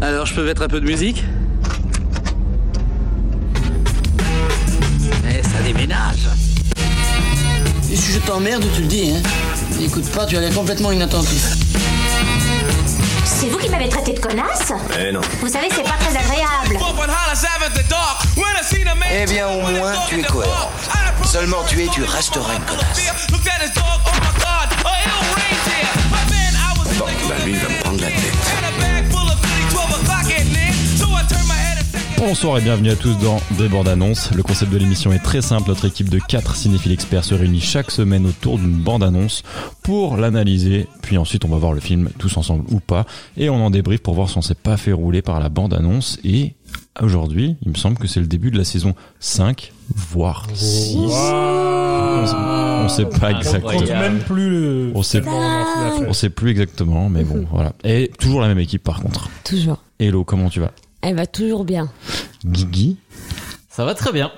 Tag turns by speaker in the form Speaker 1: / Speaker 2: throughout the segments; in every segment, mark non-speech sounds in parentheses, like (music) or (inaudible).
Speaker 1: Alors je peux mettre un peu de musique Eh, ça déménage
Speaker 2: Et si je t'emmerde, tu le dis, hein. Écoute pas, tu as l'air complètement inattentif.
Speaker 3: C'est vous qui m'avez traité de connasse
Speaker 4: Eh non.
Speaker 3: Vous savez, c'est pas très agréable.
Speaker 4: Eh bien, au moins, tu es cohérent. Seulement tu es, tu resteras une connasse.
Speaker 5: Bon, bah
Speaker 4: ben,
Speaker 5: lui, il va me prendre la tête.
Speaker 6: Bonsoir et bienvenue à tous dans Des bandes annonces. Le concept de l'émission est très simple. Notre équipe de 4 cinéphiles experts se réunit chaque semaine autour d'une bande annonce pour l'analyser. Puis ensuite, on va voir le film tous ensemble ou pas. Et on en débrief pour voir si on s'est pas fait rouler par la bande annonce. Et aujourd'hui, il me semble que c'est le début de la saison 5, voire 6. On, sait- on sait pas exactement.
Speaker 7: compte même plus euh, le.
Speaker 6: On sait, on sait plus exactement, mais
Speaker 8: (laughs)
Speaker 6: bon, voilà. Et toujours la même équipe par contre.
Speaker 8: Toujours.
Speaker 6: Hello, comment tu vas
Speaker 8: Elle va toujours bien.
Speaker 6: Guigui Oh.
Speaker 9: Ça va très bien.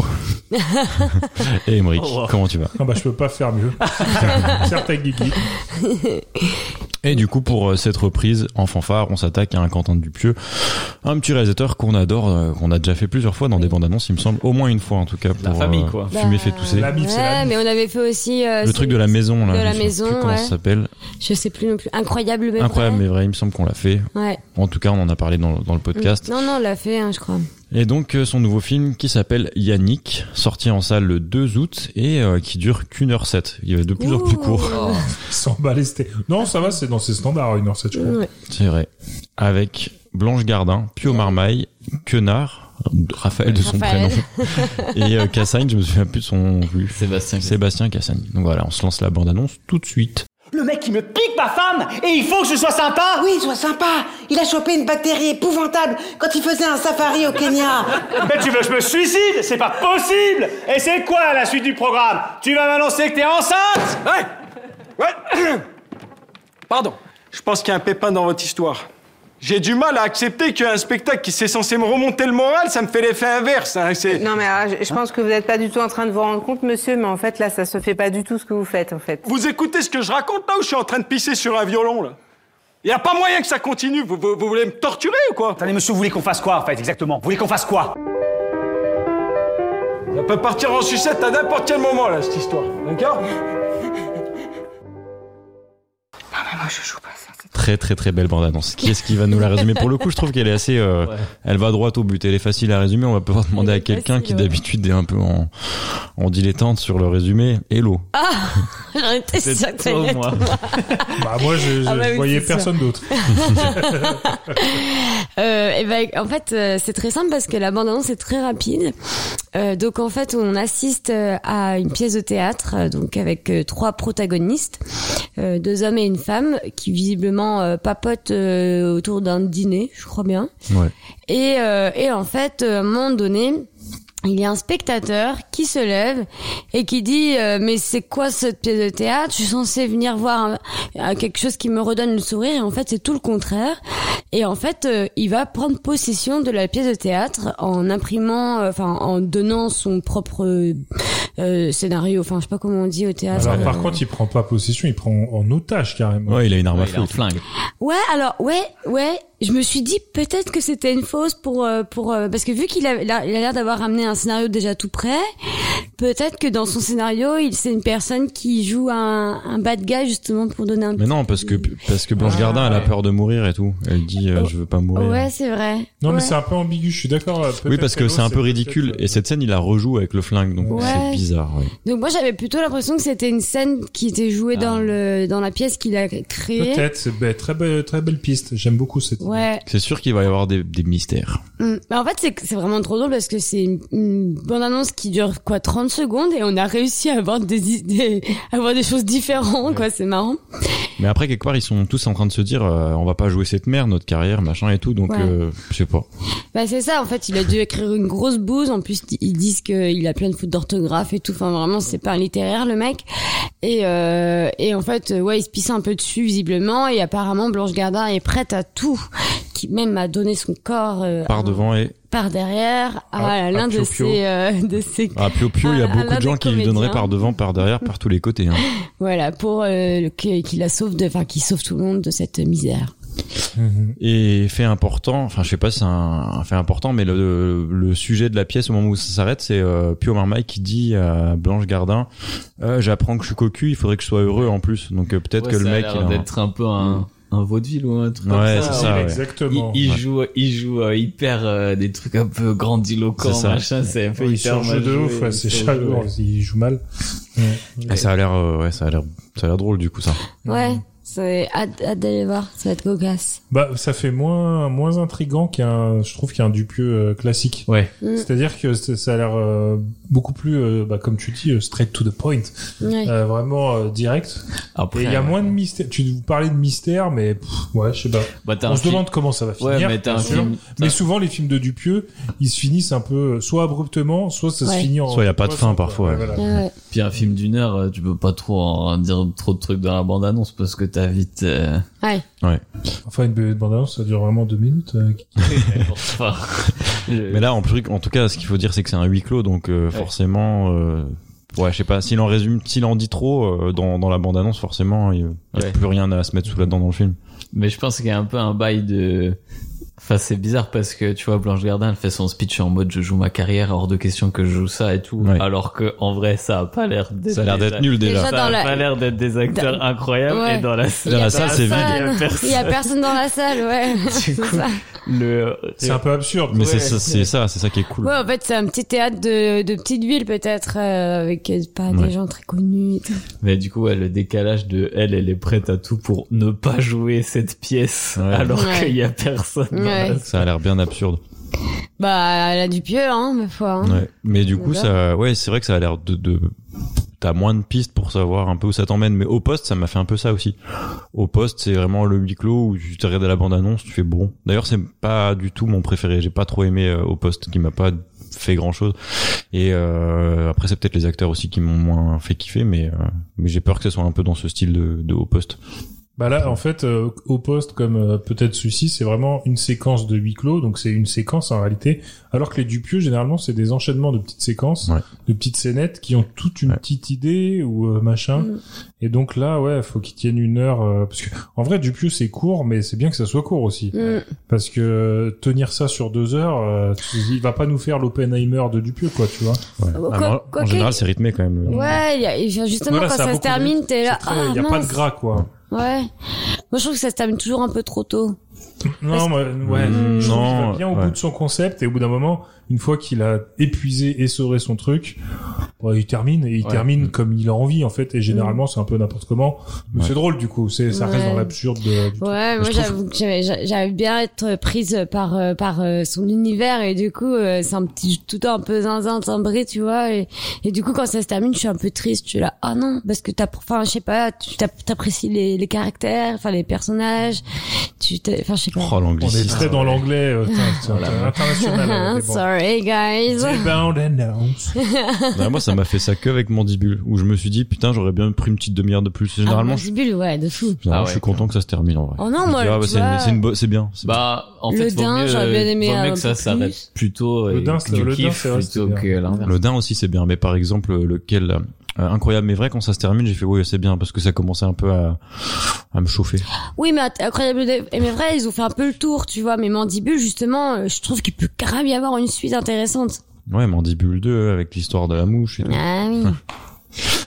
Speaker 6: (laughs) et Emeric,
Speaker 9: Oh, wow.
Speaker 6: comment tu vas
Speaker 7: Ah bah je peux pas faire (laughs) mieux. Certes avec Guigui.
Speaker 6: Et du coup, pour euh, cette reprise en fanfare, on s'attaque à un Quentin Dupieux, un petit réalisateur qu'on adore, euh, qu'on a déjà fait plusieurs fois dans des bandes annonces, il me semble, au moins une fois en tout cas. Pour,
Speaker 9: La famille, quoi.
Speaker 6: euh, Fumer
Speaker 8: Bah,
Speaker 6: fait tousser.
Speaker 7: La bif, c'est la
Speaker 8: Ouais, mais
Speaker 7: bif.
Speaker 8: on avait fait aussi. euh,
Speaker 6: Le
Speaker 8: c'est-
Speaker 6: truc de la maison, là.
Speaker 8: de la
Speaker 6: je sais
Speaker 8: maison,
Speaker 6: plus comment
Speaker 8: ouais.
Speaker 6: ça s'appelle.
Speaker 8: Je sais plus non plus. Incroyable, mais.
Speaker 6: Incroyable
Speaker 8: vrai. Mm.
Speaker 6: mais vrai, il me semble qu'on l'a fait.
Speaker 8: Ouais.
Speaker 6: En tout cas, on en a parlé dans, dans le podcast.
Speaker 8: Non, non, on l'a fait, hein, je crois.
Speaker 6: Et donc euh, son nouveau film qui s'appelle Yannick, sorti en salle le 2 août et euh, qui dure qu'une heure sept. Il est de plus en plus
Speaker 8: Ouh.
Speaker 6: court.
Speaker 7: (laughs) Sans balester. Non, ça va, c'est dans ses standards, 1h07, je crois.
Speaker 8: Ouais.
Speaker 6: C'est vrai. Avec Blanche Gardin, Pio Marmaille, Quenard, Raphaël de son
Speaker 8: Raphaël. (laughs)
Speaker 6: prénom, et euh, Cassagne, je me souviens plus de son plus.
Speaker 9: Sébastien.
Speaker 6: Sébastien Cassagne. Donc voilà, on se lance la bande-annonce tout de suite.
Speaker 10: Le mec, il me pique ma femme et il faut que je sois sympa
Speaker 11: Oui, sois sympa. Il a chopé une bactérie épouvantable quand il faisait un safari au Kenya.
Speaker 10: (laughs) Mais tu veux que je me suicide C'est pas possible Et c'est quoi la suite du programme Tu vas m'annoncer que t'es enceinte
Speaker 4: Ouais Ouais (coughs) Pardon. Je pense qu'il y a un pépin dans votre histoire. J'ai du mal à accepter qu'un spectacle qui c'est censé me remonter le moral, ça me fait l'effet inverse. hein, c'est-
Speaker 11: Non, mais ah, je je pense que vous n'êtes pas du tout en train de vous rendre compte, monsieur, mais en fait, là, ça se fait pas du tout ce que vous faites, en fait.
Speaker 4: Vous écoutez ce que je raconte là ou je suis en train de pisser sur un violon là Il a pas moyen que ça continue. Vous, vous- vous voulez me torturer ou quoi
Speaker 10: Attendez, monsieur, vous voulez qu'on fasse quoi en fait exactement Vous voulez qu'on fasse quoi
Speaker 4: Ça peut partir en sucette à n'importe quel moment là, cette histoire. D'accord
Speaker 6: Très très très belle bande-annonce. Qui est-ce qui va nous la résumer Pour le coup, je trouve qu'elle est assez... euh,
Speaker 9: Ouais.
Speaker 6: Elle va droit au but, elle est facile à résumer. On va pouvoir demander
Speaker 8: Elle
Speaker 6: à
Speaker 8: est
Speaker 6: quelqu'un
Speaker 8: facile,
Speaker 6: qui
Speaker 8: ouais.
Speaker 6: d'habitude est un peu en, en dilettante sur le résumé. Hello.
Speaker 8: (laughs) J'en étais Ah! sûre
Speaker 9: C'est
Speaker 8: que ça allait
Speaker 9: toi,
Speaker 8: être-
Speaker 9: moi.
Speaker 7: Bah moi, je, je-
Speaker 8: Ah bah
Speaker 7: je
Speaker 8: oui,
Speaker 7: voyais
Speaker 8: c'est sûr.
Speaker 7: personne d'autre.
Speaker 8: Euh, et ben, en fait, euh, c'est très simple parce que la bande-annonce est très rapide. Euh, donc, en fait, on assiste euh, à une pièce de théâtre, euh, donc avec euh, trois protagonistes, euh, deux hommes et une femme, qui visiblement euh, papotent euh, autour d'un dîner, je crois bien.
Speaker 6: Ouais.
Speaker 8: Et, euh, et en fait, euh, à un moment donné, il y a un spectateur qui se lève et qui dit euh, mais c'est quoi cette pièce de théâtre Je suis censé venir voir un- un- quelque chose qui me redonne le sourire et en fait c'est tout le contraire. Et en fait euh, il va prendre possession de la pièce de théâtre en imprimant, euh, enfin en donnant son propre euh, scénario. Enfin je sais pas comment on dit au théâtre.
Speaker 7: Alors par
Speaker 8: Euh,
Speaker 7: contre, il prend pas possession, il prend en otage carrément.
Speaker 6: Ouais, il a une arme à
Speaker 9: Ouais, il
Speaker 6: feu.
Speaker 9: a un flingue.
Speaker 8: Ouais, alors ouais, ouais. Je me suis dit peut-être que c'était une fausse pour euh, pour euh, parce que vu qu'il a il a il a l'air d'avoir amené un scénario déjà tout prêt, peut-être que dans son scénario, il c'est une personne qui joue un un bad guy justement pour donner un. Ah,
Speaker 6: Mais non, parce que, parce que Blanche Gardin, elle a peur de mourir et tout. Elle dit, euh, je veux pas mourir.
Speaker 8: Oh, Ouais, c'est vrai.
Speaker 7: Non mais
Speaker 8: Ouais.
Speaker 7: c'est un peu ambigu, je suis d'accord. euh,
Speaker 6: Oui,
Speaker 7: peut-être
Speaker 6: parce que
Speaker 7: Hello,
Speaker 6: c'est un peu
Speaker 7: peut-être,
Speaker 6: ridicule.
Speaker 7: euh,
Speaker 6: Et cette scène, il la rejoue avec le flingue, donc
Speaker 8: Ouais.
Speaker 6: c'est bizarre. ouais.
Speaker 8: Donc moi j'avais plutôt l'impression que c'était une scène qui était jouée dans le dans la pièce qu'il a créée.
Speaker 7: Peut-être, c'est- bah, très belle, très belle piste. J'aime beaucoup cette.
Speaker 8: Ouais.
Speaker 6: C'est sûr qu'il va y avoir des, des mystères.
Speaker 8: Mm. Bah, en fait, c'est c'est vraiment trop drôle parce que c'est une, une bande-annonce qui dure quoi 30 secondes et on a réussi à avoir des, i- des, à avoir des choses différentes, quoi. C'est marrant.
Speaker 6: Mais après, quelque part, ils sont tous en train de se dire, euh, on va pas jouer cette merde, notre carrière, machin et tout. Donc,
Speaker 8: Ouais.
Speaker 6: euh, je sais pas.
Speaker 8: Bah, c'est ça, en fait, il a dû écrire une grosse bouse. En plus, ils disent qu'il a plein de fautes d'orthographe et tout. Enfin, vraiment, c'est pas un littéraire, le mec. Et, euh, et en fait, euh, ouais, il se pisse un peu dessus, visiblement. Et apparemment, Blanche Gardin est prête à tout. Qui même a donné son corps euh,
Speaker 6: Par
Speaker 8: à-
Speaker 6: devant et
Speaker 8: par derrière à,
Speaker 7: Ah,
Speaker 6: À- à
Speaker 8: Ah, l'un de
Speaker 6: Pio-Pio.
Speaker 8: ses, euh, de ses
Speaker 6: à Pio Pio, il y a
Speaker 8: À- à
Speaker 6: beaucoup
Speaker 8: l'un
Speaker 6: de gens
Speaker 8: des
Speaker 6: qui lui donneraient
Speaker 8: comédiens.
Speaker 6: par devant, par derrière, par tous les côtés. hein.
Speaker 8: Voilà, pour euh, le- que- qu'il la sauve de, enfin, qu'il sauve tout le monde de cette misère.
Speaker 7: Mhm.
Speaker 6: Et fait important, enfin je sais pas si c'est un, un fait important, mais le, le sujet de la pièce au moment où ça s'arrête, c'est euh, Pio Marmaille qui dit à Blanche Gardin Euh, J'apprends que je suis cocu, il faudrait que je sois heureux en plus. Donc euh, peut-être que le mec.
Speaker 5: a
Speaker 6: il a
Speaker 5: l'air
Speaker 6: un-
Speaker 5: d'être un peu un, un vaudeville ou un truc comme
Speaker 6: Ouais,
Speaker 5: ça.
Speaker 6: c'est ça, Ah, ouais.
Speaker 7: Exactement.
Speaker 5: Il, il
Speaker 6: Ouais.
Speaker 5: joue, il joue euh, hyper euh, des trucs un peu grandiloquents,
Speaker 6: C'est ça.
Speaker 5: machin. C'est un peu
Speaker 7: Ouais, il
Speaker 5: hyper
Speaker 7: change de
Speaker 5: mal
Speaker 7: ouf,
Speaker 5: joué,
Speaker 7: ouais, c'est
Speaker 5: il
Speaker 7: chaleur,
Speaker 5: surjoue, ouais.
Speaker 7: il joue mal.
Speaker 6: Ah, ça a l'air, euh, ouais, ça a l'air, ça a l'air drôle du coup ça.
Speaker 2: Ouais, c'est hâte, hâte d'aller voir, ça va être cocasse.
Speaker 7: Bah, ça fait moins, moins intriguant qu'un, je trouve qu'un Dupieux euh, classique.
Speaker 5: Ouais.
Speaker 2: Mm.
Speaker 7: C'est-à-dire que c'est- ça a l'air euh, beaucoup plus, euh, bah, comme tu dis, euh, straight to the point,
Speaker 2: Ouais.
Speaker 7: Euh, vraiment euh, direct.
Speaker 5: Après,
Speaker 7: Et il y a
Speaker 5: euh,
Speaker 7: moins de mystère. Tu vous parlais de mystère, mais pff, ouais, je sais pas.
Speaker 5: bah, t'as
Speaker 7: On
Speaker 5: un
Speaker 7: se
Speaker 5: film-
Speaker 7: demande comment ça va finir.
Speaker 5: Ouais, mais t'as
Speaker 7: bien
Speaker 5: un
Speaker 7: sûr.
Speaker 5: film.
Speaker 7: Mais souvent les films de Dupieux, ils se finissent un peu, euh, soit abruptement, soit ça se
Speaker 2: Ouais.
Speaker 7: finit en.
Speaker 6: Soit y a pas de fin, parfois, ouais.
Speaker 7: voilà.
Speaker 2: Ouais, ouais.
Speaker 5: Puis un film d'une heure, euh, tu peux pas trop en dire trop de trucs dans la bande-annonce parce que t'as vite. euh,
Speaker 2: Ouais.
Speaker 7: Enfin, une bande annonce, ça dure vraiment deux minutes. euh,
Speaker 5: enfin, je-
Speaker 6: Mais là, en, plus, en tout cas, ce qu'il faut dire, c'est que c'est un huis clos, donc euh, forcément, euh, ouais, je sais pas, s'il en résume, s'il en dit trop euh, dans, dans la bande-annonce, forcément, il y a- il y a
Speaker 5: Ouais.
Speaker 6: plus rien à se mettre sous la dent dans le film.
Speaker 5: Mais je pense qu'il y a un peu un bail de. Enfin, c'est bizarre parce que tu vois, Blanche Gardin, elle fait son speech en mode je joue ma carrière, hors de question que je joue ça et tout.
Speaker 6: Ouais.
Speaker 1: Ah,
Speaker 5: Alors que, en vrai, ça a pas l'air d'être.
Speaker 6: Ça a l'air
Speaker 5: des-
Speaker 6: d'être nul déjà.
Speaker 2: Déjà,
Speaker 5: Ça
Speaker 2: Dans
Speaker 5: a
Speaker 2: la-
Speaker 5: pas l'air d'être des acteurs
Speaker 2: Dans-
Speaker 5: incroyables
Speaker 2: Ouais.
Speaker 5: et dans la
Speaker 2: Il
Speaker 5: salle.
Speaker 2: y a
Speaker 6: la
Speaker 2: pas
Speaker 6: salle, c'est
Speaker 2: personne.
Speaker 5: vide. Il y a personne.
Speaker 2: Il y a personne dans la salle, (laughs) ouais.
Speaker 5: Du
Speaker 2: C'est
Speaker 5: coup,
Speaker 2: ça.
Speaker 5: le.
Speaker 7: C'est un peu absurde.
Speaker 6: Mais c'est ça, c'est ça, c'est ça qui est cool.
Speaker 2: Ouais, en fait, c'est un petit théâtre de, de petite ville, peut-être, euh, avec euh, pas
Speaker 6: Ouais.
Speaker 2: des gens très connus et tout.
Speaker 5: Mais du coup, ouais, le décalage de elle, elle est prête à tout pour ne pas jouer cette pièce
Speaker 6: Ouais.
Speaker 5: alors
Speaker 2: Ouais.
Speaker 5: qu'il y a personne. dans la
Speaker 2: Ouais.
Speaker 6: Ça a l'air bien absurde.
Speaker 2: Bah, elle a du pieux, hein, ma foi. hein.
Speaker 6: Ouais. Mais du coup,
Speaker 2: Voilà.
Speaker 6: ça, ouais, c'est vrai que ça a l'air de, de... t'as moins de pistes pour savoir un peu où ça t'emmène. Mais au poste, ça m'a fait un peu ça aussi. Au poste, c'est vraiment le huis clos où tu te regardes à la bande annonce, tu fais bon. D'ailleurs, c'est pas du tout mon préféré. J'ai pas trop aimé euh, au poste, qui m'a pas fait grand chose. Et euh, après, c'est peut-être les acteurs aussi qui m'ont moins fait kiffer, mais euh, mais j'ai peur que ce soit un peu dans ce style de, de au poste.
Speaker 7: Bah là, en fait, euh, au poste, comme euh, peut-être celui-ci, c'est vraiment une séquence de huis clos, donc c'est une séquence en réalité. Alors que les Dupieux, généralement, c'est des enchaînements de petites séquences,
Speaker 6: Ouais.
Speaker 7: de petites scénettes qui ont toute une
Speaker 6: Ouais.
Speaker 7: petite idée ou euh, machin.
Speaker 2: Mm.
Speaker 7: Et donc là, ouais, faut qu'ils tiennent une heure, euh, parce que en vrai, Dupieux, c'est court, mais c'est bien que ça soit court aussi,
Speaker 2: Mm.
Speaker 7: parce que euh, tenir ça sur deux heures, euh, tu te dis, il va pas nous faire l'Oppenheimer de Dupieux, quoi, tu vois.
Speaker 6: Ouais.
Speaker 2: Quoi-
Speaker 6: Ah, mais en-
Speaker 2: quoi
Speaker 6: en
Speaker 2: que-
Speaker 6: général, c'est rythmé quand même.
Speaker 2: Ouais, il y a- et justement,
Speaker 7: Voilà,
Speaker 2: quand
Speaker 7: ça a
Speaker 2: ça, se
Speaker 7: beaucoup de-
Speaker 2: termine, t'es
Speaker 7: Il
Speaker 2: là. Ah,
Speaker 7: y a pas de
Speaker 2: mince.
Speaker 7: gras, quoi.
Speaker 2: Ouais. Moi, je trouve que ça se termine toujours un peu trop tôt.
Speaker 7: Non, mais, ouais,
Speaker 6: Mm,
Speaker 7: je trouve qu'il
Speaker 6: non,
Speaker 7: va bien au
Speaker 6: ouais.
Speaker 7: bout de son concept et au bout d'un moment, une fois qu'il a épuisé, essoré son truc, ouais, il termine et il
Speaker 5: Ouais. Mm.
Speaker 7: termine comme il a envie en fait. Et généralement, c'est un peu n'importe comment, mais
Speaker 6: Ouais.
Speaker 7: c'est drôle du coup. C'est ça reste
Speaker 2: Mm. Ouais.
Speaker 7: dans l'absurde. de- du truc.
Speaker 2: Ouais, moi
Speaker 6: je trouve-
Speaker 2: j'avoue que j'avais- j'a- j'arrive bien à être prise par euh, par euh, son univers et du coup euh, c'est un petit tout le temps un peu zinzin timbré tu vois et, et du coup quand ça se termine je suis un peu triste je suis là ah non parce que t'as enfin je sais pas tu t'app- t'apprécies les, les caractères enfin les personnages tu t'es- enfin je sais pas
Speaker 6: Oh
Speaker 7: On est
Speaker 6: l'anglicisme.
Speaker 7: très dans l'anglais euh, putain, c'est
Speaker 5: Voilà.
Speaker 2: (laughs)
Speaker 7: international. euh, les bandes.
Speaker 2: sorry guys Ah,
Speaker 7: It's bound and announced.
Speaker 2: (laughs)
Speaker 6: Ouais, moi, ça m'a fait ça que avec Mandibule, où je me suis dit, putain, j'aurais bien pris une petite demi-heure de plus. Généralement,
Speaker 2: Ah,
Speaker 6: je,
Speaker 2: Mandibule, ouais de fou
Speaker 6: généralement,
Speaker 5: Ah ouais,
Speaker 6: je suis content que ça se termine en vrai.
Speaker 2: Oh non,
Speaker 6: Je me
Speaker 2: moi,
Speaker 6: dis, ah,
Speaker 2: tu
Speaker 6: bah, c'est
Speaker 2: vois.
Speaker 6: une- c'est une bo- c'est bien. c'est
Speaker 5: Bah, en
Speaker 2: Le
Speaker 5: fait, vaut
Speaker 2: dain,
Speaker 5: mieux, euh,
Speaker 2: j'aurais bien aimé
Speaker 5: vaut
Speaker 2: un
Speaker 5: mieux que
Speaker 2: peu
Speaker 5: ça s'arrête
Speaker 2: plus.
Speaker 5: plutôt
Speaker 7: Le
Speaker 5: et
Speaker 7: dain,
Speaker 5: que
Speaker 7: c'est-
Speaker 5: tu
Speaker 7: le dain,
Speaker 5: kiffes
Speaker 7: c'est vrai,
Speaker 5: plutôt
Speaker 7: c'est
Speaker 5: que
Speaker 6: bien.
Speaker 7: bien.
Speaker 5: l'inverse.
Speaker 6: Le Dain aussi, c'est bien, mais par exemple, lequel, là, euh, incroyable mais vrai, quand ça se termine, j'ai fait, oui, c'est bien, parce que ça commençait un peu à, à me chauffer.
Speaker 2: Oui, mais att- incroyable Dave et mais vrai, ils ont fait un peu le tour, tu vois. Mais Mandibule, justement, euh, je trouve qu'il peut carrément y avoir une suite intéressante.
Speaker 6: Ouais, Mandibule 2, avec l'histoire de la mouche et tout.
Speaker 2: Ah oui.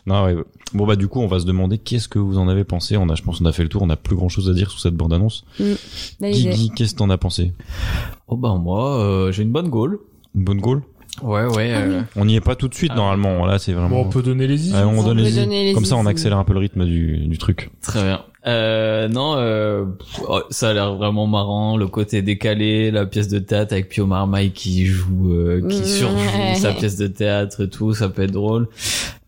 Speaker 6: Non, ouais. Bon, bah, du coup, on va se demander qu'est-ce que vous en avez pensé. On a, je pense, on a fait le tour, on a plus grand chose à dire sur cette bande annonce.
Speaker 2: Belle idée.
Speaker 6: Guigui, qu'est-ce que t'en as pensé?
Speaker 5: Oh bah moi, euh, j'ai une bonne goal.
Speaker 6: Une bonne goal?
Speaker 5: Ouais, ouais.
Speaker 2: Ah
Speaker 5: euh,
Speaker 6: On n'y est pas tout de suite,
Speaker 5: Ah.
Speaker 6: normalement. Là, c'est vraiment.
Speaker 7: Bon, on peut donner les idées.
Speaker 6: Ouais, on,
Speaker 2: On
Speaker 6: donne
Speaker 2: peut
Speaker 6: les
Speaker 2: donner
Speaker 6: idées.
Speaker 2: les
Speaker 6: Comme ça, on
Speaker 2: idées.
Speaker 6: accélère un peu le rythme du, du truc.
Speaker 5: Très bien. Euh, non, euh, pff, oh, ça a l'air vraiment marrant. Le côté décalé, la pièce de théâtre avec Pio Marmaille qui joue, euh, qui
Speaker 2: Ouais. (laughs)
Speaker 5: surjoue sa pièce de théâtre et tout, ça peut être drôle.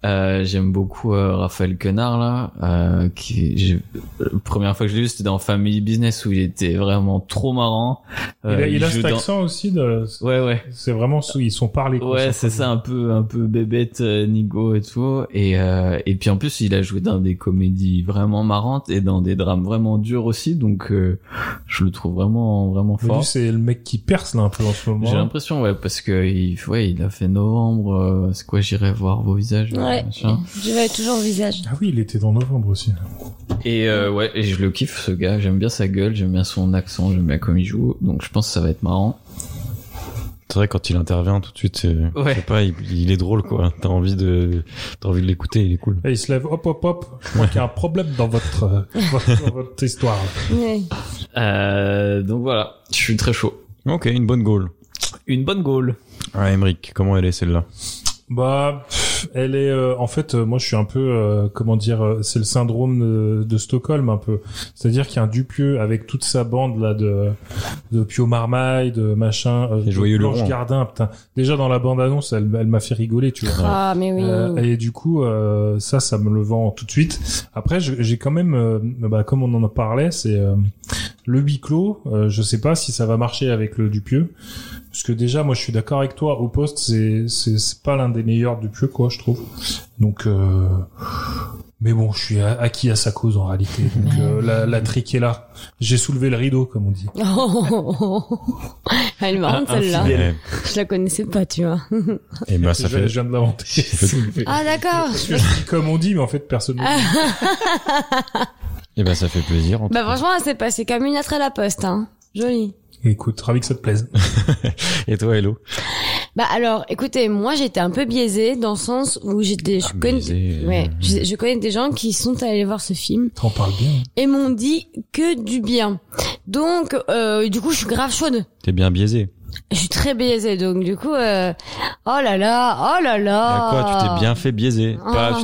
Speaker 5: Euh, J'aime beaucoup euh, Raphaël Quenard là. Euh, qui, j'ai- la première fois que je l'ai vu, c'était dans Family Business où il était vraiment trop marrant.
Speaker 7: Il a,
Speaker 5: Euh,
Speaker 7: il a
Speaker 5: joue
Speaker 7: cet
Speaker 5: dans-
Speaker 7: accent aussi. De...
Speaker 5: Ouais, ouais.
Speaker 7: C'est vraiment sous- ils sont parlés. quoi,
Speaker 5: Ouais,
Speaker 7: sur-
Speaker 5: c'est ça, un peu, un peu bébête, euh, Nigo et tout. Et, euh, et puis en plus, il a joué dans des comédies vraiment marrantes et
Speaker 1: dans des drames vraiment durs aussi, donc euh, je le trouve vraiment vraiment
Speaker 7: Mais
Speaker 1: fort.
Speaker 7: lui, c'est le mec qui perce là un peu en ce moment.
Speaker 1: J'ai l'impression, ouais, parce que il, ouais, il a fait novembre. euh, c'est quoi, j'irai voir vos
Speaker 5: Euh,
Speaker 1: visages.
Speaker 2: Ouais.
Speaker 1: machin.
Speaker 2: Je vais toujours au visage.
Speaker 7: Ah oui, il était dans novembre aussi.
Speaker 1: Et euh, ouais, et je le kiffe ce gars. J'aime bien sa gueule, j'aime bien son accent, j'aime bien comme il joue. Donc je pense que ça va être marrant.
Speaker 6: C'est vrai, quand il intervient tout de suite, c'est,
Speaker 1: Ouais.
Speaker 6: je sais pas, il, il est drôle, quoi. T'as envie de, t'as envie de l'écouter, il est cool.
Speaker 7: Et il se lève, hop, hop, hop. Je crois qu'il y a un problème dans votre, euh, (laughs) votre- dans votre histoire.
Speaker 1: Euh, donc voilà, je suis très chaud.
Speaker 6: Ok, une bonne goal.
Speaker 1: Une bonne goal.
Speaker 6: Ah, Emmerich, comment elle est celle-là
Speaker 7: Bah, pff, elle est. euh, en fait, euh, moi, je suis un peu. euh, comment dire euh, C'est le syndrome de, de Stockholm, un peu. C'est-à-dire qu'il y a un Dupieux avec toute sa bande là de de Pio Marmaille, de machin, euh,
Speaker 6: Et Joyeux
Speaker 7: de Blanche
Speaker 6: Laurent.
Speaker 7: Gardin. Putain, déjà dans la bande-annonce, elle, elle m'a fait rigoler, tu vois.
Speaker 2: Ah, mais oui.
Speaker 7: Euh, et du coup, euh, ça, ça me le vend tout de suite. Après, je- j'ai quand même, euh, bah, comme on en a parlé, c'est euh, le huis clos. euh, je sais pas si ça va marcher avec le Dupieux, parce que déjà, moi, je suis d'accord avec toi. Au poste, c'est c'est c'est pas l'un des meilleurs Dupieux, quoi, je trouve. Donc, euh, mais bon, je suis a- acquis à sa cause en
Speaker 2: (laughs)
Speaker 7: réalité. Donc, euh, la, la trique est là. J'ai soulevé le rideau, comme on dit.
Speaker 2: (laughs) Elle est marrante celle-là. Je la connaissais pas, tu vois.
Speaker 6: Et bah,
Speaker 7: je,
Speaker 6: Eh, ça fait.
Speaker 7: je viens de l'inventer.
Speaker 6: (laughs)
Speaker 2: Ah, d'accord.
Speaker 7: Je dis comme on dit, mais en fait, personne. ne le dit.
Speaker 2: Ah.
Speaker 6: Eh ben, ça fait plaisir. en tout
Speaker 2: Bah,
Speaker 6: cas.
Speaker 2: franchement, elle s'est passée comme une lettre à la poste, hein. Jolie.
Speaker 7: Écoute, ravi que ça te plaise.
Speaker 6: Et toi, Hello
Speaker 2: Bah alors, écoutez, moi j'étais un peu biaisée dans le sens où j'étais, je
Speaker 6: Ah,
Speaker 2: connais,
Speaker 6: biaisée, euh,
Speaker 2: ouais, je, je connais des gens qui sont allés voir ce film
Speaker 7: T'en parles bien.
Speaker 2: et m'ont dit que du bien. Donc, euh, du coup, je suis grave chaude.
Speaker 6: T'es bien biaisé.
Speaker 2: Je suis très biaisée, donc du coup, euh, oh là là, oh là là.
Speaker 6: À quoi Tu
Speaker 2: Ah.
Speaker 6: t'es bien fait biaiser. Pas,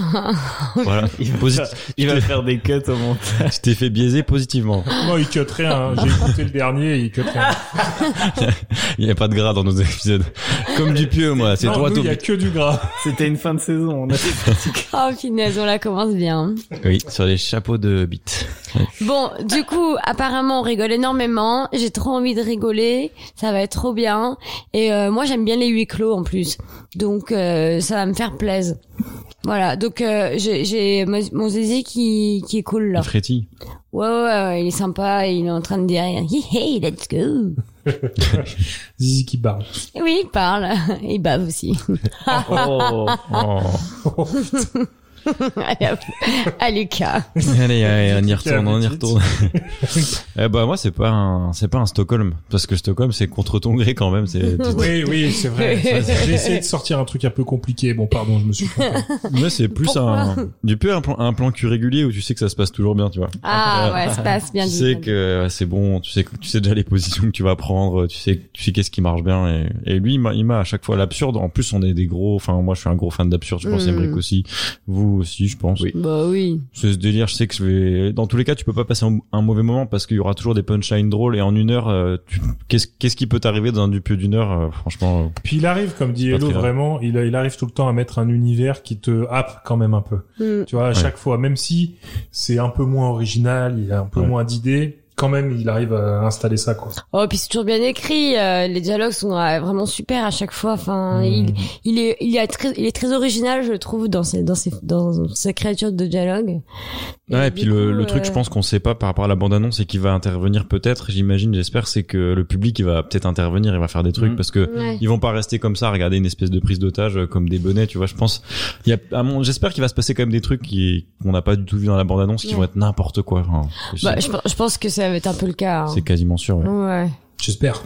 Speaker 6: voilà. Posit-
Speaker 1: (laughs) Il va faire des cuts au montage.
Speaker 6: tu t'es fait biaiser positivement.
Speaker 7: Non, il cut rien. hein. J'ai écouté le dernier, il cut rien.
Speaker 6: Il n'y a pas de gras dans nos épisodes. Comme du pieux, moi. C'est
Speaker 7: Non,
Speaker 6: droit
Speaker 7: nous,
Speaker 6: au
Speaker 7: il y a
Speaker 6: but.
Speaker 7: que du gras.
Speaker 1: C'était une fin de saison. On a
Speaker 2: Oh finesse, on la commence bien.
Speaker 6: Oui, sur les chapeaux de bite.
Speaker 2: Bon, du coup, apparemment, on rigole énormément. J'ai trop envie de rigoler. Ça va être trop bien. Et euh, moi, j'aime bien les huis clos en plus. Donc, euh, ça va me faire plaisir. Voilà. Donc, euh, j'ai- j'ai mon mon zizi qui, qui est cool là.
Speaker 6: Il frétille.
Speaker 2: Ouais, ouais, ouais, il est sympa. Il est en train de dire hey, hey let's go.
Speaker 7: Zizi qui barre.
Speaker 2: Et oui, il parle. (laughs) Il bave aussi. (laughs)
Speaker 1: Oh.
Speaker 2: Allez, hop. à Lucas.
Speaker 6: Allez, allez, on y retourne, on y
Speaker 7: appétit.
Speaker 6: retourne. (laughs) eh ben moi c'est pas un, c'est pas un Stockholm parce que Stockholm c'est contre ton gré quand même. C'est,
Speaker 7: Oui, oui,
Speaker 3: (laughs)
Speaker 7: c'est vrai. J'ai essayé de sortir un truc un peu compliqué. Bon, pardon, je me suis
Speaker 3: (laughs)
Speaker 7: trompé.
Speaker 6: mais c'est plus un, du peu un plan, un plan cul régulier où tu sais que ça se passe toujours bien, tu vois.
Speaker 2: Ah ouais, ça passe bien
Speaker 6: Euh, Tu
Speaker 2: dit.
Speaker 6: sais que c'est bon, tu sais que tu sais déjà les positions que tu vas prendre, tu sais tu sais qu'est-ce qui marche bien et, et lui il m'a- il m'a à chaque fois l'absurde. En plus on est des gros, enfin moi je suis un gros fan d'absurde, je pense
Speaker 2: Mm.
Speaker 6: Emmerich aussi, vous aussi je pense.
Speaker 2: Bah oui.
Speaker 6: C'est ce délire, je sais que je vais. Dans tous les cas, tu peux pas passer un, un mauvais moment parce qu'il y aura toujours des punchlines drôles et en une heure, euh, tu- qu'est-ce qu'est-ce qui peut t'arriver dans du pieu d'une heure euh, Franchement, euh,
Speaker 7: Puis il arrive, comme dit
Speaker 6: Pas
Speaker 7: Hello,
Speaker 6: très grave.
Speaker 7: vraiment, il, il arrive tout le temps à mettre un univers qui te happe quand même un peu.
Speaker 2: Mm.
Speaker 7: Tu vois, à
Speaker 6: Ouais.
Speaker 7: chaque fois, même si c'est un peu moins original, il a un peu
Speaker 6: Ouais.
Speaker 7: moins d'idées, quand même, il arrive à installer ça, quoi.
Speaker 2: Oh, puis c'est toujours bien écrit. euh, les dialogues sont euh, vraiment super à chaque fois. Enfin,
Speaker 6: Mhm. Mm.
Speaker 2: il, il est, il est très, il est très original, je trouve, dans ses, dans ses, dans sa créature de dialogue.
Speaker 6: ouais. Et
Speaker 2: du
Speaker 6: puis le,
Speaker 2: coup,
Speaker 6: le truc,
Speaker 2: euh,
Speaker 6: je pense qu'on sait pas par rapport à la bande-annonce et qui va intervenir peut-être. J'imagine, j'espère, c'est que le public il va peut-être intervenir, il va faire des trucs
Speaker 1: Mhm.
Speaker 6: parce que
Speaker 2: Ouais.
Speaker 6: ils vont pas rester comme ça, à regarder une espèce de prise d'otage euh, comme des bonnets, tu vois. Je pense, il y a, à mon- j'espère qu'il va se passer quand même des trucs qui qu'on n'a pas du tout vu dans la bande-annonce, qui
Speaker 2: Ouais.
Speaker 6: vont être n'importe quoi. Enfin, je
Speaker 2: Bah,
Speaker 6: sais-
Speaker 2: je, pe- je pense que ça va être un peu le cas. hein.
Speaker 6: c'est quasiment sûr. ouais.
Speaker 2: Ouais.
Speaker 7: J'espère.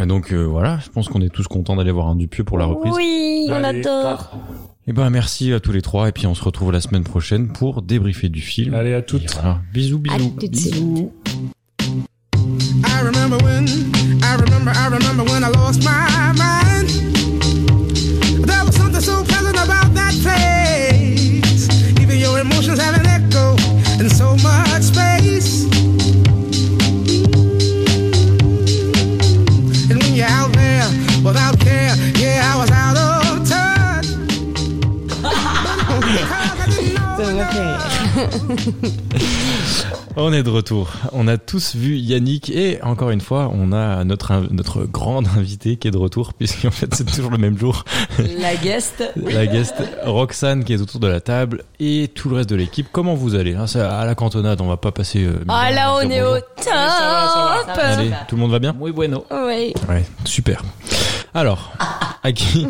Speaker 6: Et donc euh, voilà, je pense qu'on est tous contents d'aller voir un Dupieux pour la reprise.
Speaker 2: Oui, on
Speaker 7: Allez,
Speaker 2: adore.
Speaker 6: Eh ben merci à tous les trois et puis on se retrouve la semaine prochaine pour débriefer du film.
Speaker 7: Allez, à toutes.
Speaker 6: Et voilà. Bisous
Speaker 2: À
Speaker 6: bisous.
Speaker 2: tout de suite.
Speaker 5: I remember when, I remember, I remember when I lost my mind. There was something so pleasant about that place. Even your emotions have an echo in so much space. And when you're out there without care, yeah, I was out of touch. Because I didn't know
Speaker 2: Ça m'a fait rire.
Speaker 6: On est de retour. On a tous vu Yannick et encore une fois, on a notre, inv- notre grande invitée qui est de retour (laughs) puisqu'en fait c'est toujours le même jour.
Speaker 8: La guest.
Speaker 6: La guest Roxane qui est autour de la table et tout le reste de l'équipe. Comment vous allez hein, c'est À la cantonade, on va pas passer. euh,
Speaker 3: Ah
Speaker 6: mille
Speaker 3: là,
Speaker 6: ans à
Speaker 3: on
Speaker 6: dire
Speaker 3: est au
Speaker 6: bonjour.
Speaker 3: top
Speaker 6: Allez, tout le monde va bien
Speaker 1: Oui, bueno.
Speaker 3: Oui.
Speaker 6: Ouais, super. Alors, à
Speaker 3: (laughs)
Speaker 6: qui,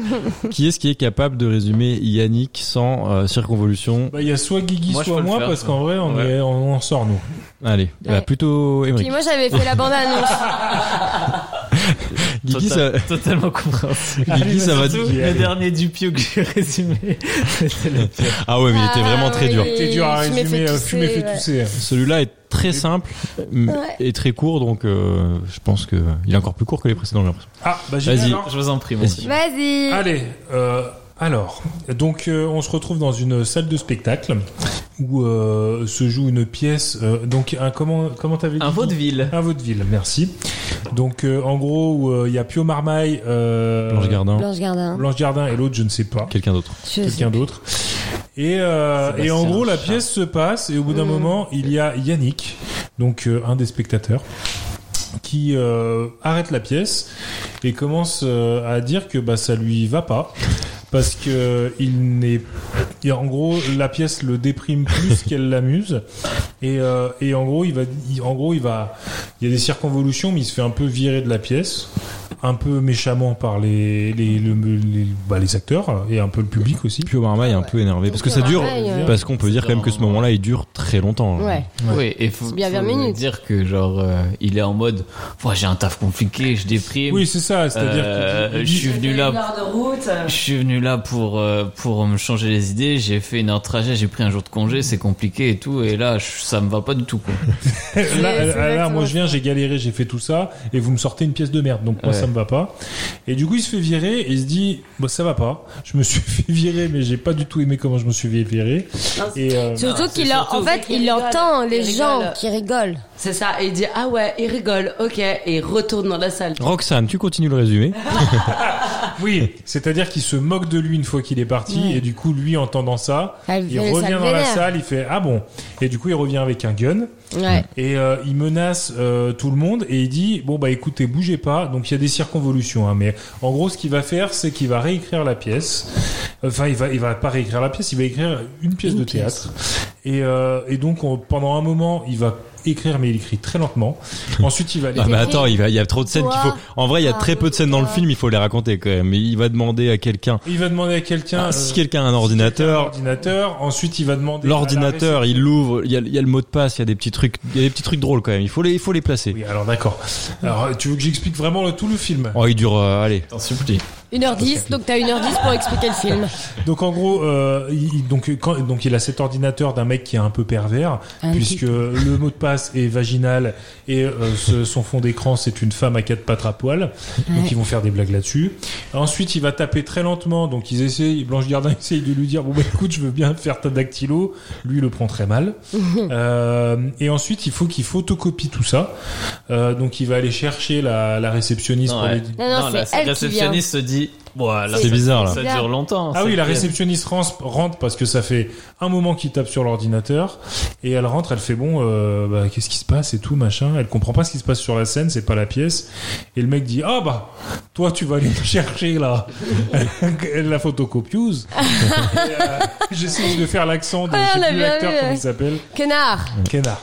Speaker 6: qui est-ce qui est capable de résumer Yannick sans euh, circonvolution
Speaker 7: Bah, il y a soit Guigui,
Speaker 6: Moi, je
Speaker 7: soit
Speaker 6: peux le
Speaker 7: moi,
Speaker 6: faire,
Speaker 7: parce
Speaker 6: ça.
Speaker 7: qu'en vrai, on,
Speaker 6: Ouais.
Speaker 7: est, on, on sort, nous.
Speaker 6: Allez, bah, plutôt
Speaker 3: Puis
Speaker 6: Émeric.
Speaker 3: moi, j'avais fait la
Speaker 6: (laughs)
Speaker 3: bande-annonce.
Speaker 6: Guigui, ça...
Speaker 1: Totalement
Speaker 6: (laughs)
Speaker 1: compréhensible.
Speaker 6: Guigui,
Speaker 1: Allez,
Speaker 6: ça va
Speaker 1: surtout,
Speaker 6: te-
Speaker 1: Le dernier du pio que j'ai résumé, (laughs) c'était le pire.
Speaker 6: Ah ouais, mais il était vraiment très
Speaker 3: oui,
Speaker 6: dur.
Speaker 3: Il était dur à je m'ai résumer, fait euh, fumer, tousser, fait ouais.
Speaker 7: hein.
Speaker 3: tousser.
Speaker 6: Celui-là est très simple m-
Speaker 3: Ouais.
Speaker 6: et très court, donc euh, je pense que il est encore plus court que les précédents, j'ai l'impression.
Speaker 7: Ah, bah, j'y vais,
Speaker 6: Vas-y,
Speaker 7: alors.
Speaker 1: je vous en prie,
Speaker 6: Vas-y.
Speaker 3: Vas-y.
Speaker 7: Allez, euh, alors, donc euh, on se retrouve dans une salle de spectacle où euh, se joue une pièce. euh, donc un comment comment t'avais dit
Speaker 1: Un vaudeville.
Speaker 7: Un vaudeville, merci. Donc euh, en gros où euh, il y a Pio Marmaille, euh,
Speaker 6: Blanche Gardin.
Speaker 3: Blanche Gardin.
Speaker 7: Blanche Gardin et l'autre je ne sais pas,
Speaker 6: quelqu'un d'autre.
Speaker 3: Je sais
Speaker 7: quelqu'un d'autre. Et, euh, et en
Speaker 1: Sébastien
Speaker 7: gros la
Speaker 1: Chat.
Speaker 7: pièce se passe et au bout d'un moment il y a Yannick, donc euh, un des spectateurs qui euh, arrête la pièce et commence euh, à dire que bah ça lui va pas parce que il n'est et en gros la pièce le déprime plus qu'elle l'amuse et, euh, et en gros il va il- en gros il va il y a des circonvolutions mais il se fait un peu virer de la pièce un peu méchamment par les les, le- les- bah, les acteurs et un peu le public aussi
Speaker 6: Puis Omar May est un peu énervé parce que
Speaker 3: Puis
Speaker 6: ça
Speaker 3: Omar
Speaker 6: dure,
Speaker 3: May, euh,
Speaker 6: parce qu'on peut dire quand même que ce moment-là il dure très longtemps.
Speaker 8: Ouais.
Speaker 1: Oui, et faut,
Speaker 8: C'est bien
Speaker 1: faut
Speaker 8: 20 minutes.
Speaker 1: dire que genre euh, il est en mode, Ouais, j'ai un taf compliqué, je déprime.
Speaker 7: oui c'est ça c'est à dire
Speaker 1: Euh, je
Speaker 7: (laughs)
Speaker 1: suis venu
Speaker 8: Une
Speaker 1: là,
Speaker 8: heure de route.
Speaker 1: je suis venu là pour euh, pour me changer les idées. J'ai fait une heure de trajet, j'ai pris un jour de congé, c'est compliqué et tout. Et là, je- ça me va pas du tout. Quoi.
Speaker 7: Là,
Speaker 3: c'est
Speaker 7: là,
Speaker 3: exactement
Speaker 7: moi je viens, j'ai galéré, j'ai fait tout ça, et vous me sortez une pièce de merde, donc moi
Speaker 1: Ouais.
Speaker 7: ça me va pas. Et du coup, il se fait virer et il se dit, bah ça va pas. Je me suis (laughs) fait virer, mais j'ai pas du tout aimé comment je me suis fait virer. Et euh,
Speaker 3: Surtout qu'il en, en fait,
Speaker 8: Qui
Speaker 3: il
Speaker 8: rigole.
Speaker 3: entend les
Speaker 8: Qui
Speaker 3: gens
Speaker 8: rigole.
Speaker 3: qui rigolent.
Speaker 8: C'est ça. Et il dit ah ouais, il rigole, ok, et il retourne dans la salle.
Speaker 6: Roxane, tu continues le résumé.
Speaker 3: Ah,
Speaker 6: Ah,
Speaker 7: oui, c'est-à-dire qu'il se moque de lui une fois qu'il est parti, et du coup, lui entendant ça,
Speaker 3: Ça le-
Speaker 7: il
Speaker 3: Ah, ça le
Speaker 7: revient dans la
Speaker 3: vénère.
Speaker 7: salle, il fait ah bon. Et du coup, il revient avec un gun.
Speaker 3: Ouais.
Speaker 7: Et euh, il menace euh, tout le monde et il dit bon bah écoutez bougez pas donc il y a des circonvolutions hein, mais en gros ce qu'il va faire c'est qu'il va réécrire la pièce enfin il va il va pas réécrire la pièce il va écrire une pièce de théâtre et, euh, et donc on- pendant un moment il va écrire mais il écrit
Speaker 6: (laughs)
Speaker 7: très lentement ensuite il va aller
Speaker 6: Ah mais attends, il, va- il y a trop de scènes qu'il faut.
Speaker 3: Toi,
Speaker 6: En vrai, il y a très peu de scènes dans le film, il faut les raconter quand même. Mais il va demander à quelqu'un.
Speaker 7: il va demander à quelqu'un
Speaker 6: Ah,
Speaker 7: euh,
Speaker 6: si quelqu'un a un
Speaker 7: un
Speaker 6: ordinateur,
Speaker 7: ordinateur ensuite il va demander à la
Speaker 6: l'ordinateur, il l'ouvre, il y, a, il y a le mot de passe, il y a des petits trucs, il y a des petits trucs drôles quand même. Il faut les, il faut les placer.
Speaker 7: oui alors d'accord alors tu veux que j'explique vraiment le- tout le film
Speaker 6: Oh, il dure, euh, allez.
Speaker 1: T'en supplie.
Speaker 3: 1h10, donc t'as 1h10 pour expliquer le
Speaker 7: (laughs)
Speaker 3: film.
Speaker 7: Donc en gros, euh, il, donc, quand, donc il a cet ordinateur d'un mec qui est un peu pervers,
Speaker 8: Un
Speaker 7: puisque le mot de passe est vaginal et euh, ce- son fond d'écran c'est une femme à quatre pattes à poil. Donc ils vont faire des blagues là-dessus. Ensuite, il va taper très lentement. Donc ils essayent, Blanche Gardin (laughs) essaye de lui dire bon bah écoute, je veux bien faire ta dactylo. Lui il le prend très mal. Euh, et ensuite, il faut qu'il photocopie tout ça. Euh, donc il va aller chercher la, la réceptionniste.
Speaker 1: Non,
Speaker 7: pour
Speaker 1: ouais.
Speaker 7: lui dire-
Speaker 3: Non, non,
Speaker 1: la
Speaker 3: c'est elle qui vient.
Speaker 1: réceptionniste se dit, bon, là,
Speaker 6: C'est
Speaker 1: ça-
Speaker 6: bizarre, là.
Speaker 1: Ça dure longtemps.
Speaker 7: Ah
Speaker 1: c'est
Speaker 7: oui, la
Speaker 1: clair.
Speaker 7: réceptionniste rentre- rentre parce que ça fait un moment qu'il tape sur l'ordinateur et elle rentre, elle fait bon, euh, bah, qu'est-ce qui se passe et tout machin. Elle comprend pas ce qui se passe sur la scène, c'est pas la pièce. Et le mec dit ah bah toi tu vas aller me chercher là (laughs)
Speaker 3: (laughs)
Speaker 7: la photocopieuse. Et, euh, J'essaie de faire l'accent de
Speaker 3: Ouais, Ah,
Speaker 7: je sais
Speaker 3: on l'a
Speaker 7: plus
Speaker 3: bien
Speaker 7: l'acteur
Speaker 3: vu,
Speaker 7: comment
Speaker 3: ouais.
Speaker 7: il s'appelle.
Speaker 3: Kenard,
Speaker 7: Kenard.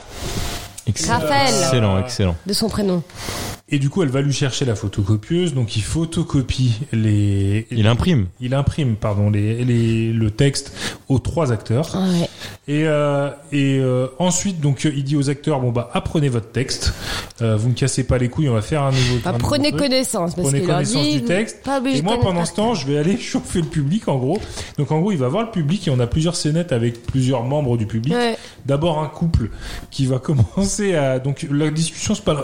Speaker 3: Raphaël,
Speaker 6: Excellent, excellent.
Speaker 3: de son prénom.
Speaker 7: Et du coup elle va lui chercher la photocopieuse, donc il photocopie les.
Speaker 6: Il imprime.
Speaker 7: il imprime pardon les, les- le texte aux trois acteurs.
Speaker 3: Ouais.
Speaker 7: Et, euh, et euh, ensuite, donc, euh, il dit aux acteurs bon bah apprenez votre texte. Euh, vous ne cassez pas les couilles, on va faire un nouveau.
Speaker 3: Bah,
Speaker 7: un nouveau
Speaker 3: prenez
Speaker 7: truc.
Speaker 3: connaissance, parce
Speaker 7: Prenez
Speaker 3: qu'il leur
Speaker 7: connaissance
Speaker 3: dit,
Speaker 7: du texte.
Speaker 3: Pas obligé
Speaker 7: Et
Speaker 3: de
Speaker 7: moi,
Speaker 3: connaître
Speaker 7: pendant
Speaker 3: par
Speaker 7: ce temps, je vais aller (laughs) chauffer le public, en gros. Donc, en gros, il va voir le public et on a plusieurs scénettes avec plusieurs membres du public.
Speaker 3: cœur. Ouais.
Speaker 7: D'abord, un couple qui va (laughs) commencer à. Donc, la discussion se passe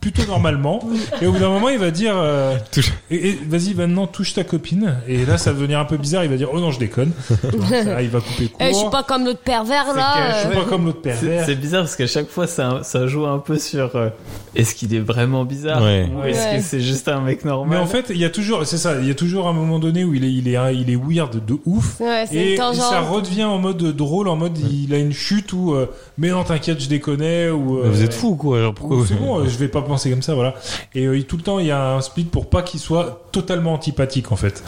Speaker 7: plutôt
Speaker 3: (laughs)
Speaker 7: normalement. et au bout d'un moment, il va dire euh,
Speaker 6: Touche.
Speaker 7: et, et, Vas-y, maintenant,
Speaker 3: (laughs)
Speaker 7: touche ta copine. Et là, ça va devenir un peu bizarre. Il va dire Oh non, je déconne. Donc, ça, il va couper court.
Speaker 3: Eh, je suis pas comme l'autre pervers là. euh,
Speaker 1: C'est- C'est bizarre parce qu'à chaque fois ça, ça joue un peu sur euh, est-ce qu'il est vraiment bizarre
Speaker 7: Ouais.
Speaker 1: ou est-ce
Speaker 7: Ouais.
Speaker 1: que c'est juste un mec normal.
Speaker 7: Mais en fait, il y a toujours, c'est ça, il y a toujours un moment donné où il est, il est, il est weird de ouf.
Speaker 3: Ouais, c'est
Speaker 7: et
Speaker 3: une tangente.
Speaker 7: ça redevient en mode drôle, en mode il a une chute ou euh, mais non t'inquiète, je déconnais ou. euh,
Speaker 6: Mais vous êtes fous, quoi, genre, pourquoi
Speaker 7: C'est bon, euh, je vais pas penser comme ça, voilà. Et euh, il- tout le temps, il y a un split pour pas qu'il soit totalement antipathique en fait.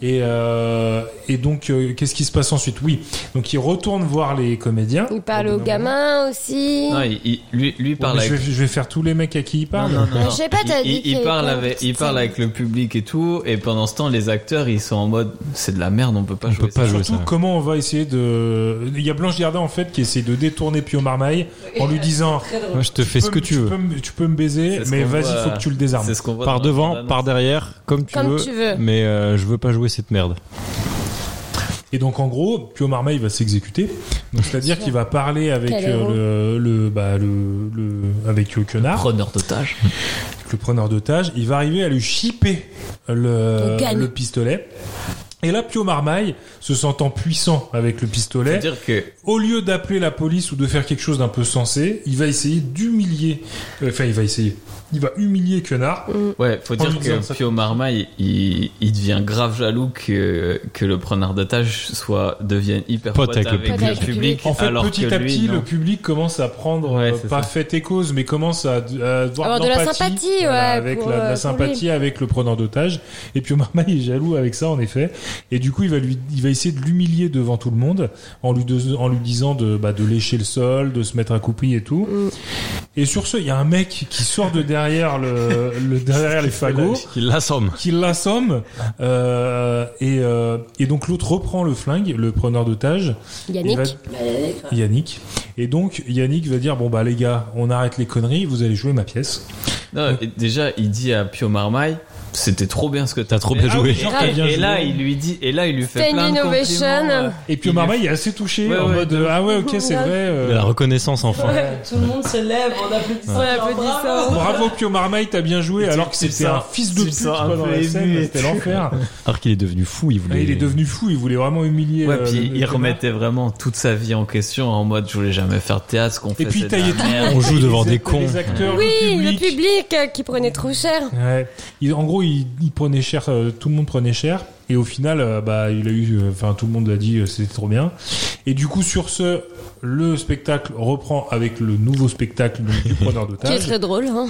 Speaker 7: Et euh, et donc euh, qu'est-ce qui se passe ensuite Oui, donc il retourne voir les comédiens.
Speaker 3: Il parle aux gamins aussi.
Speaker 1: Non, il- il- lui, lui parle
Speaker 7: mais je,
Speaker 1: avec.
Speaker 7: vais, je vais faire tous les mecs à qui il parle.
Speaker 1: Non, non, non.
Speaker 3: Je sais pas, t'as
Speaker 1: il,
Speaker 3: dit
Speaker 1: il- il
Speaker 3: qu'il
Speaker 1: parle
Speaker 3: était-
Speaker 1: avec, il parle avec le public et tout, et pendant ce temps, les acteurs, ils sont en mode, c'est de la merde, on peut pas jouer. ça.
Speaker 7: Surtout, comment on va essayer de. Il y a Blanche Gardin en fait qui essaie de détourner Pio Marmaille en lui disant
Speaker 6: (laughs) Moi, je te fais ce
Speaker 7: peux
Speaker 6: que
Speaker 7: me-
Speaker 6: tu veux.
Speaker 7: peux me- Tu peux me baiser,
Speaker 6: C'est ce
Speaker 7: mais
Speaker 6: qu'on
Speaker 7: vas-y,
Speaker 6: voit-
Speaker 7: faut que tu le désarmes.
Speaker 6: c'est ce qu'on voit Par dans la devant, bande-annonce. par derrière, comme tu,
Speaker 7: Comme
Speaker 6: veux,
Speaker 7: tu veux.
Speaker 6: Mais euh, je veux pas jouer cette merde.
Speaker 7: Et donc en gros, Pio Marmaille va s'exécuter. Donc c'est-à-dire qu'il va parler avec
Speaker 6: Quel
Speaker 7: euh,
Speaker 6: héros.
Speaker 7: le, le, bah, le, le- avec le connard.
Speaker 1: preneur d'otage.
Speaker 7: Le preneur d'otage, il va arriver à lui chipper le,
Speaker 1: Le gun.
Speaker 7: le pistolet. Et là, Pio Marmaille, se sentant puissant avec le pistolet,
Speaker 1: C'est-à-dire que
Speaker 7: au lieu d'appeler la police ou de faire quelque chose d'un peu sensé, il va essayer d'humilier. euh, Enfin, il va essayer. Il va humilier Quenard.
Speaker 3: Mm.
Speaker 1: Ouais, faut
Speaker 7: En
Speaker 1: dire
Speaker 7: lui disant
Speaker 1: que
Speaker 7: ça.
Speaker 1: Pio Marmaille, il, il devient grave jaloux que, que le preneur d'otage soit, devienne hyper pote, avec, le public.
Speaker 7: En fait,
Speaker 1: alors
Speaker 7: petit
Speaker 1: que
Speaker 7: à
Speaker 1: lui,
Speaker 7: petit,
Speaker 1: non.
Speaker 7: le public commence à prendre, euh,
Speaker 1: c'est
Speaker 7: pas
Speaker 1: ça.
Speaker 7: fait et cause, mais commence à, à avoir
Speaker 3: Avoir de la
Speaker 7: l'empathie,
Speaker 3: sympathie,
Speaker 7: voilà,
Speaker 3: ouais,
Speaker 7: avec
Speaker 3: pour,
Speaker 7: la, de la
Speaker 3: euh, pour
Speaker 7: sympathie
Speaker 3: lui.
Speaker 7: avec le preneur d'otage. Et Pio Marmaille est jaloux avec ça, en effet. Et du coup, il va lui, il va essayer de l'humilier devant tout le monde, en lui, de- en lui disant de, bah, de lécher le sol, de se mettre à coupi et tout.
Speaker 3: Mm.
Speaker 7: Et sur ce, il y a un mec qui sort de derrière le, le derrière
Speaker 1: (laughs)
Speaker 7: les fagots,
Speaker 6: Qui l'assomme.
Speaker 7: qui l'assomme, euh, et, euh, et donc l'autre reprend le flingue, le preneur d'otage.
Speaker 5: Yannick.
Speaker 7: Il va-
Speaker 5: Bah, Yannick, ouais.
Speaker 7: Yannick. Et donc Yannick va dire bon bah les gars, on arrête les conneries, vous allez jouer ma pièce.
Speaker 1: Non, et déjà, il dit à Pio Marmaille, c'était trop bien ce que t'as trop
Speaker 7: bien joué.
Speaker 1: Et,
Speaker 7: Ah Genre, t'as bien
Speaker 1: et
Speaker 7: joué.
Speaker 1: là, il lui dit, et là, il lui fait
Speaker 3: Standing
Speaker 1: plein de
Speaker 3: ovation.
Speaker 1: compliments. euh,
Speaker 7: Et Pio
Speaker 1: Il
Speaker 7: Marmaille est assez touché
Speaker 1: Ouais,
Speaker 7: en
Speaker 1: ouais,
Speaker 7: mode ah ouais ok c'est
Speaker 1: Ouais.
Speaker 7: vrai. euh,
Speaker 6: La reconnaissance, enfin.
Speaker 8: Tout le monde se lève, on applaudit ça.
Speaker 3: Ouais, applaudit ça.
Speaker 7: Bravo Pio Marmaille, t'as bien joué alors que
Speaker 6: tu te
Speaker 7: c'était un
Speaker 6: sens-
Speaker 7: fils de
Speaker 6: tu te
Speaker 7: pute
Speaker 6: sens un
Speaker 7: quoi, dans
Speaker 6: peu
Speaker 7: la
Speaker 6: ému
Speaker 7: scène,
Speaker 6: et
Speaker 7: c'était
Speaker 6: tout.
Speaker 7: l'enfer.
Speaker 6: Alors qu'il est devenu fou, il voulait.
Speaker 7: Et Ah, Il est devenu fou, il voulait vraiment humilier.
Speaker 1: Ouais,
Speaker 7: euh,
Speaker 1: puis
Speaker 7: le-
Speaker 1: il
Speaker 7: le
Speaker 1: remettait vraiment toute sa vie en question en mode je voulais jamais faire de théâtre, ce qu'on fait
Speaker 7: puis, il
Speaker 1: c'est de
Speaker 7: taillait
Speaker 1: la
Speaker 7: tout le
Speaker 1: merde.
Speaker 7: monde. On joue devant des cons. Les acteurs,
Speaker 3: Oui, le public euh, qui prenait trop cher.
Speaker 7: Ouais. Il- en gros, il, il prenait cher, euh, tout le monde prenait cher. Et au final, euh, bah, il a eu, euh, enfin, tout le monde l'a dit, euh, c'était trop bien. Et du coup, sur ce, le spectacle reprend avec le nouveau spectacle donc, du
Speaker 3: (laughs)
Speaker 7: preneur
Speaker 3: Qui est
Speaker 7: d'otage.
Speaker 3: très drôle.
Speaker 7: (laughs)
Speaker 3: Hein.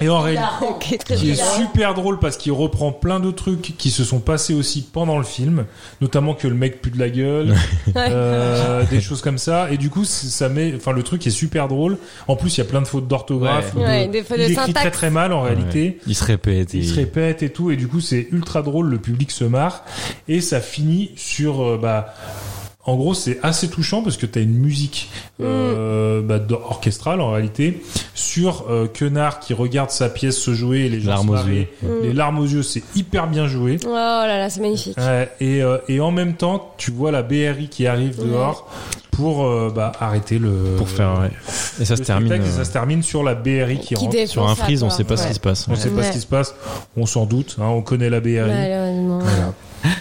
Speaker 7: Et en réalité,
Speaker 3: Qui est très
Speaker 7: Ah. qui est
Speaker 3: drôle.
Speaker 7: super drôle parce qu'il reprend plein de trucs qui se sont passés aussi pendant le film, notamment que le mec pue de la gueule, euh, des choses comme ça. Et du coup, c- ça met, enfin, le truc est super drôle. En plus, il y a plein de fautes d'orthographe.
Speaker 3: Ouais.
Speaker 7: de-
Speaker 3: Ouais, des fautes de
Speaker 7: il écrit
Speaker 3: syntaxe.
Speaker 7: très très mal en réalité.
Speaker 6: Il se répète. et-
Speaker 7: Il se répète et tout, et du coup c'est ultra drôle, le public se marre, et ça finit sur... euh, bah, en gros, c'est assez touchant parce que t'as une musique
Speaker 3: Mm.
Speaker 7: euh, bah, d'or- orchestrale en réalité sur euh, Quenard qui regarde sa pièce se jouer, et les gens
Speaker 6: Larmes
Speaker 7: se
Speaker 6: aux
Speaker 7: marrer,
Speaker 3: yeux.
Speaker 7: les larmes aux yeux, c'est hyper bien joué.
Speaker 3: Oh là là, c'est magnifique.
Speaker 7: Ouais, et, euh, et en même temps, tu vois la BRI qui arrive
Speaker 3: Ouais.
Speaker 7: dehors pour euh, bah, arrêter le.
Speaker 6: Pour faire, ouais. Et ça
Speaker 7: le
Speaker 6: se termine,
Speaker 7: spectacle, et
Speaker 6: euh,
Speaker 7: ça se termine sur la BRI qui,
Speaker 3: Qui
Speaker 7: rentre.
Speaker 3: défonce Sur un la
Speaker 6: freeze, on porte. sait pas ce qui se passe.
Speaker 7: On sait pas
Speaker 3: Ouais.
Speaker 7: ce qui se passe. On s'en doute. hein, on connaît la BRI.
Speaker 3: Malheureusement.
Speaker 7: Voilà.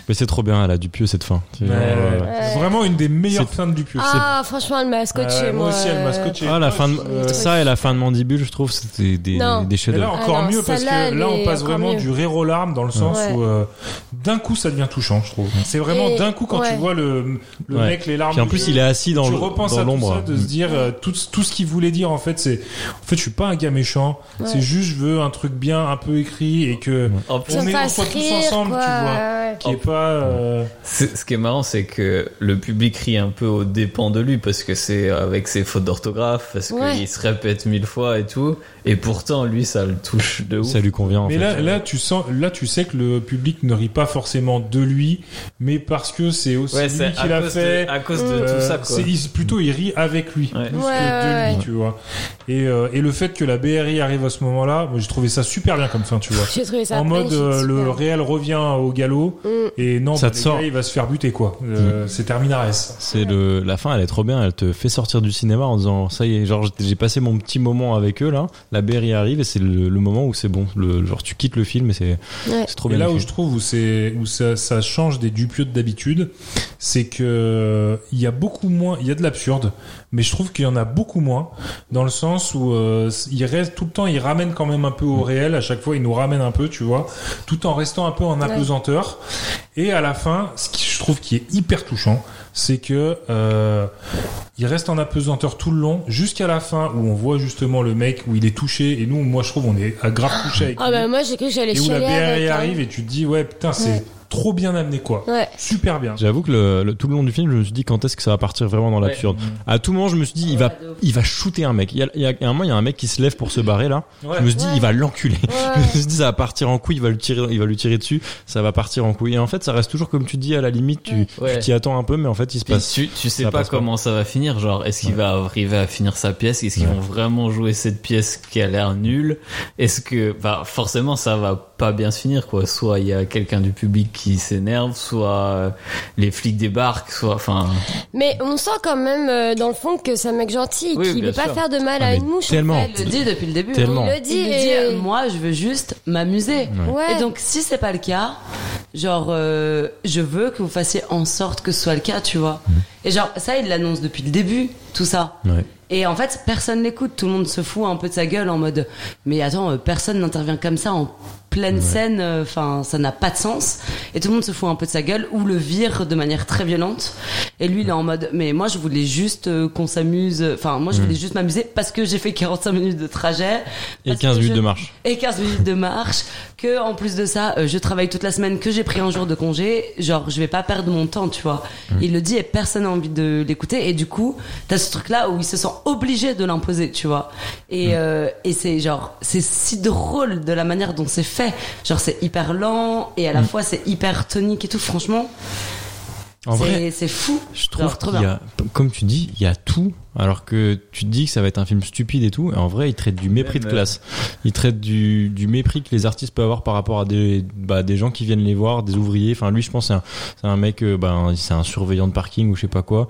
Speaker 6: Mais c'est trop bien, elle a du pieu cette fin. C'est
Speaker 7: Ouais,
Speaker 6: genre,
Speaker 7: ouais.
Speaker 6: euh,
Speaker 7: C'est Vraiment une des meilleures
Speaker 6: C'est-
Speaker 7: fins du pieu.
Speaker 3: Ah, franchement, elle m'a scotché.
Speaker 7: Ouais, moi aussi, elle m'a
Speaker 3: euh,
Speaker 7: scotché.
Speaker 6: Ah, la fin de-
Speaker 7: Euh,
Speaker 6: ça et la fin de Mandibule, je trouve, c'était des,
Speaker 3: Non.
Speaker 6: des
Speaker 7: Mais là
Speaker 6: chefs-d'œuvre.
Speaker 7: encore
Speaker 3: Ah non,
Speaker 7: mieux parce
Speaker 3: celle-là,
Speaker 7: que là
Speaker 3: elle
Speaker 7: on
Speaker 3: est
Speaker 7: passe
Speaker 3: encore
Speaker 7: vraiment
Speaker 3: mieux.
Speaker 7: du rire aux larmes dans le sens
Speaker 3: Ouais.
Speaker 7: où euh, d'un coup ça devient touchant je trouve. C'est vraiment
Speaker 3: Et-
Speaker 7: d'un coup quand
Speaker 3: ouais.
Speaker 7: tu vois le, le
Speaker 6: Ouais.
Speaker 7: mec les larmes.
Speaker 6: Puis en
Speaker 7: aux
Speaker 6: plus,
Speaker 7: yeux,
Speaker 6: il est assis dans
Speaker 7: tu
Speaker 6: le-
Speaker 7: repenses
Speaker 6: dans
Speaker 7: à tout
Speaker 6: l'ombre.
Speaker 7: ça, de se dire euh, tout, tout ce qu'il voulait dire en fait c'est en fait je suis pas un gars méchant
Speaker 3: Ouais.
Speaker 7: c'est juste je veux un truc bien un peu écrit et que on,
Speaker 3: Ça me
Speaker 7: est, on
Speaker 3: fasse
Speaker 7: soit tous
Speaker 3: rire,
Speaker 7: ensemble
Speaker 3: quoi,
Speaker 7: tu
Speaker 3: ouais,
Speaker 7: vois
Speaker 3: ouais.
Speaker 7: qui
Speaker 6: Oh.
Speaker 7: est pas euh,
Speaker 1: C'est- Ce qui est marrant, c'est que le public rit un peu aux dépens de lui parce que c'est avec ses fautes d'orthographe, parce
Speaker 3: Ouais.
Speaker 1: qu'il se répète mille fois et tout. Et pourtant, lui, ça le touche de ouf.
Speaker 6: Ça lui convient en
Speaker 7: Mais
Speaker 6: fait.
Speaker 7: là, là, tu sens, là, tu sais que le public ne rit pas forcément de lui, mais parce que c'est aussi
Speaker 1: Ouais, c'est
Speaker 7: lui
Speaker 1: à
Speaker 7: qui l'a
Speaker 1: cause de-
Speaker 7: fait.
Speaker 1: à cause de
Speaker 7: Euh,
Speaker 1: tout ça, quoi.
Speaker 7: c'est- il- plutôt, il rit avec lui, plus que
Speaker 1: Ouais,
Speaker 7: de
Speaker 3: ouais,
Speaker 7: lui,
Speaker 3: ouais.
Speaker 7: tu vois. Et, euh, et le fait que la BRI arrive à ce moment-là, moi, j'ai trouvé ça super bien comme fin, tu vois.
Speaker 3: J'ai trouvé (laughs) ça
Speaker 7: en mode,
Speaker 3: magnifique,
Speaker 7: euh, le
Speaker 3: super.
Speaker 7: réel revient au galop
Speaker 3: Mm.
Speaker 7: et non,
Speaker 6: Ça
Speaker 7: bah,
Speaker 6: te
Speaker 7: les
Speaker 6: sort.
Speaker 7: gars, il va se faire buter quoi.
Speaker 1: Mm.
Speaker 7: Euh, C'est Terminares.
Speaker 6: C'est le la fin, elle est trop bien. Elle te fait sortir du cinéma en disant ça y est, genre j'ai- j'ai passé mon petit moment avec eux là. La Berry arrive et c'est le, le moment où c'est bon. Le, genre tu quittes le film et c'est c'est trop
Speaker 7: et
Speaker 6: bien.
Speaker 7: là
Speaker 6: fait.
Speaker 7: où je trouve où c'est où ça, ça change des Dupieux d'habitude, c'est que il y a beaucoup moins, il y a de l'absurde, mais je trouve qu'il y en a beaucoup moins dans le sens où euh, il reste tout le temps, il ramène quand même un peu
Speaker 6: Mm.
Speaker 7: au réel. À chaque fois, il nous ramène un peu, tu vois, tout en restant un peu en
Speaker 5: Ouais.
Speaker 7: apesanteur. Et à la fin, ce qui je trouve qui est hyper touchant, c'est que euh, il reste en apesanteur tout le long jusqu'à la fin où on voit justement le mec où il est touché et nous, moi, je trouve on est à grave touché avec
Speaker 3: Ah bah moi j'ai cru que j'allais
Speaker 7: et où la
Speaker 3: chialer
Speaker 7: BRI
Speaker 3: avec, hein.
Speaker 7: arrive et tu te dis ouais putain c'est
Speaker 3: Ouais.
Speaker 7: trop bien amené quoi
Speaker 3: Ouais.
Speaker 7: super bien
Speaker 6: J'avoue que le, le- tout le long du film, je me suis dit quand est-ce que ça va partir vraiment dans
Speaker 7: Ouais.
Speaker 6: l'absurde. À tout moment, je me suis dit il va, il va shooter un mec. Il y a, il y a- à un moment, il y a un mec qui se lève pour se barrer là.
Speaker 7: Ouais.
Speaker 6: Je me suis dit
Speaker 7: Ouais.
Speaker 6: il va l'enculer. (laughs) Je me suis dit ça va partir en couille, il va lui tirer, il va lui tirer dessus, ça va partir en couille. Et en fait, ça reste toujours comme tu dis à la limite, tu tu
Speaker 1: Ouais.
Speaker 6: t'y attends un peu, mais en fait, il se
Speaker 1: Puis
Speaker 6: passe.
Speaker 1: tu, tu sais
Speaker 6: ça
Speaker 1: pas
Speaker 6: passe
Speaker 1: comment ça va finir. Genre, est-ce qu'il va arriver à finir sa pièce Est-ce qu'ils
Speaker 6: Ouais.
Speaker 1: vont vraiment jouer cette pièce qui a l'air nulle Est-ce que, bah, forcément, ça va pas bien se finir, quoi. Soit il y a quelqu'un du public qui s'énerve, soit euh, les flics débarquent, soit, enfin.
Speaker 2: Mais on sent quand même euh, dans le fond que c'est un mec gentil et
Speaker 1: Oui,
Speaker 2: qu'il
Speaker 1: bien
Speaker 2: veut pas
Speaker 1: sûr.
Speaker 2: faire de mal
Speaker 1: Ah,
Speaker 2: à
Speaker 1: mais
Speaker 2: une mouche. en
Speaker 6: tellement.
Speaker 2: fait.
Speaker 8: Il le dit depuis le début.
Speaker 6: Tellement.
Speaker 8: Il
Speaker 2: le dit
Speaker 8: dit,
Speaker 2: et-
Speaker 8: moi, je veux juste m'amuser.
Speaker 6: Ouais.
Speaker 2: Ouais.
Speaker 8: Et donc, si c'est pas le cas, genre, euh, je veux que vous fassiez en sorte que ce soit le cas, tu vois.
Speaker 1: Mhm.
Speaker 8: Et genre, ça, il l'annonce depuis le début, tout ça.
Speaker 6: Ouais.
Speaker 8: Et en fait, personne n'écoute. Tout le monde se fout un peu de sa gueule en mode, mais attends, euh, personne n'intervient comme ça en pleine scène. euh, Enfin, ça n'a pas de sens. Et tout le monde se fout un peu de sa gueule ou le vire de manière très violente. Et lui, il est en mode, mais moi, je voulais juste euh, qu'on s'amuse. Enfin, moi, je voulais
Speaker 6: Mm.
Speaker 8: juste m'amuser parce que j'ai fait 45 minutes de trajet.
Speaker 6: Et
Speaker 8: parce
Speaker 6: 15
Speaker 8: que
Speaker 6: minutes
Speaker 8: je-
Speaker 6: de marche.
Speaker 8: Et 15 minutes de marche. Que, en plus de ça, euh, je travaille toute la semaine, que j'ai pris un jour de congé. Genre, je vais pas perdre mon temps, tu vois.
Speaker 6: Mm.
Speaker 8: Il le dit et personne n'a envie de l'écouter. Et du coup, t'as ce truc-là où il se sent obligé de l'imposer, tu vois. Et,
Speaker 6: Mm.
Speaker 8: euh, et c'est genre, c'est si drôle de la manière dont c'est fait. Genre, c'est hyper lent et à la
Speaker 6: Mm.
Speaker 8: fois c'est hyper tonique et tout. Franchement,
Speaker 6: En vrai,
Speaker 8: c'est c'est fou.
Speaker 6: Je trouve qu'il y a- comme tu dis, il y a tout. Alors que tu te dis que ça va être un film stupide et tout, et en vrai, il traite du mépris de
Speaker 1: Même, euh,
Speaker 6: classe. Il traite du, du mépris que les artistes peuvent avoir par rapport à des, bah, des gens qui viennent les voir, des ouvriers. Enfin, lui, je pense, c'est un, c'est un mec, euh, ben, c'est un surveillant de parking ou je sais pas quoi.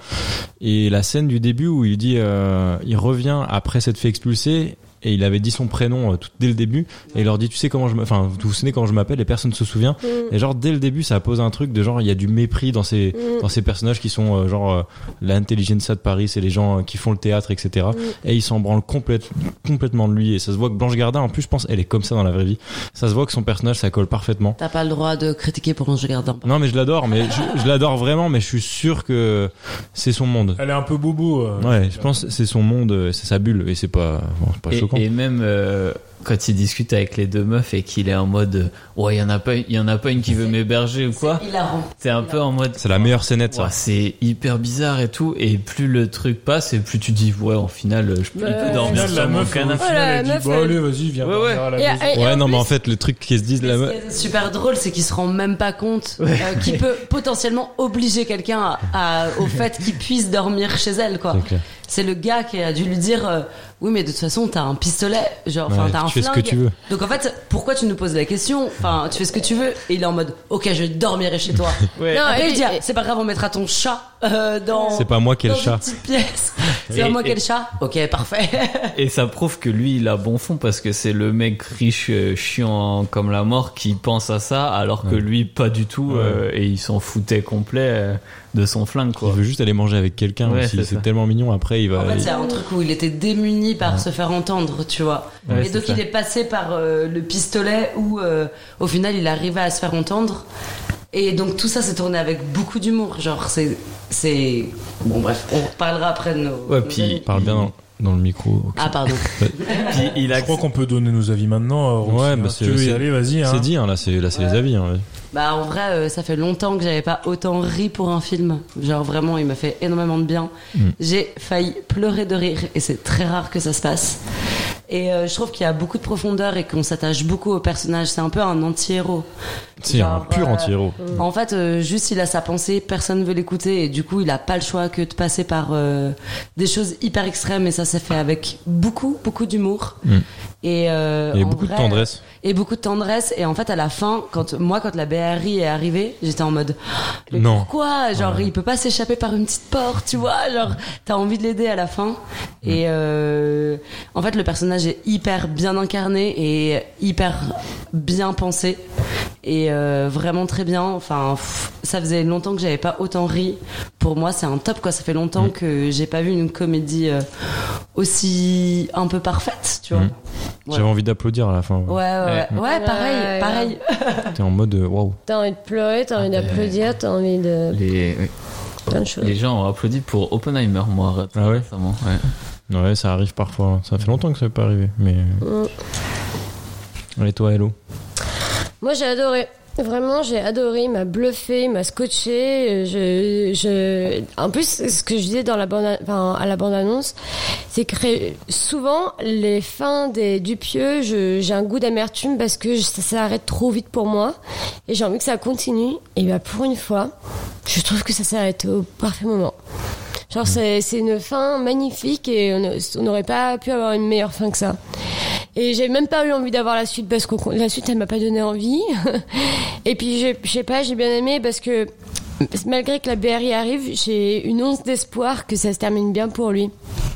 Speaker 6: Et la scène du début où il dit, euh, il revient après s'être fait expulser. Et il avait dit son prénom euh, tout, dès le début. Et il leur dit, tu sais comment je, m'- enfin, vous vous souvenez quand je m'appelle et personne se souvient. Et genre dès le début, ça pose un truc de genre il y a du mépris dans ces
Speaker 5: Mm.
Speaker 6: dans ces personnages qui sont euh, genre euh, l'intelligentsia de Paris, c'est les gens euh, qui font le théâtre, etc. Et ils s'en branlent complète- complètement de lui. Et ça se voit que Blanche Gardin, en plus, je pense, elle est comme ça dans la vraie vie. Ça se voit que son personnage, ça colle parfaitement.
Speaker 8: T'as pas le droit de critiquer pour un Gardin.
Speaker 6: Non, mais je l'adore, mais je, je l'adore vraiment, mais je suis sûr que c'est son monde.
Speaker 7: elle est un peu bobo euh.
Speaker 6: Ouais, je pense que c'est son monde, euh, c'est sa bulle, et c'est pas, bon, c'est pas
Speaker 1: et,
Speaker 6: choquant.
Speaker 1: et même euh, quand il discute avec les deux meufs et qu'il est en mode euh, ouais il y en a pas il y en a pas une qui veut m'héberger ou quoi
Speaker 8: hilarant.
Speaker 1: t'es un peu en mode
Speaker 6: c'est la meilleure scénette ça
Speaker 1: c'est hyper bizarre et tout et plus le truc passe et plus tu dis ouais en final euh, je peux,
Speaker 2: Bah,
Speaker 1: il peut
Speaker 2: au
Speaker 1: dormir
Speaker 7: final,
Speaker 1: sur
Speaker 7: la
Speaker 1: mon
Speaker 7: meuf,
Speaker 1: canapé.
Speaker 2: au final, elle dit, La meuf, bah, elle- allez,
Speaker 7: vas-y viens
Speaker 1: ouais,
Speaker 2: la Et- maison. et- et
Speaker 6: ouais,
Speaker 2: en
Speaker 6: non, mais en
Speaker 2: plus-
Speaker 6: fait, le truc qu'ils se disent, la meuf.
Speaker 8: C'est super drôle, c'est qu'il se rend même pas compte euh,
Speaker 6: (laughs)
Speaker 8: qu'il peut potentiellement obliger quelqu'un à, à- au fait qu'il puisse dormir chez elle, quoi.
Speaker 6: C'est clair.
Speaker 8: C'est le gars qui a dû lui dire, euh, oui, mais de toute façon, t'as un pistolet, genre, enfin,
Speaker 6: Ouais,
Speaker 8: t'as
Speaker 6: tu
Speaker 8: un
Speaker 6: fais ce
Speaker 8: flingue.
Speaker 6: que tu veux.
Speaker 8: Donc en fait, pourquoi tu nous poses la question Enfin, tu fais ce que tu veux. Et il est en mode, ok, je dormirai chez toi.
Speaker 2: (laughs) Ouais. Non,
Speaker 8: Après,
Speaker 2: et-
Speaker 8: il dit, ah, c'est pas grave, on mettra ton chat euh, dans.
Speaker 6: C'est pas moi qui ai le
Speaker 8: dans une
Speaker 6: chat.
Speaker 8: petite
Speaker 6: (laughs)
Speaker 8: pièce. C'est
Speaker 1: Et-
Speaker 8: pas moi qui ai
Speaker 1: et-
Speaker 8: le chat. Ok, parfait.
Speaker 7: hein.
Speaker 1: Et ça prouve que lui, il a bon fond parce que c'est le mec riche, euh, chiant comme la mort qui pense à ça, alors que lui, pas du tout, euh, et il s'en foutait complet euh, de son flingue, quoi.
Speaker 6: Il veut juste aller manger avec quelqu'un
Speaker 1: Ouais,
Speaker 6: aussi.
Speaker 1: c'est
Speaker 6: C'est
Speaker 1: ça.
Speaker 6: tellement mignon. Après, il va.
Speaker 8: En fait,
Speaker 6: il-
Speaker 8: c'est un truc où il était démuni par se faire entendre, tu vois.
Speaker 6: Ouais,
Speaker 8: et donc,
Speaker 6: c'est ça.
Speaker 8: il est passé par euh, le pistolet où, euh, au final, il arrivait à se faire entendre. Et donc, tout ça s'est tourné avec beaucoup d'humour. Genre, c'est. c'est... Bon, bref, on reparlera après de nos.
Speaker 1: Ouais,
Speaker 8: nos
Speaker 1: puis-
Speaker 8: amis.
Speaker 6: Parle bien dans, dans le micro. ok.
Speaker 8: Mm. Ah, pardon.
Speaker 1: Puis il a
Speaker 7: je crois qu'on peut donner nos avis maintenant euh, Roxy,
Speaker 6: Ouais,
Speaker 7: hein.
Speaker 6: bah
Speaker 7: Si
Speaker 6: c'est
Speaker 7: tu veux y
Speaker 6: c'est-
Speaker 7: aller vas-y hein.
Speaker 6: C'est dit, hein, là, c'est là, c'est les avis. hein, ouais.
Speaker 8: Bah, en vrai, euh, ça fait longtemps que j'avais pas autant ri pour un film. Genre, vraiment, il m'a fait énormément de bien.
Speaker 6: Mm.
Speaker 8: J'ai failli pleurer de rire et c'est très rare que ça se passe. Et euh, je trouve qu'il y a beaucoup de profondeur et qu'on s'attache beaucoup au personnage. C'est un peu un anti-héros. euh,
Speaker 6: C'est un pur anti-héros.
Speaker 8: En fait, euh, juste il a sa pensée, personne veut l'écouter et du coup, il a pas le choix que de passer par euh, des choses hyper extrêmes. Et ça, c'est fait avec beaucoup, beaucoup d'humour.
Speaker 6: Mm.
Speaker 8: Et, euh,
Speaker 6: Et
Speaker 8: en
Speaker 6: beaucoup de
Speaker 8: vrai,
Speaker 6: tendresse.
Speaker 8: Et beaucoup de tendresse. Et en fait, à la fin, quand moi, quand la BRI est arrivée, j'étais en mode (gasps) mais
Speaker 6: Non.
Speaker 8: pourquoi Genre, il peut pas s'échapper par une petite porte, tu vois Genre, t'as envie de l'aider à la fin. Et euh, en fait, le personnage est hyper bien incarné et hyper bien pensé et euh, vraiment très bien. Enfin, pff, ça faisait longtemps que j'avais pas autant ri. Pour moi, c'est un top quoi. Ça fait
Speaker 6: Mm.
Speaker 8: longtemps que j'ai pas vu une comédie euh, aussi un peu parfaite, tu vois.
Speaker 6: Mhm. J'avais envie d'applaudir à la fin.
Speaker 8: Ouais, ouais, ouais. Ouais, pareil,
Speaker 2: Ouais, ouais.
Speaker 8: pareil.
Speaker 6: T'es en mode euh, waouh.
Speaker 2: T'as envie de pleurer, t'as envie
Speaker 1: Ah,
Speaker 2: d'applaudir, t'as envie de.
Speaker 1: Les, oui.
Speaker 2: Plein de choses.
Speaker 1: les gens ont applaudi pour Oppenheimer, moi, ah ouais récemment. Ouais.
Speaker 6: Ouais, ça arrive parfois. Ça fait longtemps que ça n'est pas arrivé. Mais.
Speaker 2: Mm.
Speaker 6: Et toi, Hello
Speaker 2: Moi, j'ai adoré. Vraiment, j'ai adoré. Il m'a bluffé, il m'a scotché. Je, je... En plus, ce que je disais dans la bande, enfin, à la bande-annonce, c'est que ré- souvent, les fins des Dupieux, je- j'ai un goût d'amertume parce que je- ça s'arrête trop vite pour moi. Et j'ai envie que ça continue. Et bien, pour une fois, je trouve que ça s'arrête au parfait moment. Genre, c'est c'est une fin magnifique et on- on n'aurait pas pu avoir une meilleure fin que ça. Et j'ai même pas eu envie d'avoir la suite parce que la suite elle m'a pas donné envie. (laughs) Et puis je je sais pas, j'ai bien aimé parce que malgré que la BRI arrive, j'ai une once d'espoir que ça se termine bien pour lui.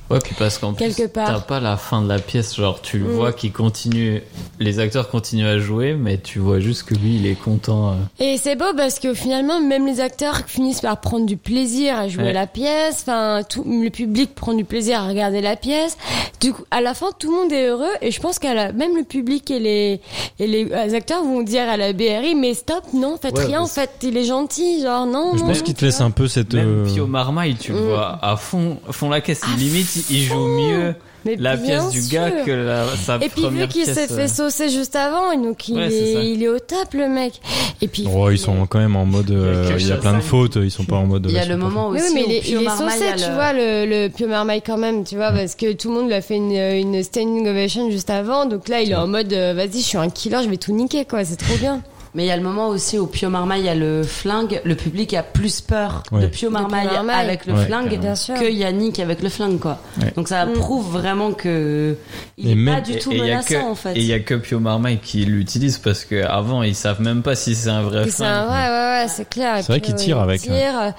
Speaker 1: Ouais, puis parce qu'en plus,
Speaker 2: Quelque part.
Speaker 1: t'as pas la fin de la pièce, genre tu le
Speaker 2: Mm.
Speaker 1: vois qui continue, les acteurs continuent à jouer, mais tu vois juste que lui, il est content. euh.
Speaker 2: Et c'est beau parce que finalement même les acteurs finissent par prendre du plaisir à jouer
Speaker 1: Ouais.
Speaker 2: la pièce, enfin tout le public prend du plaisir à regarder la pièce. Du coup, à la fin tout le monde est heureux et je pense qu'à la même le public et les et les euh, acteurs vont dire à la BRI mais stop non, faites
Speaker 1: Ouais,
Speaker 2: rien en
Speaker 1: parce-
Speaker 2: fait, il est gentil genre non.
Speaker 6: Je
Speaker 2: non,
Speaker 6: pense
Speaker 2: non.
Speaker 6: qu'il te laisse un peu cette.
Speaker 1: Même
Speaker 6: euh,
Speaker 1: Pio Marmaille, tu le
Speaker 2: Mm.
Speaker 1: vois à fond, fond la caisse. Limite, il- il joue mieux
Speaker 2: Mais
Speaker 1: la
Speaker 2: bien
Speaker 1: pièce du
Speaker 2: sûr.
Speaker 1: gars que la, sa
Speaker 2: Et puis vu
Speaker 1: première
Speaker 2: qu'il
Speaker 1: pièce.
Speaker 2: s'est fait
Speaker 1: euh.
Speaker 2: saucer juste avant, et donc il,
Speaker 1: Ouais, c'est ça.
Speaker 2: est, il est au top le mec. Et puis
Speaker 6: Oh, ils sont quand même en mode. euh,
Speaker 1: quelque
Speaker 6: Il y a
Speaker 1: chose
Speaker 6: plein de
Speaker 1: à-
Speaker 6: fautes, ils sont pas en mode.
Speaker 8: Il y a
Speaker 6: là,
Speaker 8: le
Speaker 6: c'est pas
Speaker 8: moment
Speaker 2: Mais
Speaker 8: aussi
Speaker 2: oui, mais
Speaker 8: où
Speaker 2: il est,
Speaker 8: Pio euh,
Speaker 2: il est
Speaker 8: Marmaille
Speaker 2: saucé,
Speaker 8: a
Speaker 2: tu
Speaker 8: le-
Speaker 2: vois, le, le Pio Marmaille quand même, tu vois, parce que tout le monde lui a fait une, euh, une standing ovation juste avant, donc là il est en mode euh, vas-y, je suis un killer, je vais tout niquer quoi, c'est trop bien.
Speaker 8: Mais il y a le moment aussi où Pio Marmaille a le flingue, le public a plus peur de
Speaker 2: Ouais. De Pio
Speaker 8: Pio Marmaille,
Speaker 2: Marmaille.
Speaker 8: avec le
Speaker 6: Ouais,
Speaker 8: flingue
Speaker 2: Bien sûr.
Speaker 8: que Yannick avec le flingue quoi.
Speaker 1: Ouais.
Speaker 8: Donc ça
Speaker 2: Mm.
Speaker 8: prouve vraiment que il
Speaker 1: Et
Speaker 8: est pas
Speaker 1: même-
Speaker 8: du
Speaker 1: et-
Speaker 8: tout
Speaker 1: et y a
Speaker 8: menaçant
Speaker 1: que-
Speaker 8: en fait.
Speaker 1: Et il y a que Pio Marmaille qui l'utilise parce que avant ils savent même pas si c'est un vrai
Speaker 2: Oui, C'est un-
Speaker 1: flingue.
Speaker 2: ouais, ouais, ouais, c'est clair. Et
Speaker 1: C'est vrai
Speaker 2: puis,
Speaker 1: qu'il
Speaker 2: ouais,
Speaker 1: tire
Speaker 2: il
Speaker 1: avec,
Speaker 2: tire.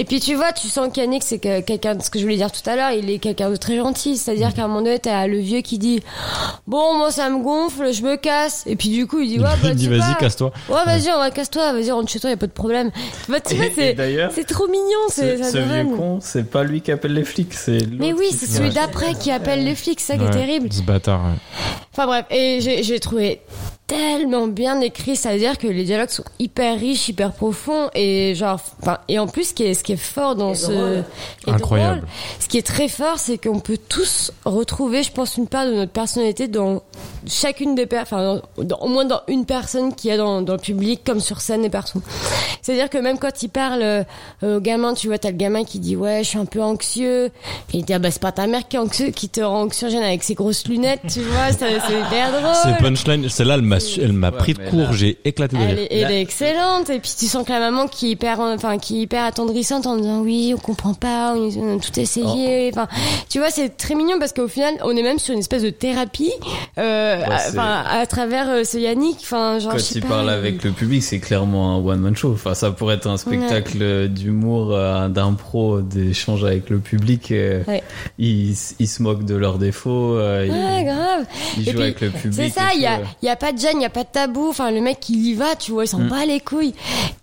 Speaker 2: Et puis tu vois, tu sens qu'Yannick, c'est que- quelqu'un, ce que je voulais dire tout à l'heure, il est quelqu'un de très gentil.
Speaker 1: Mm.
Speaker 2: C'est-à-dire qu'à un moment donné, t'as le vieux qui dit Bon, moi ça me gonfle, je me casse. Et puis du coup, il dit
Speaker 6: Il
Speaker 2: Ouais,
Speaker 1: (laughs)
Speaker 6: (laughs)
Speaker 2: bah,
Speaker 6: dit,
Speaker 2: tu
Speaker 6: vas-y,
Speaker 2: vas.
Speaker 6: casse-toi.
Speaker 2: Ouais, vas-y, on va casse-toi, vas-y, rentre chez toi, y a pas de problème. Bah, tu
Speaker 1: Et-
Speaker 2: vois,
Speaker 1: et
Speaker 2: c'est-
Speaker 1: d'ailleurs,
Speaker 2: c'est trop mignon, c'est
Speaker 1: Ce,
Speaker 2: ça
Speaker 1: ce
Speaker 2: me
Speaker 1: vieux
Speaker 2: rend.
Speaker 1: con, c'est pas lui qui appelle les flics, c'est l'autre
Speaker 2: Mais oui,
Speaker 1: qui
Speaker 2: c'est
Speaker 1: fait
Speaker 2: celui
Speaker 1: un-
Speaker 2: d'après qui appelle les flics, c'est ça qui est
Speaker 6: Ouais,
Speaker 2: terrible.
Speaker 6: Ce bâtard. hein. ouais.
Speaker 2: Enfin bref, et j'ai j'ai trouvé tellement bien écrit, c'est-à-dire que les dialogues sont hyper riches, hyper profonds et genre, enfin, et en plus ce qui est, ce qui est fort dans ce
Speaker 6: drôle.
Speaker 2: et
Speaker 6: Incroyable.
Speaker 2: drôle, ce qui est très fort, c'est qu'on peut tous retrouver, je pense, une part de notre personnalité dans chacune des per- enfin, dans- dans- au moins dans une personne qui est dans, dans le public, comme sur scène et partout. C'est-à-dire que même quand il parle euh, au gamin, tu vois, t'as le gamin qui dit ouais, je suis un peu anxieux, et il dit ah bah c'est pas ta mère qui est anxieux, qui te rend anxiogène avec ses grosses lunettes, tu vois, ça- c'est hyper drôle.
Speaker 6: Ces punchlines, celle-là, elle m'a su- elle m'a
Speaker 1: Ouais,
Speaker 6: pris de
Speaker 1: mais
Speaker 6: court,
Speaker 1: là-
Speaker 6: j'ai éclaté de
Speaker 2: Elle
Speaker 6: rire.
Speaker 2: est, elle est excellente et puis tu sens que la maman qui est hyper enfin qui est hyper attendrissante en disant oui on comprend pas on, on a tout essayé
Speaker 1: Oh.
Speaker 2: enfin tu vois c'est très mignon parce qu'au final on est même sur une espèce de thérapie euh,
Speaker 1: Ouais,
Speaker 2: à-
Speaker 1: c'est-
Speaker 2: enfin à travers euh, ce Yannick enfin genre je
Speaker 1: Quand
Speaker 2: sais
Speaker 1: il
Speaker 2: pas, euh,
Speaker 1: parle
Speaker 2: il-
Speaker 1: avec le public, c'est clairement un one-man show. Enfin, ça pourrait être un spectacle d'humour, euh, d'impro, d'échange avec le public. euh,
Speaker 2: Ouais.
Speaker 1: Ils il se moquent de leurs défauts. euh,
Speaker 2: Ouais,
Speaker 1: ils-
Speaker 2: grave.
Speaker 1: il
Speaker 2: Et
Speaker 1: joue
Speaker 2: puis,
Speaker 1: avec le public
Speaker 2: C'est ça,
Speaker 1: et
Speaker 2: il y a,
Speaker 1: tout, euh. ouais.
Speaker 2: il y a pas de gêne, il y a pas de tabou. Enfin, le mec, il y va, tu vois, il s'en
Speaker 1: Mm.
Speaker 2: bat les couilles.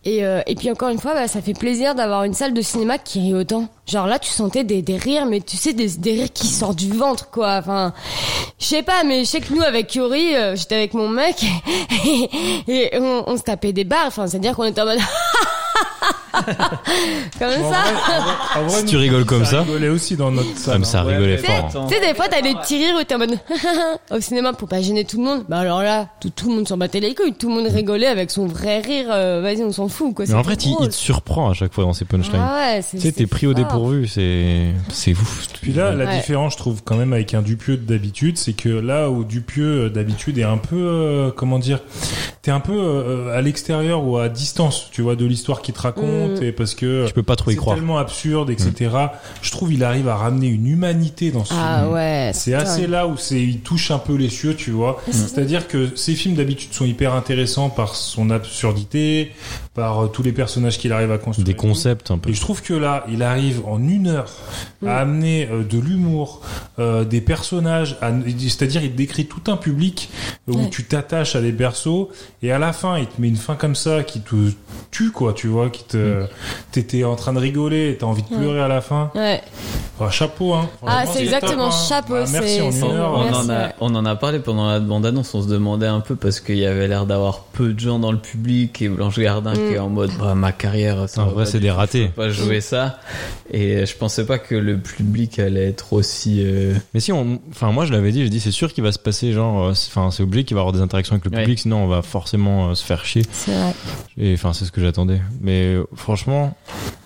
Speaker 2: Et, euh, et puis encore une fois, bah, ça fait plaisir d'avoir une salle de cinéma qui rit autant. Genre là, tu sentais des, des rires, mais tu sais, des, des rires qui sortent du ventre, quoi. Enfin, je sais pas, mais je sais que nous, avec Yuri, euh, j'étais avec mon mec, (laughs) et, on, on se tapait des barres. Enfin, c'est-à-dire qu'on était en mode... (laughs) Comme ça.
Speaker 7: En
Speaker 6: Si tu rigoles comme ça.
Speaker 7: rigolait aussi dans notre salle.
Speaker 6: Comme ça,
Speaker 7: hein.
Speaker 6: rigolait
Speaker 7: Ouais,
Speaker 6: fort.
Speaker 7: mais-
Speaker 2: Tu sais, des fois, t'as des petits rires où t'es en mode (laughs) au cinéma pour pas gêner tout le monde. Bah alors là, tout, tout le monde s'en battait les couilles, tout le monde rigolait avec son vrai rire. euh, Vas-y, on s'en fout quoi.
Speaker 6: Mais
Speaker 2: c'est
Speaker 6: en fait,
Speaker 2: trop
Speaker 6: il, il
Speaker 2: drôle.
Speaker 6: te surprend à chaque fois dans ses punchlines.
Speaker 2: Ah ouais, c'est-
Speaker 6: tu sais,
Speaker 2: c'est
Speaker 6: t'es pris au
Speaker 2: fort.
Speaker 6: dépourvu, c'est c'est ouf.
Speaker 7: Puis là, la
Speaker 2: Ouais.
Speaker 7: différence, je trouve, quand même, avec un Dupieux de d'habitude, c'est que là où Dupieux euh, d'habitude est un peu, euh, comment dire, t'es un peu euh, à l'extérieur ou à distance, tu vois, de l'histoire qu'il te raconte,
Speaker 6: Mm.
Speaker 7: et parce que
Speaker 6: Tu peux pas trop y
Speaker 7: c'est
Speaker 6: croire. Mm.
Speaker 7: tellement absurde, etc. Je trouve, il arrive à ramener une humanité dans ce
Speaker 2: Ah
Speaker 7: film.
Speaker 2: ouais,
Speaker 7: C'est
Speaker 2: putain.
Speaker 7: assez là où c'est, il touche un peu les cieux, tu vois.
Speaker 2: Mm.
Speaker 7: C'est-à-dire que ces films d'habitude sont hyper intéressants par son absurdité, par euh, tous les personnages qu'il arrive à construire.
Speaker 6: Des concepts un peu.
Speaker 7: Et je trouve que là, il arrive en une heure
Speaker 2: Mm.
Speaker 7: à amener euh, de l'humour, euh, des personnages, à- c'est-à-dire il décrit tout un public où
Speaker 5: Ouais.
Speaker 7: tu t'attaches à des persos et à la fin, il te met une fin comme ça qui te tue quoi, tu vois, qui te t'étais en train de rigoler, t'as envie de
Speaker 2: Mm. Ouais.
Speaker 7: pleurer à la fin.
Speaker 2: Ouais.
Speaker 7: Enfin, chapeau hein.
Speaker 2: Ah,
Speaker 7: Franchement,
Speaker 2: c'est exactement
Speaker 7: top, hein.
Speaker 2: chapeau.
Speaker 7: Ah, merci,
Speaker 2: c'est-
Speaker 7: on y
Speaker 2: c'est-
Speaker 1: On, on
Speaker 2: merci,
Speaker 1: en a,
Speaker 2: ouais.
Speaker 1: on en a parlé pendant la bande-annonce, on se demandait un peu parce qu'il y avait l'air d'avoir peu de gens dans le public et Blanche Gardin
Speaker 2: Mm.
Speaker 1: qui est en mode bah, ma carrière, ça
Speaker 6: En
Speaker 1: va
Speaker 6: vrai,
Speaker 1: pas
Speaker 6: c'est
Speaker 1: du
Speaker 6: des
Speaker 1: tout,
Speaker 6: ratés.
Speaker 1: je peux pas jouer ça. Et je pensais pas que le public allait être aussi. euh,
Speaker 6: Mais si on, enfin moi je l'avais dit, j'ai dit c'est sûr qu'il va se passer genre, euh, c'est- enfin c'est obligé qu'il va y avoir des interactions avec le public, sinon on va forcément euh, se faire chier.
Speaker 2: C'est vrai.
Speaker 6: Et enfin c'est ce que j'attendais. Mais euh, franchement,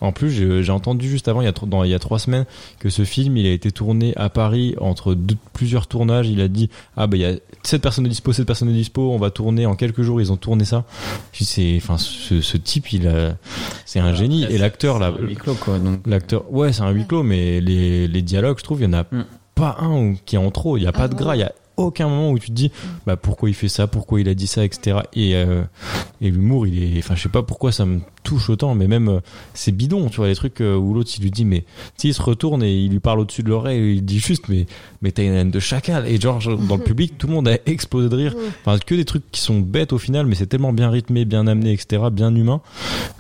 Speaker 6: en plus j'ai j'ai entendu juste avant il y a tro- dans- il y a trois semaines que ce film il a été tourné à Paris entre deux- plusieurs tournages. Il a dit ah bah il y a cette personne de dispo, cette personne de dispo, on va tourner en quelques jours. Ils ont tourné ça. Je dis, C'est enfin ce, ce type il a, c'est un génie. Et l'acteur là, euh, Mmh. l'acteur ouais c'est un huis clos, mais les, les dialogues je trouve il y en a
Speaker 1: Mmh.
Speaker 6: pas un ou- qui est en trop. Il y a pas de gras. Il y a aucun moment où tu te dis bah pourquoi il fait ça pourquoi il a dit ça etc et euh, et l'humour il est enfin je sais pas pourquoi ça me touche autant mais même euh, c'est bidon tu vois les trucs euh, où l'autre il lui dit mais tu sais, il se retourne et il lui parle au-dessus de l'oreille et il dit juste mais mais t'as une haine de chacal et genre genre, dans le public tout le monde a explosé de rire enfin que des trucs qui sont bêtes au final mais c'est tellement bien rythmé bien amené etc bien humain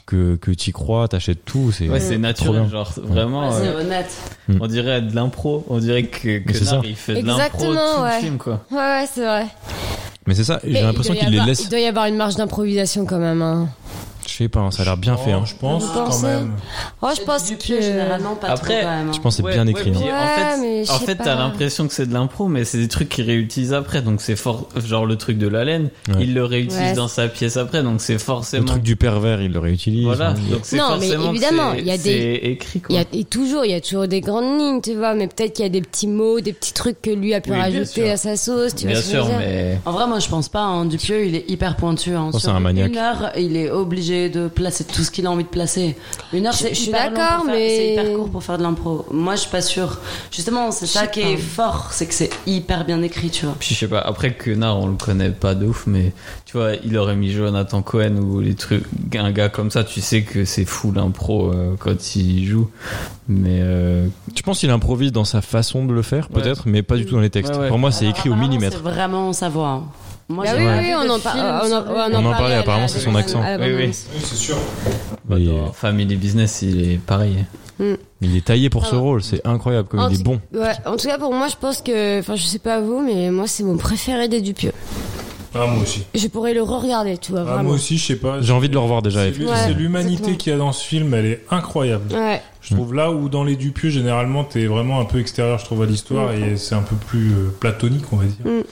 Speaker 6: que que t'y crois t'achètes tout c'est
Speaker 1: Ouais, c'est
Speaker 6: trop
Speaker 1: naturel,
Speaker 6: bien.
Speaker 1: genre
Speaker 6: Ouais.
Speaker 1: vraiment.
Speaker 8: Ouais, c'est
Speaker 1: euh,
Speaker 8: honnête.
Speaker 1: On dirait de l'impro, on dirait que, que
Speaker 6: c'est
Speaker 1: Nard,
Speaker 6: ça.
Speaker 1: il fait de l'impro tout
Speaker 2: Exactement,
Speaker 1: le
Speaker 2: ouais.
Speaker 1: film quoi.
Speaker 2: Ouais, ouais, c'est vrai.
Speaker 6: mais c'est ça
Speaker 2: Mais
Speaker 6: j'ai l'impression
Speaker 2: il doit y
Speaker 6: qu'il les
Speaker 2: avoir-
Speaker 6: laisse
Speaker 2: Il doit y avoir une marge d'improvisation quand même. hein.
Speaker 6: je sais pas hein, ça a l'air bien fait hein.
Speaker 7: je pense
Speaker 2: Vous pensez Oh, je pense que.
Speaker 8: généralement, pas
Speaker 1: Après,
Speaker 8: trop, quand même, hein.
Speaker 6: je pense que c'est bien écrit hein.
Speaker 1: puis en fait,
Speaker 2: mais je
Speaker 1: en
Speaker 2: sais
Speaker 1: fait,
Speaker 2: pas.
Speaker 1: t'as l'impression que c'est de l'impro, mais c'est des trucs qu'ils réutilisent après, donc c'est fort. Genre le truc de la laine, il le réutilise
Speaker 2: Ouais.
Speaker 1: dans sa pièce après, donc c'est
Speaker 6: le
Speaker 1: forcément.
Speaker 6: truc du pervers il le réutilise
Speaker 1: hein. Voilà,
Speaker 6: hein.
Speaker 1: donc c'est
Speaker 2: Non, mais
Speaker 1: forcément que
Speaker 2: évidemment,
Speaker 1: c'est-
Speaker 2: il y a des-
Speaker 1: c'est écrit
Speaker 2: Il
Speaker 1: quoi.
Speaker 2: y a et toujours, il y a toujours des grandes lignes, tu vois, mais peut-être qu'il y a des petits mots, des petits trucs que lui a pu
Speaker 1: Oui, bien
Speaker 2: rajouter
Speaker 1: sûr.
Speaker 2: à sa sauce, tu vois. ce que je veux dire.
Speaker 8: En vrai, moi, je pense pas. Hein. Dupieux, il est hyper pointu. Hein.
Speaker 6: Oh, c'est
Speaker 8: Sur
Speaker 6: un maniaque.
Speaker 8: Une heure, il est obligé de placer tout ce qu'il a envie de placer. Une heure,
Speaker 2: Je-
Speaker 8: c'est
Speaker 2: je suis
Speaker 8: hyper long pour
Speaker 2: d'accord,
Speaker 8: faire-
Speaker 2: mais-
Speaker 8: c'est hyper court pour faire de l'impro. Moi, je suis pas sûre. Justement, c'est
Speaker 2: Je
Speaker 8: ça
Speaker 2: sais
Speaker 8: qui
Speaker 2: pas.
Speaker 8: est fort, c'est que c'est hyper bien écrit, tu vois.
Speaker 1: Puis je sais pas, après Quenard, on le connaît pas de ouf, mais tu vois, il aurait mis Jonathan Cohen ou les trucs, un gars comme ça, tu sais que c'est fou l'impro euh, quand il joue. Mais euh,
Speaker 6: Je pense qu'il improvise dans sa façon de le faire,
Speaker 1: Ouais.
Speaker 6: peut-être, mais pas du tout dans les textes.
Speaker 1: Ouais, ouais.
Speaker 6: Pour moi, c'est écrit au
Speaker 8: C'est
Speaker 6: millimètre.
Speaker 8: vraiment sa voix. hein. Moi,
Speaker 2: Bah
Speaker 8: j'ai
Speaker 2: oui,
Speaker 8: pas
Speaker 2: oui,
Speaker 8: vu
Speaker 2: on
Speaker 8: de
Speaker 2: en par-
Speaker 8: film
Speaker 2: on en-
Speaker 8: sur-
Speaker 2: ouais,
Speaker 6: On en parlait apparemment, c'est son accent.
Speaker 2: Ah,
Speaker 1: oui, oui.
Speaker 7: c'est sûr.
Speaker 1: Bah, dans Family Business, il est pareil.
Speaker 2: Mm.
Speaker 6: Il est taillé pour
Speaker 2: Ah
Speaker 6: ce
Speaker 2: ouais.
Speaker 6: rôle, c'est incroyable
Speaker 7: Euh,
Speaker 6: comme
Speaker 2: En
Speaker 6: il est
Speaker 2: tout-
Speaker 6: bon.
Speaker 2: Ouais, en tout cas, pour moi, je pense que. Enfin, je sais pas vous, mais moi, c'est mon préféré des Dupieux.
Speaker 7: Ah moi aussi.
Speaker 2: Je pourrais le re-regarder, tu vois,
Speaker 7: Ah,
Speaker 2: vraiment.
Speaker 7: moi aussi, je sais pas.
Speaker 6: J'ai envie de le revoir déjà.
Speaker 7: C'est
Speaker 6: effectivement.
Speaker 7: c'est
Speaker 2: Ouais,
Speaker 7: l'humanité
Speaker 2: exactement.
Speaker 7: qu'il y a dans ce film, elle est incroyable.
Speaker 2: Ouais.
Speaker 7: Je trouve là où dans les Dupieux, généralement, t'es vraiment un peu extérieur, je trouve, à l'histoire
Speaker 2: Mm.
Speaker 7: et c'est un peu plus euh, platonique, on va dire.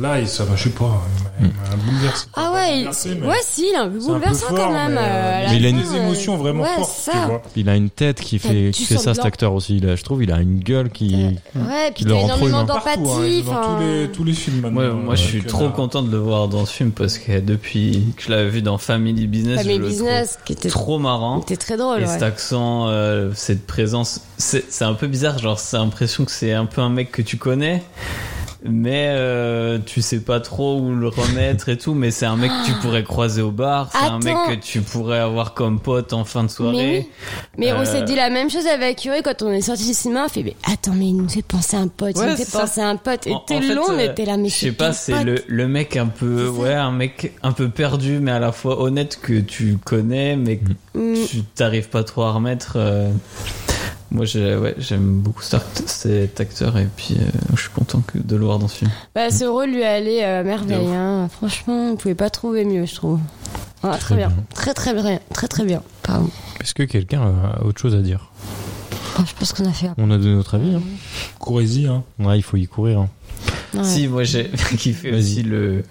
Speaker 7: Là, et ça va, je sais pas, hein, il m'a- il m'a bouleversé.
Speaker 2: Ah ouais, il-
Speaker 7: mais-
Speaker 2: ouais, si, il est un peu
Speaker 7: C'est un peu
Speaker 2: bouleversant
Speaker 7: fort,
Speaker 2: quand même.
Speaker 7: mais, euh,
Speaker 2: euh, à la
Speaker 6: mais il a
Speaker 2: fin,
Speaker 6: une-
Speaker 2: euh,
Speaker 7: émotion vraiment
Speaker 2: ouais,
Speaker 7: forte,
Speaker 2: ça.
Speaker 7: tu vois.
Speaker 6: Il a une tête qui fait,
Speaker 2: Et
Speaker 6: qui
Speaker 2: tu
Speaker 6: fait
Speaker 2: sens
Speaker 6: ça, cet
Speaker 2: blanc.
Speaker 6: acteur aussi. Il a- je trouve, il a une gueule qui,
Speaker 2: Ouais, puis
Speaker 6: qui le
Speaker 2: t'as
Speaker 6: rend
Speaker 2: énormément
Speaker 6: trop humain.
Speaker 2: d'empathie.
Speaker 7: Partout, hein, il est dans
Speaker 2: enfin,
Speaker 7: tous les, tous les films maintenant. euh,
Speaker 1: Ouais, moi, je suis trop content de le voir dans ce film parce que depuis que je l'avais vu dans Family Business,
Speaker 2: Family
Speaker 1: je le
Speaker 2: Business,
Speaker 1: trouve
Speaker 2: qui était-
Speaker 1: trop marrant.
Speaker 2: T'es très drôle,
Speaker 1: Et
Speaker 2: Oh, ouais.
Speaker 1: cet accent, euh, cette présence, c'est c'est un peu bizarre. Genre, c'est l'impression que c'est un peu un mec que tu connais, mais euh, tu sais pas trop où le remettre et tout. Mais c'est un mec que tu pourrais croiser au bar, c'est un mec
Speaker 2: Attends.
Speaker 1: que tu pourrais avoir comme pote en fin de
Speaker 2: Mais
Speaker 1: soirée.
Speaker 2: oui. Mais on
Speaker 1: Euh,
Speaker 2: s'est dit la même chose avec Yuri quand on est sorti du cinéma. On fait, mais attends, mais il nous fait penser à un pote, il
Speaker 1: Ouais,
Speaker 2: nous fait
Speaker 1: c'est ça.
Speaker 2: penser à un pote. Et
Speaker 1: En- en fait,
Speaker 2: tout le long, on
Speaker 1: euh,
Speaker 2: était là, mais
Speaker 1: Je sais pas, c'est le, le mec un peu, ouais, un mec un peu perdu, mais à la fois honnête que tu connais, mais que
Speaker 2: Mm.
Speaker 1: tu t'arrives pas trop à remettre. euh. Moi, j'ai- ouais, j'aime beaucoup cet act- cet acteur, et puis euh, je suis content que de le voir dans ce film.
Speaker 2: Bah, ce rôle lui allait euh, à merveille.
Speaker 1: De ouf.
Speaker 2: hein. Franchement, on pouvait pas trouver mieux, je trouve. Ah, très, bien. Très, très bien. Très, très bien. Pardon.
Speaker 6: Est-ce que quelqu'un a autre chose à dire
Speaker 2: Oh, je pense qu'on a fait.
Speaker 6: On a donné notre avis. Hein.
Speaker 7: Courez-y. Hein.
Speaker 6: Ouais, il faut y courir. hein.
Speaker 2: Ouais.
Speaker 1: Si, moi j'ai (laughs) kiffé aussi le.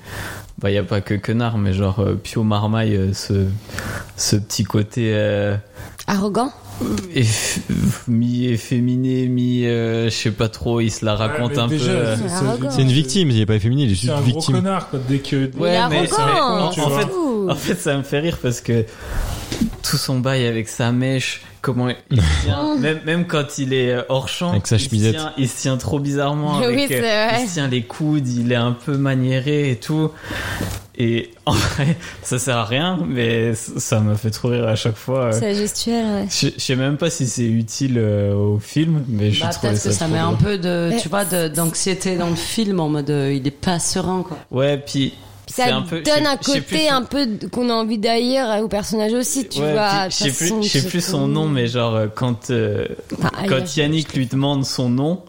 Speaker 1: Bah, y a pas que Quenard, mais genre euh, Pio Marmaille, euh, ce, ce petit côté euh,
Speaker 2: Arrogant
Speaker 1: eff- mi-efféminé, mi-. euh, je sais pas trop, il se la raconte
Speaker 7: mais
Speaker 1: un
Speaker 7: déjà,
Speaker 1: peu. euh.
Speaker 7: c'est- c'est-
Speaker 6: C'est une victime, il est pas efféminé, il est
Speaker 7: C'est
Speaker 6: juste
Speaker 7: un gros
Speaker 6: victime.
Speaker 7: connard, quoi, dès que.
Speaker 1: Ouais, mais, mais-
Speaker 2: arrogant,
Speaker 1: en,
Speaker 2: c'est
Speaker 1: fait,
Speaker 2: tout.
Speaker 1: en fait, ça me fait rire parce que tout son bail avec sa mèche comment
Speaker 6: (laughs)
Speaker 1: il se tient, même, même quand il est euh, hors champ,
Speaker 6: Avec sa
Speaker 1: il se
Speaker 6: chemisette.
Speaker 1: tient- il se tient trop bizarrement.
Speaker 2: Oui,
Speaker 1: avec,
Speaker 2: c'est
Speaker 1: euh,
Speaker 2: vrai.
Speaker 1: Il se tient les coudes, il est un peu maniéré et tout. Et en vrai, (laughs) ça sert à rien, mais ça m'a fait trop rire à chaque fois. euh.
Speaker 2: C'est la gestuelle, ouais.
Speaker 1: Je je sais même pas si c'est utile euh, au film, mais je
Speaker 8: Bah,
Speaker 1: trouvais
Speaker 8: peut-être
Speaker 1: ça
Speaker 8: que ça
Speaker 1: trop
Speaker 8: met un
Speaker 1: drôle.
Speaker 8: peu de,
Speaker 2: Mais
Speaker 8: tu vois, de- d'anxiété dans le film en mode euh, il est pas serein quoi.
Speaker 1: Ouais, puis
Speaker 2: Puis Ça
Speaker 1: c'est un peu, je sais-
Speaker 2: donne un
Speaker 1: je sais plus
Speaker 2: côté un peu d- qu'on a envie d'ailleurs au personnage aussi, tu
Speaker 1: Ouais,
Speaker 2: vois.
Speaker 1: puis je sais
Speaker 2: de toute
Speaker 1: plus, je
Speaker 2: façon,
Speaker 1: sais plus son nom, mais genre euh, quand euh,
Speaker 2: Enfin, ailleurs,
Speaker 1: quand Yannick lui demande son nom,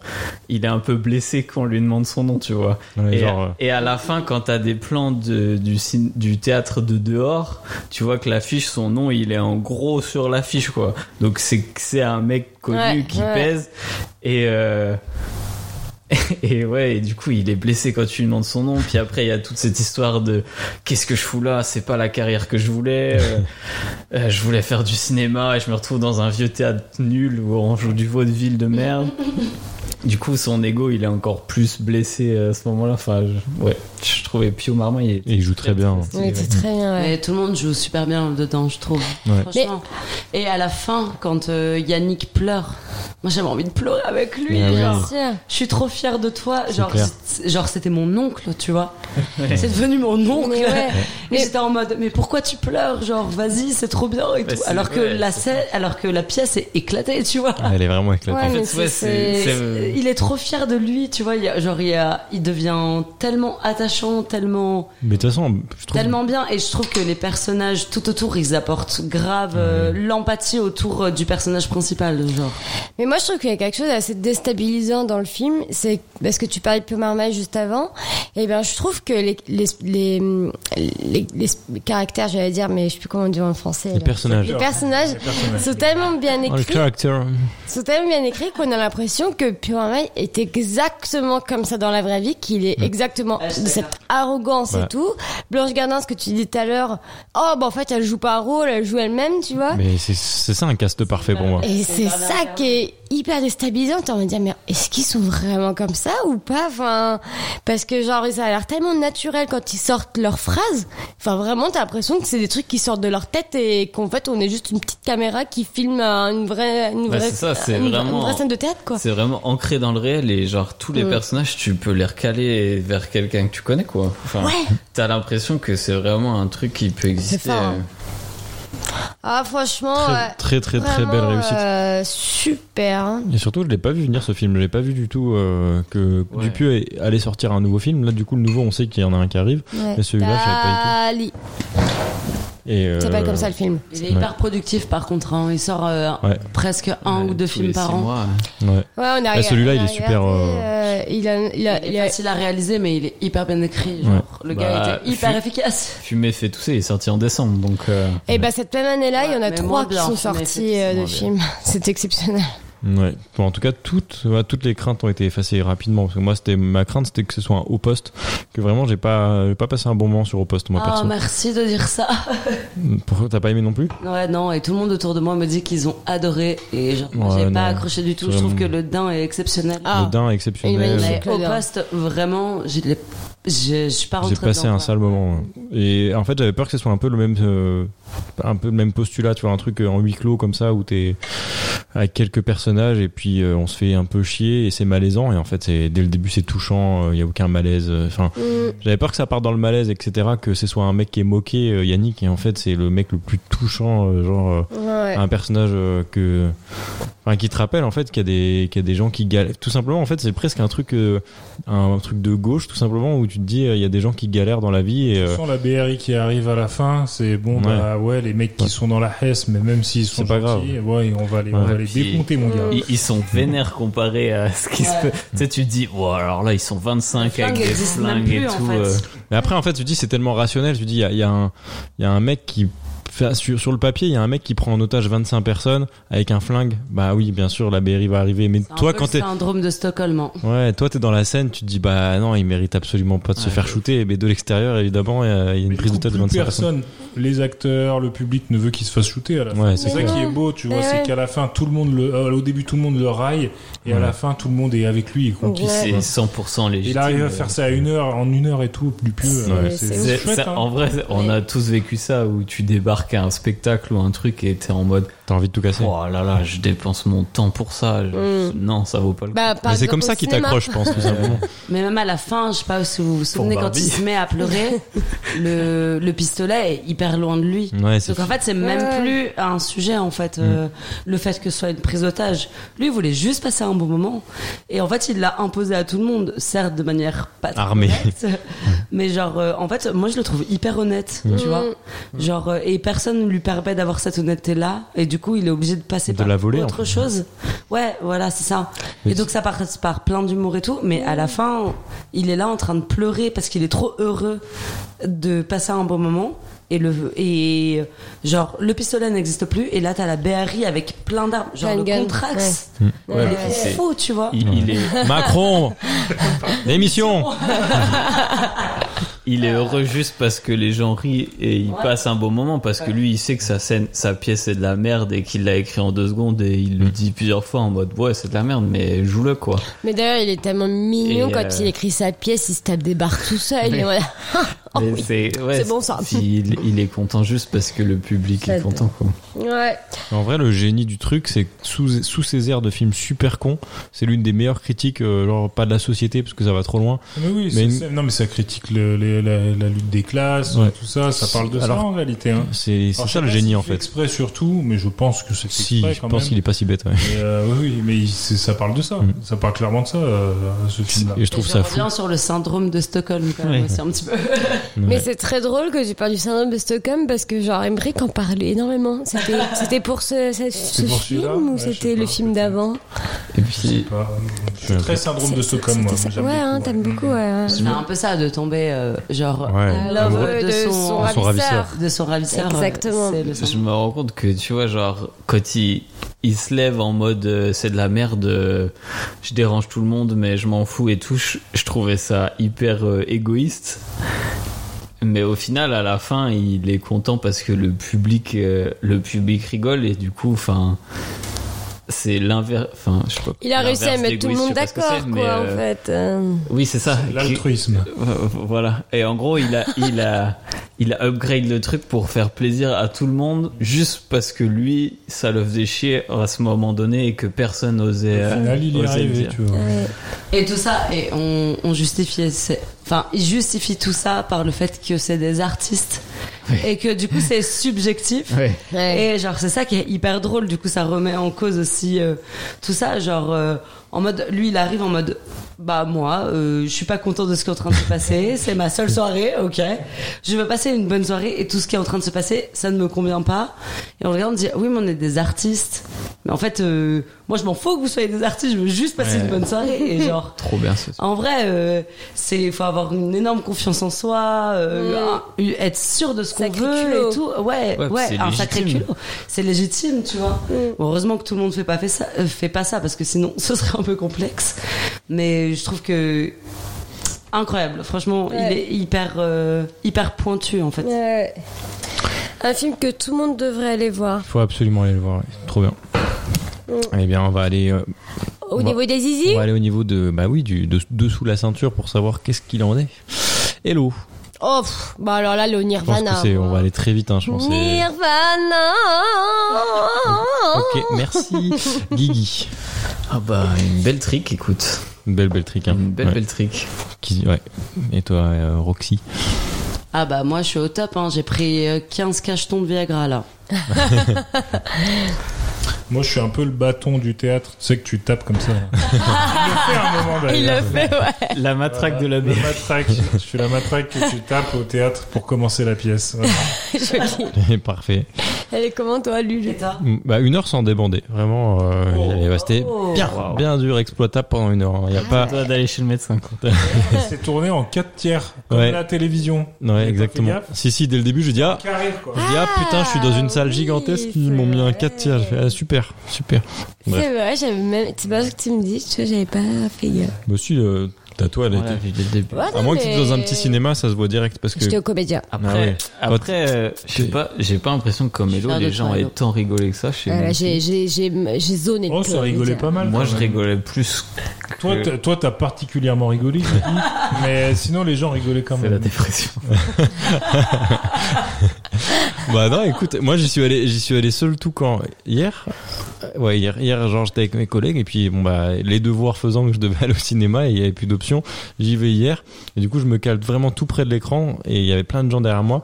Speaker 1: il est un peu blessé quand on lui demande son nom, tu vois.
Speaker 6: Ouais,
Speaker 1: et,
Speaker 6: genre, euh,
Speaker 1: et à la fin, quand t'as des plans de- du cin- du théâtre de dehors, tu vois que l'affiche, son nom, il est en gros sur l'affiche, quoi. Donc c'est c'est un mec connu
Speaker 2: Ouais,
Speaker 1: qui
Speaker 2: ouais.
Speaker 1: pèse et euh, (laughs) et ouais, et du coup, il est blessé quand tu lui demandes son nom. Puis après, il y a toute cette histoire de qu'est-ce que je fous là C'est pas la carrière que je voulais. euh, euh, je voulais faire du cinéma et je me retrouve dans un vieux théâtre nul où on joue du vaudeville de merde. Du coup, son ego, il est encore plus blessé euh, à ce moment-là. Enfin, je- ouais, je trouvais Pio Marma, il,
Speaker 6: joue très bien.
Speaker 2: Il était très bien, ouais.
Speaker 8: Mais tout le monde joue super bien dedans, je trouve.
Speaker 6: Ouais.
Speaker 8: Franchement. Et à la fin, quand euh, Yannick pleure, moi j'avais envie de pleurer avec lui.
Speaker 6: Ah oui.
Speaker 8: genre,
Speaker 2: Bien sûr.
Speaker 8: Je suis trop fière de toi. Genre,
Speaker 6: clair.
Speaker 8: c'est- genre c'était mon oncle, tu vois.
Speaker 1: Ouais.
Speaker 8: C'est devenu mon oncle.
Speaker 2: Mais ouais.
Speaker 8: Et j'étais en mode, mais pourquoi tu pleures Genre, vas-y, c'est trop bien et
Speaker 1: Bah,
Speaker 8: tout.
Speaker 1: c'est-
Speaker 8: Alors que
Speaker 1: ouais,
Speaker 8: la
Speaker 1: c'est
Speaker 8: scène, alors que la pièce est éclatée, tu vois.
Speaker 6: Ah, elle est vraiment éclatée.
Speaker 2: Ouais,
Speaker 1: fait,
Speaker 2: mais
Speaker 1: ouais, c'est- c'est-
Speaker 8: Il est trop fier de lui, tu vois. Il y a- genre, il, y a- il devient tellement attachant, tellement
Speaker 6: Mais de toute façon, je trouve.
Speaker 8: tellement bien et je trouve que les personnages tout autour ils apportent grave euh, l'empathie autour euh, du personnage principal genre
Speaker 2: Mais moi, je trouve qu'il y a quelque chose d'assez déstabilisant dans le film. C'est parce que tu parlais de Pio Marmaille juste avant. Et bien, je trouve que les, les, les, les, les caractères, j'allais dire, mais je sais plus comment on dit en français.
Speaker 6: Les
Speaker 2: là.
Speaker 6: personnages.
Speaker 2: Les personnages sont tellement bien
Speaker 6: Oh, le
Speaker 2: écrits.
Speaker 6: character.
Speaker 2: sont tellement bien écrits qu'on a l'impression que Pio Marmaille est exactement comme ça dans la vraie vie, qu'il est exactement de cette arrogance
Speaker 6: Voilà.
Speaker 2: et tout. Blanche Gardin, ce que tu dis tout à l'heure, oh, bah en fait, elle joue pas un rôle, elle joue elle-même, tu vois.
Speaker 6: Mais c'est c'est ça un cast parfait pour moi.
Speaker 2: Et c'est ça qui est hyper déstabilisant. T'as envie de dire, mais est-ce qu'ils sont vraiment comme ça ou pas enfin, Parce que genre, ça a l'air tellement naturel quand ils sortent leurs phrases. Enfin, vraiment, t'as l'impression que c'est des trucs qui sortent de leur tête et qu'en fait, on est juste une petite caméra qui filme euh, une vraie, une
Speaker 1: Bah,
Speaker 2: vraie,
Speaker 1: c'est ça, c'est
Speaker 2: une, vraie-
Speaker 1: vraiment-
Speaker 2: une vraie scène de théâtre, quoi.
Speaker 1: euh, C'est vraiment ancré dans le réel et genre tous les
Speaker 2: Mm.
Speaker 1: personnages, tu peux les recaler vers quelqu'un que tu connais quoi. Enfin,
Speaker 2: Ouais.
Speaker 1: T'as l'impression que c'est vraiment un truc qui peut exister. euh,
Speaker 2: fort, hein. Ah, franchement, ouais.
Speaker 6: Très, très, très, très
Speaker 2: Vraiment,
Speaker 6: belle réussite.
Speaker 2: euh, super. hein.
Speaker 6: Et surtout, je l'ai pas vu venir ce film. Je l'ai pas vu du tout euh, que
Speaker 1: Ouais.
Speaker 6: Dupieux est- allait sortir un nouveau film. Là, du coup, le nouveau, on sait qu'il y en a un qui arrive.
Speaker 2: Ouais.
Speaker 6: Mais celui-là, je savais pas
Speaker 2: Dali.
Speaker 6: du tout. Et, euh,
Speaker 2: Ça s'appelle comme ça le film.
Speaker 8: il est
Speaker 6: Ouais.
Speaker 8: hyper productif par contre hein. il sort euh,
Speaker 6: Ouais.
Speaker 8: presque un ou deux
Speaker 1: Tous
Speaker 8: films
Speaker 1: les
Speaker 8: par
Speaker 1: six
Speaker 8: an
Speaker 1: mois, hein.
Speaker 6: ouais.
Speaker 2: Ouais, on a
Speaker 6: Ah, celui-là,
Speaker 2: on a
Speaker 6: il est super,
Speaker 2: regardé,
Speaker 6: euh,
Speaker 2: euh, il a, il a,
Speaker 8: il
Speaker 2: il
Speaker 8: est
Speaker 2: a-
Speaker 8: facile à réaliser mais il est hyper bien écrit genre.
Speaker 6: Ouais.
Speaker 8: le
Speaker 1: Bah,
Speaker 8: gars était hyper
Speaker 1: fu-
Speaker 8: efficace
Speaker 1: Fumer fait tousser, il est sorti en décembre donc. euh,
Speaker 2: Et bah cette même année-là, il y en a
Speaker 8: mais
Speaker 2: trois
Speaker 8: moins
Speaker 2: qui
Speaker 8: bien,
Speaker 2: sont
Speaker 8: mais
Speaker 2: sortis
Speaker 8: effectivement
Speaker 2: euh, de
Speaker 8: bien.
Speaker 2: films. (laughs) C'est exceptionnel.
Speaker 6: Ouais. Bon, en tout cas, toutes, ouais, toutes les craintes ont été effacées rapidement. Parce que moi, c'était ma crainte, c'était que ce soit un haut poste. Que vraiment, j'ai pas, j'ai pas passé un bon moment sur haut poste, moi,
Speaker 8: ah
Speaker 6: perso.
Speaker 8: merci de dire ça (laughs)
Speaker 6: Pourquoi t'as pas aimé non plus
Speaker 8: ouais non et tout le monde autour de moi me dit qu'ils ont adoré et genre moi,
Speaker 6: Ouais,
Speaker 8: j'ai
Speaker 6: non.
Speaker 8: pas accroché du tout je trouve que le dain est exceptionnel
Speaker 2: Ah.
Speaker 6: Le dain
Speaker 2: Il est
Speaker 6: exceptionnel.
Speaker 2: magnifique.
Speaker 8: Mais
Speaker 2: que
Speaker 8: au
Speaker 2: le Dain.
Speaker 8: poste vraiment je l'ai- je je suis pas rentrée
Speaker 6: J'ai passé
Speaker 8: dedans,
Speaker 6: un
Speaker 8: Ah, quoi.
Speaker 6: sale moment. ouais. Et en fait, j'avais peur que ce soit un peu le même, euh, un peu le même postulat, tu vois, un truc euh, en huis clos comme ça où t'es avec quelques personnages et puis euh, on se fait un peu chier et c'est malaisant. Et en fait, c'est dès le début, c'est touchant. Il y a aucun malaise. euh, Enfin,
Speaker 2: Mm,
Speaker 6: j'avais peur que ça parte dans le malaise, etc. Que ce soit un mec qui est moqué, euh, Yannick, et en fait, c'est le mec le plus touchant, euh, genre. euh,
Speaker 2: Ouais.
Speaker 6: un personnage euh, que enfin, qui te rappelle en fait qu'il y a des qu'il y a des gens qui galèrent tout simplement en fait c'est presque un truc euh, un, truc de gauche tout simplement où tu te dis euh, il y a des gens qui galèrent dans la vie et
Speaker 7: De
Speaker 6: euh,
Speaker 7: toute façon, la BRI qui arrive à la fin, c'est bon,
Speaker 6: Ouais.
Speaker 7: bah ouais, les mecs qui sont dans la Hesse, mais même s'ils sont
Speaker 6: C'est pas
Speaker 7: gentils, ouais, on va les, on
Speaker 6: Ouais.
Speaker 7: va les
Speaker 1: Puis- euh,
Speaker 7: démonter, mon
Speaker 8: Euh,
Speaker 7: gars.
Speaker 1: Ils, ils sont vénères comparés à ce qui se peut. Tu sais, tu te dis, wow, alors là, ils sont 25
Speaker 8: Les
Speaker 1: avec
Speaker 8: flingues
Speaker 1: des
Speaker 8: existent même
Speaker 1: flingues et
Speaker 8: plus,
Speaker 1: tout.
Speaker 8: en fait.
Speaker 1: euh.
Speaker 6: mais après en fait tu te dis c'est tellement rationnel tu te dis il y a, il y a un il y a un mec qui fait- sur, sur le papier, il y a un mec qui prend en otage 25 personnes avec un flingue. Bah oui, bien sûr, la BRI va arriver. Mais
Speaker 8: C'est un
Speaker 6: toi,
Speaker 8: peu
Speaker 6: quand
Speaker 8: le
Speaker 6: t'es,
Speaker 8: syndrome de Stockholm hein.
Speaker 6: ouais, toi, t'es dans la scène, tu te dis, bah non, il mérite absolument pas de se
Speaker 1: Ouais.
Speaker 6: faire shooter. Mais de l'extérieur, évidemment, il y a, il y a une
Speaker 7: Mais
Speaker 6: prise
Speaker 7: du
Speaker 6: de
Speaker 7: coup,
Speaker 6: tête de
Speaker 7: plus
Speaker 6: 25 personnes.
Speaker 7: personne, les acteurs, le public ne veut qu'ils se fassent shooter à la fin.
Speaker 6: Ouais,
Speaker 7: C'est
Speaker 6: c'est
Speaker 7: ça
Speaker 6: clair.
Speaker 7: qui est beau, tu vois,
Speaker 2: Mais
Speaker 7: c'est
Speaker 2: ouais.
Speaker 7: qu'à la fin, tout le monde le, euh, au début, tout le monde le raille, et à
Speaker 6: Ouais. Oh.
Speaker 7: la fin, tout le monde est avec lui. Et
Speaker 2: Ouais.
Speaker 7: complice.
Speaker 1: C'est 100% légitime. euh.
Speaker 7: Il arrive
Speaker 6: euh,
Speaker 7: à faire ça à une heure, en une heure et tout, du pieu.
Speaker 2: C'est-
Speaker 7: euh,
Speaker 2: c'est
Speaker 7: C'est
Speaker 1: C'est-
Speaker 7: c'est chouette,
Speaker 1: ça-
Speaker 7: hein.
Speaker 1: En vrai, on a tous vécu ça où tu débarques débarqué à un spectacle ou un truc et t'es en mode.
Speaker 6: T'as envie de tout casser.
Speaker 1: Oh là là, je dépense mon temps pour ça. Je-
Speaker 3: Mm.
Speaker 1: Non, ça vaut pas le coup.
Speaker 3: Bah, par
Speaker 6: Mais c'est
Speaker 3: exemple,
Speaker 6: comme ça
Speaker 3: au
Speaker 6: qu'il
Speaker 3: cinéma.
Speaker 6: t'accroche, je pense, tout simplement.
Speaker 8: Mais même à la fin, je sais pas si vous vous souvenez quand
Speaker 6: Barbie.
Speaker 8: il se met
Speaker 6: (laughs)
Speaker 8: à pleurer, le, le pistolet est hyper loin de lui.
Speaker 6: Ouais, c'est
Speaker 8: Donc en
Speaker 6: fou. Mm.
Speaker 8: fait, c'est même
Speaker 6: Ouais.
Speaker 8: plus un sujet en fait, euh, le fait que ce soit une prise d'otage. Lui, il voulait juste passer un bon moment, et en fait, il l'a imposé à tout le monde, certes de manière pas très
Speaker 6: Armé.
Speaker 8: honnête, mais genre, euh, en fait, moi, je le trouve hyper honnête,
Speaker 6: Mm.
Speaker 8: tu vois.
Speaker 6: Mm.
Speaker 8: Genre, euh, et personne ne lui permet d'avoir cette honnêteté là, et du coup, il est obligé de passer
Speaker 6: De
Speaker 8: par
Speaker 6: la voler, en
Speaker 8: autre
Speaker 6: fait.
Speaker 8: chose. Ouais, voilà, c'est ça.
Speaker 6: Mais
Speaker 8: Et donc ça passe par plein d'humour et tout, mais à la fin, il est là en train de pleurer parce qu'il est trop heureux de passer un bon moment. Et le et genre le pistolet n'existe plus et là t'as la BRI avec plein d'armes genre le
Speaker 2: Handgun,
Speaker 8: contrax
Speaker 6: ouais.
Speaker 8: il
Speaker 6: Ouais,
Speaker 8: est
Speaker 6: c'est-
Speaker 8: fou tu vois
Speaker 1: Il, il
Speaker 7: (laughs)
Speaker 1: est.
Speaker 6: Macron L'émission
Speaker 1: Il est heureux juste parce que les gens rient et il passe un beau moment parce que lui il sait que sa scène, sa pièce est de la merde et qu'il l'a écrit en deux secondes et il
Speaker 7: Mm.
Speaker 1: le dit plusieurs fois en mode ouais c'est de la merde mais joue-le quoi.
Speaker 2: Mais d'ailleurs, il est tellement mignon
Speaker 1: Et,
Speaker 2: quand
Speaker 1: euh,
Speaker 2: il écrit sa pièce, il se tape des barres tout seul.
Speaker 1: Mais-
Speaker 2: Et voilà. Oh
Speaker 1: Mais
Speaker 2: oui.
Speaker 1: c'est ouais,
Speaker 2: C'est bon, ça.
Speaker 1: si Il, il est content juste parce que le public
Speaker 2: Ça
Speaker 1: est
Speaker 2: donne.
Speaker 1: content quoi.
Speaker 2: Ouais.
Speaker 6: En vrai, le génie du truc, c'est que sous, sous ces airs de films super cons, c'est l'une des meilleures critiques, euh, genre pas de la société parce que ça va trop loin.
Speaker 7: Mais Ah oui,
Speaker 6: une-
Speaker 7: c'est- c'est- non, mais ça critique le- les- la, la lutte des classes,
Speaker 6: Ouais.
Speaker 7: euh, tout ça, ça parle de ça
Speaker 6: Alors,
Speaker 7: en réalité. Hein.
Speaker 6: c'est- c'est
Speaker 7: Alors, je
Speaker 6: ça,
Speaker 7: sais
Speaker 6: le
Speaker 7: pas
Speaker 6: génie,
Speaker 7: s'il
Speaker 6: en fait.
Speaker 7: Exprès surtout, mais je pense que c'est
Speaker 6: Si,
Speaker 7: exprès
Speaker 6: je
Speaker 7: quand
Speaker 6: pense
Speaker 7: même.
Speaker 6: qu'il est Mm. pas si bête. ouais.
Speaker 7: Mais, euh, oui, oui, mais il- c'est- ça parle de ça. Ça parle clairement de ça, euh, ce film-là.
Speaker 6: Et je trouve ça fou.
Speaker 8: reviens sur le syndrome de Stockholm quand même
Speaker 7: Ouais.
Speaker 8: aussi un petit peu
Speaker 2: Mais c'est très drôle que tu parles du syndrome de Stockholm parce que genre Emmerich en parlait énormément. C'était c'était pour ce, ce- ce
Speaker 7: pour celui-là
Speaker 2: film ou
Speaker 7: Ouais, je sais
Speaker 2: c'était le film d'avant
Speaker 1: Et puis
Speaker 7: Je suis très syndrome de Stockholm, moi.
Speaker 2: Ouais,
Speaker 7: j'aime
Speaker 2: hein, t'aimes beaucoup. ouais.
Speaker 8: c'est un peu ça de tomber euh, genre
Speaker 6: Ouais.
Speaker 8: love
Speaker 2: Amoureux
Speaker 8: euh, de
Speaker 2: de
Speaker 8: son,
Speaker 2: son ravisseur. ravisseur.
Speaker 8: de son ravisseur ouais,
Speaker 2: Exactement.
Speaker 8: c'est le
Speaker 1: Je me rends compte que tu vois, genre, quand il, il se lève en mode euh, c'est de la merde, euh, je dérange tout le monde, mais je m'en fous et tout, je, je trouvais ça hyper euh, égoïste. Mais au final, à la fin, il est content parce que le public, euh, le public rigole et du coup, enfin, c'est l'inverse. Enfin, je sais pas.
Speaker 2: Il a réussi à
Speaker 1: l'inverse
Speaker 2: mettre tout le
Speaker 1: d'égoïste, je sais pas
Speaker 2: monde
Speaker 1: ce que
Speaker 2: d'accord,
Speaker 1: c'est,
Speaker 2: quoi,
Speaker 1: mais,
Speaker 2: en
Speaker 1: euh,
Speaker 2: fait. euh.
Speaker 1: oui, c'est ça.
Speaker 7: L'altruisme.
Speaker 1: Euh, Voilà. Et en gros, il a, il a, il a upgrade le truc pour faire plaisir à tout le monde, juste parce que lui, ça le faisait chier à ce moment donné et que personne n'osait.
Speaker 7: Au final, il est
Speaker 1: osait le
Speaker 7: arrivé,
Speaker 1: dire.
Speaker 7: tu vois.
Speaker 8: Et tout ça, et on, on justifiait, c'est- enfin, ils justifient tout ça par le fait que c'est des artistes et que du coup c'est subjectif.
Speaker 1: Ouais.
Speaker 8: Et genre c'est ça qui est hyper drôle. Du coup ça remet en cause aussi euh, tout ça. Genre euh, en mode, lui il arrive en mode, bah moi, euh, je suis pas content de ce qui est en train de se
Speaker 1: (laughs)
Speaker 8: passer. c'est ma seule soirée, ok. Je veux passer une bonne soirée et tout ce qui est en train de se passer, ça ne me convient pas. Et on regarde, on dit oui mais on est des artistes. Mais en fait, euh, moi je m'en fous que vous soyez des artistes. Je veux juste passer
Speaker 1: Ouais.
Speaker 8: une bonne soirée et genre.
Speaker 1: Trop bien ce
Speaker 8: En vrai, euh, c'est il faut avoir une énorme confiance en soi, euh, un- être sûr de ce qu'on
Speaker 2: Mm. Sacré
Speaker 8: veut
Speaker 2: culot.
Speaker 8: et tout. Ouais,
Speaker 2: Ouais,
Speaker 8: ouais,
Speaker 2: c'est
Speaker 8: un sacré
Speaker 2: légitime.
Speaker 8: culot. C'est légitime, tu vois.
Speaker 2: Mm.
Speaker 8: Bon, heureusement que tout le monde fait pas fait ça, euh, fait pas ça parce que sinon (laughs) ce serait un peu complexe. Mais je trouve que incroyable. Franchement,
Speaker 2: Ouais.
Speaker 8: il est hyper euh, hyper pointu en fait.
Speaker 2: Ouais. Un film que tout le monde devrait aller voir.
Speaker 6: Faut absolument aller le voir. ouais. Trop bien. Eh bien, on va aller. euh,
Speaker 2: Au
Speaker 6: on va-
Speaker 2: niveau des zizi
Speaker 6: On va aller au niveau de. Bah oui, du de- dessous de la ceinture pour savoir qu'est-ce qu'il en est. Hello.
Speaker 2: Oh, pff, bah alors là, le
Speaker 6: Je pense que
Speaker 2: Nirvana.
Speaker 6: c'est. On va aller très vite, hein, je pense. c'est-
Speaker 2: Nirvana.
Speaker 6: Ok, merci. Guigui.
Speaker 1: Ah bah, une belle trick, écoute.
Speaker 6: Une belle, belle trick. Hein.
Speaker 1: Une belle,
Speaker 6: Ouais.
Speaker 1: belle trick.
Speaker 6: Qui- ouais. Et toi, euh, Roxy (laughs)
Speaker 8: Ah bah moi je suis au top. Hein. J'ai pris euh, 15 cachetons de Viagra là.
Speaker 7: Moi, je suis un peu le bâton du théâtre. Tu sais que tu tapes
Speaker 2: (laughs)
Speaker 7: comme ça.
Speaker 2: Il le fait, ouais.
Speaker 1: La matraque de la
Speaker 7: La matraque. Je suis la matraque que tu tapes au théâtre pour commencer la pièce. Voilà.
Speaker 2: (laughs) Jolie.
Speaker 6: Eh, Parfait.
Speaker 2: Elle est comment, toi, Lulu
Speaker 6: Mm, Bah, une heure sans débander. Vraiment, euh, elle est restée bien,
Speaker 1: Wow.
Speaker 6: bien dur, exploitable pendant une heure. hein. Il y a pas.
Speaker 1: Toi d'aller chez le médecin, quoi.
Speaker 7: C'est tourné en 4 tiers, comme
Speaker 6: Ouais.
Speaker 7: la télévision.
Speaker 6: Ouais, exactement.
Speaker 7: gaffe
Speaker 6: Si, si, dès le début, je dis ah,
Speaker 7: Carré, quoi.
Speaker 6: je dis, ah putain, je suis dans une salle gigantesque, ils m'ont mis un 4 tiers. Je fais, ah, super, super. Bref.
Speaker 2: C'est vrai, j'avais même. C'est pas ce que tu me dis, tu sais, j'avais pas fait gaffe.
Speaker 6: Bah, si, euh, t'as toi, elle
Speaker 1: Voilà,
Speaker 6: était-
Speaker 1: vu dès le début.
Speaker 2: Ouais,
Speaker 6: à
Speaker 2: non,
Speaker 6: moins que tu sois dans un
Speaker 2: mais-
Speaker 6: petit cinéma, ça se voit direct parce que.
Speaker 2: J'étais au comédien.
Speaker 1: Après,
Speaker 6: Ah ouais.
Speaker 1: après euh, je sais pas, j'ai pas l'impression que comme Hello,
Speaker 2: fière de
Speaker 1: les
Speaker 2: toi,
Speaker 1: gens aient
Speaker 2: Hello.
Speaker 1: tant rigolé que ça chez
Speaker 2: Voilà,
Speaker 1: nous.
Speaker 2: j'ai- j'ai j'ai- j'ai zoné.
Speaker 7: Oh, ça rigolait pas mal.
Speaker 1: Moi,
Speaker 7: quand
Speaker 1: je
Speaker 7: même.
Speaker 1: rigolais plus.
Speaker 7: Toi,
Speaker 1: que-
Speaker 7: t'as- toi, t'as particulièrement rigolé, Guigui,
Speaker 2: (laughs)
Speaker 7: mais sinon les gens rigolaient quand même.
Speaker 1: C'est la dépression.
Speaker 6: Bah non, écoute, moi j'y suis allé, j'y suis allé seul tout quand hier. Euh, Ouais, hier, hier genre j'étais avec mes collègues et puis bon bah les devoirs faisant que je devais (laughs) aller au cinéma et il y avait plus d'options, j'y vais hier et du coup je me cale vraiment tout près de l'écran et il y avait plein de gens derrière moi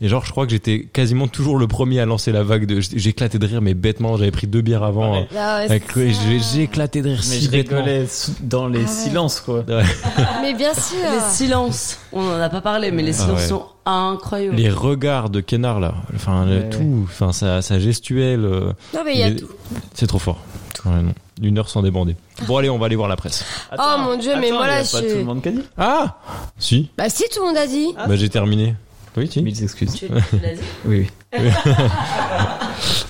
Speaker 6: et genre je crois que j'étais quasiment toujours le premier à lancer la vague de j'ai éclaté de rire mais bêtement, j'avais pris deux bières avant
Speaker 1: Ouais.
Speaker 6: euh,
Speaker 2: Ah ouais,
Speaker 6: avec
Speaker 2: c'est
Speaker 6: Chloé,
Speaker 2: ça.
Speaker 6: j'ai j'ai éclaté de rire
Speaker 1: Mais
Speaker 6: si
Speaker 1: je
Speaker 6: bêtement.
Speaker 1: rigolais dans les
Speaker 6: Ah ouais.
Speaker 1: silences, quoi.
Speaker 2: Mais bien sûr.
Speaker 8: Les silences, on en a pas parlé, mais les
Speaker 6: Ah
Speaker 8: silences
Speaker 6: ouais.
Speaker 8: sont incroyables.
Speaker 6: Les regards de Kenard là, enfin le-
Speaker 8: Ouais.
Speaker 6: tout, enfin sa, sa gestuelle. euh,
Speaker 2: Non, mais il y a
Speaker 6: est-
Speaker 2: tout.
Speaker 6: C'est trop fort. Ouais, non. Une heure sans débander. Bon allez, on va aller voir la presse.
Speaker 2: oh mon dieu, mais
Speaker 1: Attends,
Speaker 2: moi
Speaker 1: il y
Speaker 2: là,
Speaker 1: a
Speaker 2: je.
Speaker 1: pas tout le monde qui a dit.
Speaker 6: Ah Si.
Speaker 2: Bah si, tout le monde a dit.
Speaker 6: Bah j'ai terminé. Oui, tu Mille
Speaker 1: excuses.
Speaker 2: l'as dit
Speaker 6: oui. oui.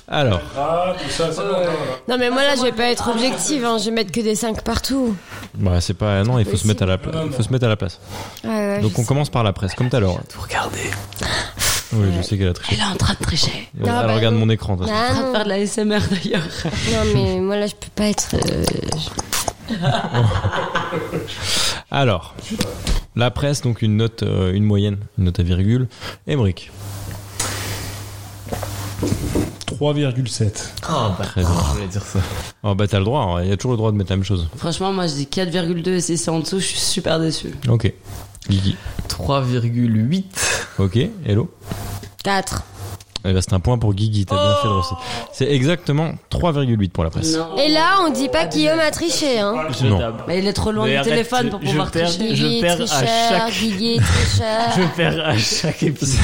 Speaker 6: Alors.
Speaker 7: Ah, tout ça, c'est bon.
Speaker 2: Non, mais moi là, je vais pas être objective, hein. je vais mettre que des 5 partout.
Speaker 6: Bah, c'est pas. Non, il faut
Speaker 2: Oui,
Speaker 6: se
Speaker 2: si.
Speaker 6: mettre à la, pla- il faut se mettre à la place.
Speaker 2: Ouais, ouais,
Speaker 6: Donc
Speaker 2: je
Speaker 6: on commence par la presse, comme tout à l'heure. Tout regarder. Oui, je sais qu'elle a triché.
Speaker 8: Elle est en train de tricher.
Speaker 6: Ouais, elle regarde mon écran. de toute façon.
Speaker 8: en
Speaker 2: Bah, Ah non.
Speaker 8: train de faire de la SMR d'ailleurs.
Speaker 2: Non, mais moi là, je peux pas être. euh,
Speaker 6: Alors, la presse, donc une note, euh, une moyenne, une note à virgule. Emmerich.
Speaker 7: 3,7.
Speaker 1: Oh, bah,
Speaker 6: Très bien.
Speaker 1: je voulais dire ça.
Speaker 6: Oh, bah t'as le droit, hein. il y a toujours le droit de mettre la même chose.
Speaker 8: Franchement, moi je dis 4,2 et si c'est en dessous, je suis super déçu.
Speaker 6: Ok. Guigui.
Speaker 1: 3,8.
Speaker 6: Ok, hello.
Speaker 2: 4.
Speaker 6: Eh ben, c'est un point pour Guigui, t'as bien fait de rosser. C'est exactement 3,8 pour la presse.
Speaker 2: Et là, on dit pas que Guillaume a triché, hein.
Speaker 6: Non.
Speaker 8: Mais il est trop loin
Speaker 1: Mais
Speaker 8: du
Speaker 1: arrête,
Speaker 8: téléphone pour
Speaker 1: je
Speaker 8: pouvoir
Speaker 1: perds-
Speaker 8: tricher.
Speaker 1: je
Speaker 2: Guigui est
Speaker 1: perds à
Speaker 2: tricheur,
Speaker 1: chaque-
Speaker 2: Guigui est
Speaker 1: (laughs)
Speaker 2: tricheur.
Speaker 1: (laughs) Je perds à chaque épisode.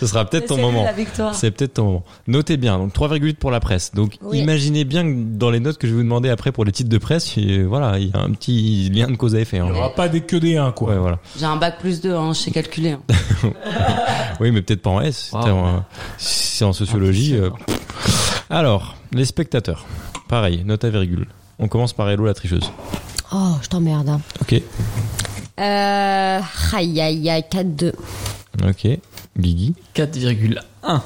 Speaker 6: Ce sera peut-être ton
Speaker 2: C'est lui,
Speaker 6: moment.
Speaker 2: la victoire.
Speaker 6: C'est peut-être ton moment. Notez bien, donc 3,8 pour la presse. Donc
Speaker 2: Oui.
Speaker 6: imaginez bien que dans les notes que je vais vous demander après pour les titres de presse, euh, voilà, il y a un petit lien de cause à effet. hein.
Speaker 7: Il n'y aura pas des que des 1, quoi.
Speaker 6: Ouais, voilà.
Speaker 8: J'ai un bac plus 2, hein, je sais calculer. hein.
Speaker 6: Oui, mais peut-être pas en S. c'est en- C'est en sociologie. euh, pff. Alors, les spectateurs. Pareil, note à virgule. On commence par Hello la tricheuse.
Speaker 2: Oh, je t'emmerde. hein.
Speaker 6: Ok.
Speaker 2: Euh. Aïe aïe aïe, 4-2.
Speaker 6: Ok. Guigui.
Speaker 1: 4,1.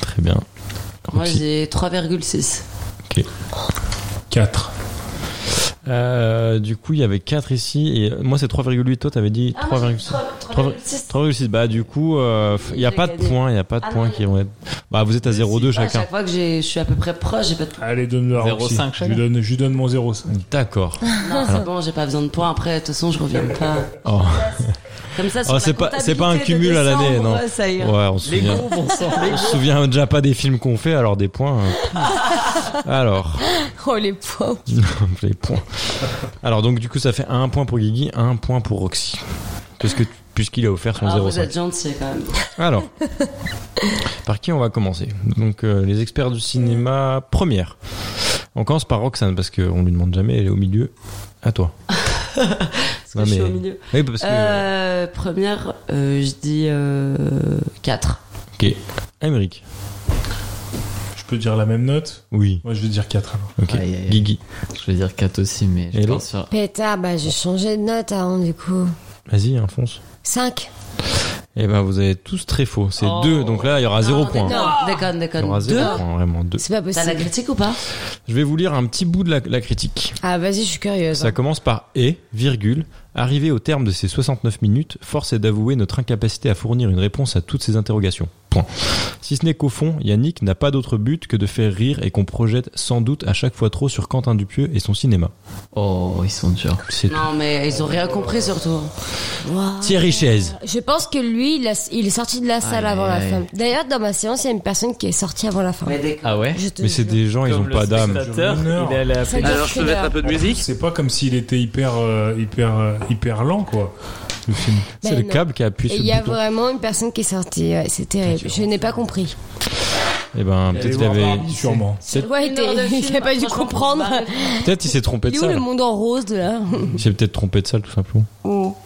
Speaker 6: Très bien.
Speaker 8: Moi j'ai 3,6.
Speaker 6: Ok. 4. Euh, du coup, il y avait 4 ici. Et euh, moi, c'est 3,8. Toi, t'avais dit
Speaker 8: Ah, moi, j'ai
Speaker 6: 3,6.
Speaker 8: 3,6.
Speaker 6: 3,6. Bah, du coup, euh, f- il n'y a
Speaker 8: J'ai
Speaker 6: pas de
Speaker 8: gagné.
Speaker 6: points. Il n'y a pas de
Speaker 8: Ah,
Speaker 6: points
Speaker 8: non, Ah,
Speaker 6: qui vont être. Bah, vous êtes à 0,2
Speaker 8: À
Speaker 6: chacun.
Speaker 8: chaque fois que j'ai- je suis à peu près proche, j'ai pas de
Speaker 7: Allez, donne-le à
Speaker 8: 0,5
Speaker 7: Roxy. Je lui
Speaker 8: chacun.
Speaker 7: donne, je lui donne mon 0,5.
Speaker 8: (laughs)
Speaker 6: D'accord.
Speaker 8: Non, c'est bon, j'ai pas besoin de points. Après, de toute façon, je reviens pas.
Speaker 6: Oh.
Speaker 8: Comme ça, sur
Speaker 6: Oh,
Speaker 8: la
Speaker 6: c'est pas c'est pas un
Speaker 8: comptabilité de
Speaker 6: cumul à l'année
Speaker 8: décembre,
Speaker 6: non.
Speaker 8: ouais, ça ira.
Speaker 6: Ouais, on se
Speaker 8: Les
Speaker 6: souvient.
Speaker 8: gros, bon sang, les
Speaker 6: on
Speaker 8: gros.
Speaker 6: se souvient déjà pas des films qu'on fait alors des points.
Speaker 8: (laughs)
Speaker 6: euh. alors (laughs)
Speaker 2: Oh, les pauvres.
Speaker 6: les points. Alors donc du coup ça fait un point pour Guigui, un point pour Roxy. Parce que puisqu'il a offert son 0,5.
Speaker 8: Alors, Ah, vous êtes gentil quand même. (laughs)
Speaker 6: Alors par qui on va commencer Donc euh, les experts du cinéma première. On commence par Roxane parce qu'on lui demande jamais, elle est au milieu. À toi.
Speaker 8: (laughs) Parce que je suis au milieu.
Speaker 6: Oui, parce que
Speaker 8: Euh, première, euh, je dis euh, 4.
Speaker 6: OK. Amérique.
Speaker 7: Je peux dire la même note
Speaker 6: Oui.
Speaker 7: Moi, je vais dire 4 alors.
Speaker 6: Ok. Guigui.
Speaker 1: Je vais dire 4 aussi, mais je pense sur.
Speaker 2: Pétard, bah j'ai changé de note avant du coup.
Speaker 6: Vas-y, hein, fonce.
Speaker 2: 5.
Speaker 6: Eh ben, vous avez tous très faux. C'est
Speaker 8: Oh.
Speaker 6: deux, donc là, il y aura zéro point.
Speaker 8: Non,
Speaker 6: Il
Speaker 8: déconne,
Speaker 6: y
Speaker 8: déconne.
Speaker 6: aura zéro
Speaker 8: Deux
Speaker 6: point, vraiment deux.
Speaker 2: C'est pas possible.
Speaker 8: T'as la critique ou pas
Speaker 6: Je vais vous lire un petit bout de la, la critique.
Speaker 2: Ah, vas-y, je suis curieuse.
Speaker 6: Ça commence par et, virgule. Arrivé au terme de ces 69 minutes, force est d'avouer notre incapacité à fournir une réponse à toutes ces interrogations. Point. Si ce n'est qu'au fond, Yannick n'a pas d'autre but que de faire rire et qu'on projette sans doute à chaque fois trop sur Quentin Dupieux et son cinéma.
Speaker 1: Oh, ils sont durs.
Speaker 6: C'est Ah, tout.
Speaker 8: Non, mais ils ont rien compris surtout.
Speaker 6: Thierry Chaise.
Speaker 2: Je pense que lui, il, a- il est sorti de la salle avant la
Speaker 6: aïe.
Speaker 2: fin. D'ailleurs, dans ma séance, il y a une personne qui est sortie avant la fin.
Speaker 1: Ah ouais
Speaker 6: Mais c'est des gens, ils ont pas d'âme.
Speaker 1: il est allé à
Speaker 2: Ça Alors, je peux mettre un peu de musique
Speaker 7: C'est pas comme s'il était hyper, euh, hyper, euh, hyper lent, quoi, le film.
Speaker 2: Ben C'est le non. câble
Speaker 6: qui a
Speaker 2: Et il y a vraiment une personne qui est sortie. ouais, c'est terrible. Je n'ai pas compris.
Speaker 6: Eh ben, peut-être
Speaker 7: Allez
Speaker 6: qu'il
Speaker 7: voir
Speaker 6: avait.
Speaker 7: Barbie, sûrement.
Speaker 6: Peut-être
Speaker 2: Ouais,
Speaker 8: Une
Speaker 2: t'es- (laughs)
Speaker 8: heure de
Speaker 2: il
Speaker 8: film,
Speaker 2: n'a pas dû
Speaker 8: franchement, bah,
Speaker 2: comprendre.
Speaker 6: (laughs) peut-être il s'est trompé
Speaker 2: Il
Speaker 6: de
Speaker 2: est où
Speaker 6: ça.
Speaker 2: le monde en rose de là
Speaker 6: Il s'est peut-être trompé de salle, tout simplement.
Speaker 2: Oh.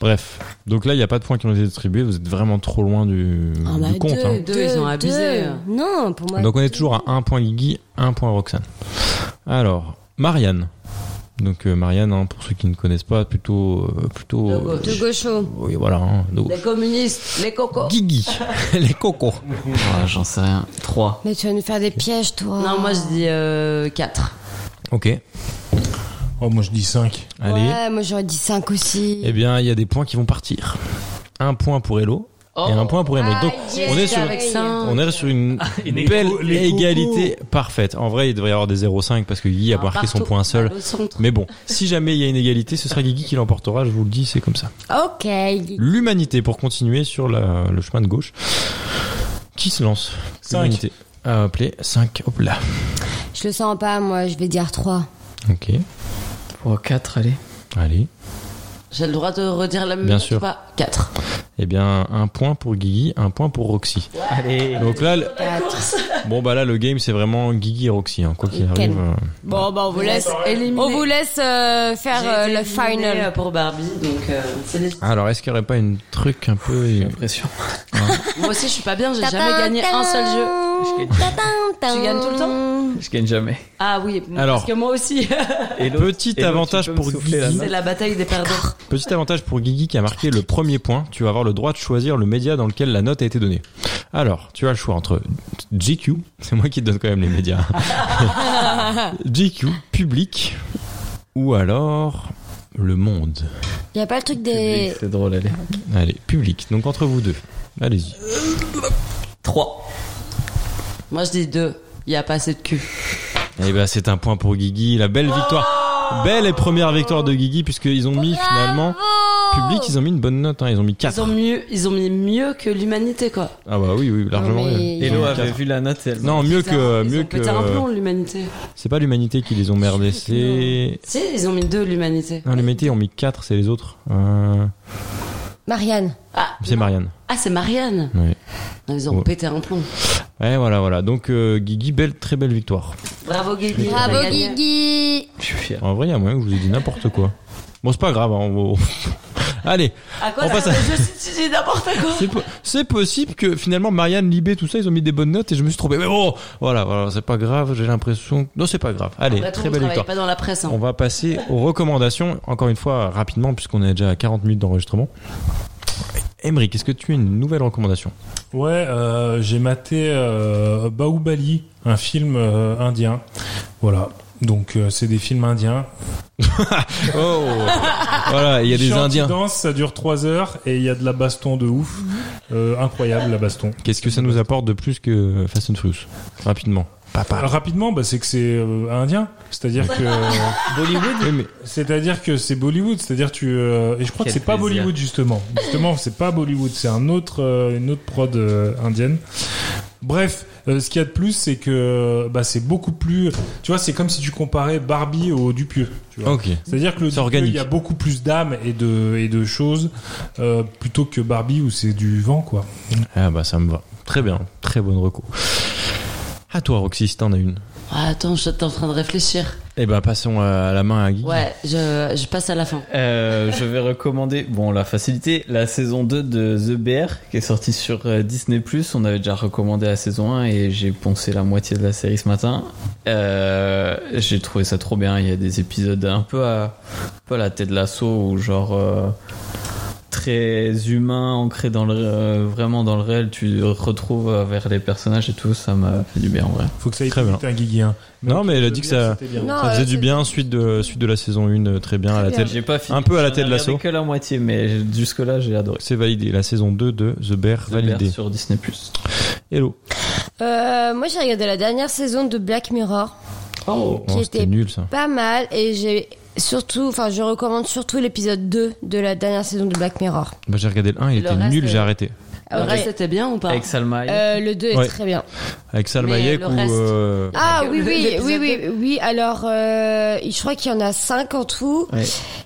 Speaker 6: Bref, donc là, il n'y a pas de points qui ont été distribués. Vous êtes vraiment trop loin du,
Speaker 2: Ah bah,
Speaker 6: du compte.
Speaker 2: deux,
Speaker 6: hein.
Speaker 2: deux,
Speaker 8: Deux, ils ont abusé.
Speaker 2: deux. Non, pour moi.
Speaker 6: Donc on est toujours à un point Guigui, un point Roxane. Alors, Marianne. Donc euh, Marianne, hein, pour ceux qui ne connaissent pas, plutôt... euh, plutôt
Speaker 8: De gauche. De gaucho.
Speaker 6: Oui, voilà. hein, de gauche.
Speaker 8: Les communistes, les cocos. (laughs)
Speaker 6: Guigui, les cocos.
Speaker 1: Ah, J'en sais rien. 3.
Speaker 2: Mais tu vas nous faire des pièges, toi.
Speaker 8: Non, moi je dis euh, 4.
Speaker 6: Ok.
Speaker 7: Oh, moi, je dis 5.
Speaker 6: Allez.
Speaker 2: Ouais, moi j'aurais dit 5 aussi.
Speaker 6: Eh bien, il y a des points qui vont partir. Un point pour Hello. et
Speaker 8: Oh.
Speaker 6: un point pour Emmerich. Donc
Speaker 2: Ah, yes,
Speaker 6: on est sur
Speaker 2: avec ça.
Speaker 6: on est sur une
Speaker 1: les
Speaker 6: belle
Speaker 1: cou- les
Speaker 6: égalité parfaite. En vrai, il devrait y avoir des 0,5 parce que Guy a
Speaker 8: Ah,
Speaker 6: marqué son
Speaker 8: partout,
Speaker 6: point seul.
Speaker 8: balle au centre.
Speaker 6: Mais bon, si jamais il y a une égalité, ce sera Guigui qui l'emportera, je vous le dis, c'est comme ça.
Speaker 2: Ok.
Speaker 6: L'humanité pour continuer sur la- le chemin de gauche. Qui se lance
Speaker 7: Cinq.
Speaker 6: L'humanité. À appeler 5. Hop là.
Speaker 3: Je le sens pas, moi, je vais dire 3.
Speaker 6: OK.
Speaker 1: Pour 4, allez.
Speaker 6: Allez.
Speaker 8: J'ai le droit de redire la même
Speaker 6: Bien
Speaker 8: chose
Speaker 6: sûr.
Speaker 8: ou pas 4.
Speaker 6: Eh bien, un point pour Guigui, un point pour Roxy.
Speaker 1: Allez.
Speaker 6: Donc là, le- bon bah là le game c'est vraiment Guigui et Roxy, hein, quoi qu'il
Speaker 3: Et
Speaker 6: arrive.
Speaker 3: Ken.
Speaker 6: euh,
Speaker 3: Bon, bah, on vous laisse, on vous laisse euh, faire euh, le final.
Speaker 8: pour Barbie, donc euh, c'est les-
Speaker 6: Ah, Alors est-ce qu'il n'y aurait pas une truc un peu J'ai
Speaker 1: l'impression.
Speaker 8: (laughs) Moi aussi, je suis pas bien, j'ai
Speaker 3: Tadam,
Speaker 8: jamais gagné un seul jeu.
Speaker 2: Oh.
Speaker 8: Tu gagnes tout le temps
Speaker 1: (laughs) Je gagne jamais.
Speaker 8: Ah oui,
Speaker 6: Alors.
Speaker 8: parce que moi
Speaker 6: (laughs)
Speaker 8: aussi.
Speaker 1: Et
Speaker 6: Petit avantage pour Guigui.
Speaker 8: c'est la bataille des perdants.
Speaker 6: Petit avantage pour Guigui qui a marqué le premier point. Tu vas avoir le droit de choisir le média dans lequel la note a été donnée. Alors, tu as le choix entre GQ, (laughs) c'est moi qui te donne quand même les
Speaker 8: (laughs)
Speaker 6: médias. GQ, public, ou alors Le Monde.
Speaker 3: Y a pas le truc des.
Speaker 1: C'est drôle, allez.
Speaker 6: Allez, public. Donc entre vous deux, allez-y.
Speaker 8: 3. Moi, je dis 2. Il y a pas assez de cul.
Speaker 6: Eh ben, c'est un point pour Guigui. La belle victoire. Belle et première victoire de Guigui, puisqu'ils ont mis finalement. Public, ils ont mis une bonne note, hein. Ils ont mis 4.
Speaker 8: Ils ont, mieux, ils ont mis mieux que l'humanité, quoi.
Speaker 6: Ah bah oui, oui, largement.
Speaker 8: Non, mais-
Speaker 6: oui. Ils ont
Speaker 1: Hello
Speaker 6: mis
Speaker 1: avait
Speaker 6: quatre.
Speaker 1: vu la note et elle.
Speaker 6: Non, mieux que.
Speaker 8: Ils
Speaker 6: Mieux
Speaker 8: ont pété un plomb,
Speaker 6: que.
Speaker 8: l'humanité.
Speaker 6: C'est pas l'humanité qui les ont merdés, c'est.
Speaker 8: Si, ils ont mis 2, l'humanité.
Speaker 6: Non, l'humanité, ils ont mis 4, c'est les autres. Euh,
Speaker 3: Marianne.
Speaker 6: C'est Marianne.
Speaker 8: Ah, c'est Marianne.
Speaker 6: Ouais.
Speaker 8: Non, ils ont
Speaker 6: Ouais.
Speaker 8: pété un plomb.
Speaker 6: Ouais, Eh, voilà, voilà. Donc, euh, Guigui, belle, très belle victoire.
Speaker 8: Bravo, Guigui.
Speaker 3: Bravo,
Speaker 8: t'as gagné.
Speaker 3: Guigui.
Speaker 6: En vrai, il y a moyen que je vous ai dit n'importe quoi. Bon, c'est pas grave, hein, on (laughs) va- Allez,
Speaker 8: À quoi
Speaker 6: on
Speaker 8: ça
Speaker 6: passe à-
Speaker 8: ressemble Je suis- je dis n'importe quoi.
Speaker 6: C'est po- C'est possible que finalement Marianne, Libé, tout ça, ils ont mis des bonnes notes et je me suis trompé. Mais bon, voilà, voilà, c'est pas grave, j'ai l'impression. que- Non, c'est pas grave. (laughs) Allez,
Speaker 8: Après, Bah, tout,
Speaker 6: très
Speaker 8: on
Speaker 6: belle
Speaker 8: travaille
Speaker 6: victoire.
Speaker 8: pas dans la presse, hein.
Speaker 6: On va passer aux recommandations, encore une fois, rapidement, puisqu'on est déjà à 40 minutes d'enregistrement. Emery, est-ce que tu as une nouvelle recommandation
Speaker 7: Ouais, euh, j'ai maté euh, Bahubali, un film euh, indien. Voilà. Donc euh, c'est des films indiens.
Speaker 6: Oh Voilà, il y a des
Speaker 7: Chiant,
Speaker 6: Indiens. Mhm.
Speaker 7: qui dansent, ça dure 3 heures et il y a de la baston de ouf. Euh, incroyable la baston.
Speaker 6: Qu'est-ce que ça nous apporte de plus que Fast and Furious Rapidement. Papa.
Speaker 7: Rapidement, bah, c'est que c'est euh, indien, c'est-à-dire que
Speaker 6: Bollywood.
Speaker 7: c'est-à-dire que c'est Bollywood, c'est-à-dire tu euh, et je crois que
Speaker 1: Quel
Speaker 7: c'est pas
Speaker 1: plaisir.
Speaker 7: Bollywood justement. Justement, c'est pas Bollywood, c'est un autre euh, une autre prod euh, indienne. Bref, euh, ce qu'il y a de plus, c'est que bah, c'est beaucoup plus. Tu vois, c'est comme si tu comparais Barbie au Dupieux. Tu vois.
Speaker 6: Ok.
Speaker 7: C'est-à-dire que le
Speaker 6: C'est
Speaker 7: Dupieux,
Speaker 6: organique.
Speaker 7: il y a beaucoup plus d'âme et de et de choses euh, plutôt que Barbie où c'est du vent quoi.
Speaker 6: Ah bah ça me va. Très bien, très bonne reco. À toi Roxy, si t'en as une.
Speaker 8: Ah, attends, je suis en train de réfléchir.
Speaker 6: Eh ben passons à la main à Guy.
Speaker 8: Ouais, je, je passe à la fin.
Speaker 1: Euh, je vais recommander, bon, la facilité, la saison 2 de The Bear, qui est sortie sur euh, Disney+. On avait déjà recommandé la saison 1 et j'ai poncé la moitié de la série ce matin. Euh, j'ai trouvé ça trop bien. Il y a des épisodes un peu à, un peu à la tête l'assaut où genre... euh, très humain ancré dans le euh, vraiment dans le réel tu retrouves euh, vers les personnages et tout ça m'a fait du bien en vrai
Speaker 7: Faut que ça aille
Speaker 6: Très
Speaker 7: plus
Speaker 6: bien.
Speaker 7: vite, hein, Guigui. hein.
Speaker 6: Non mais elle a dit que ça,
Speaker 7: C'était bien.
Speaker 2: Non,
Speaker 6: ça faisait
Speaker 2: euh,
Speaker 6: du bien suite de suite de la saison 1 très bien à la
Speaker 2: bien.
Speaker 6: tête.
Speaker 1: j'ai pas fini
Speaker 6: Un peu à la
Speaker 1: J'en ai
Speaker 6: tête de
Speaker 1: regardé
Speaker 6: l'assaut.
Speaker 1: que la moitié mais jusque là j'ai adoré
Speaker 6: C'est validé la saison 2 de The Bear
Speaker 1: The Bear
Speaker 6: validée.
Speaker 1: sur Disney
Speaker 6: Hello.
Speaker 2: Euh, moi, j'ai regardé la dernière saison de Black Mirror,
Speaker 8: Oh.
Speaker 2: qui
Speaker 6: Oh,
Speaker 2: était
Speaker 6: c'était nul ça.
Speaker 2: pas mal, et j'ai surtout, enfin, je recommande surtout l'épisode 2 de la dernière saison de Black Mirror.
Speaker 6: Bah, j'ai regardé le 1, il
Speaker 8: Le
Speaker 6: était
Speaker 8: reste,
Speaker 6: nul, j'ai
Speaker 8: euh,
Speaker 6: arrêté.
Speaker 2: Ouais.
Speaker 8: Le reste, c'était bien ou pas
Speaker 1: avec Salma Hayek.
Speaker 2: Euh, le 2 est
Speaker 6: Ouais.
Speaker 2: très bien.
Speaker 6: Avec Salma
Speaker 8: Mais
Speaker 6: Hayek
Speaker 8: le
Speaker 6: ou
Speaker 8: reste-
Speaker 6: euh,
Speaker 2: Ah
Speaker 8: Le-
Speaker 2: oui, oui,
Speaker 8: l'épisode
Speaker 2: oui, oui, oui. Alors, euh, je crois qu'il y en a 5 en tout,
Speaker 1: Ouais.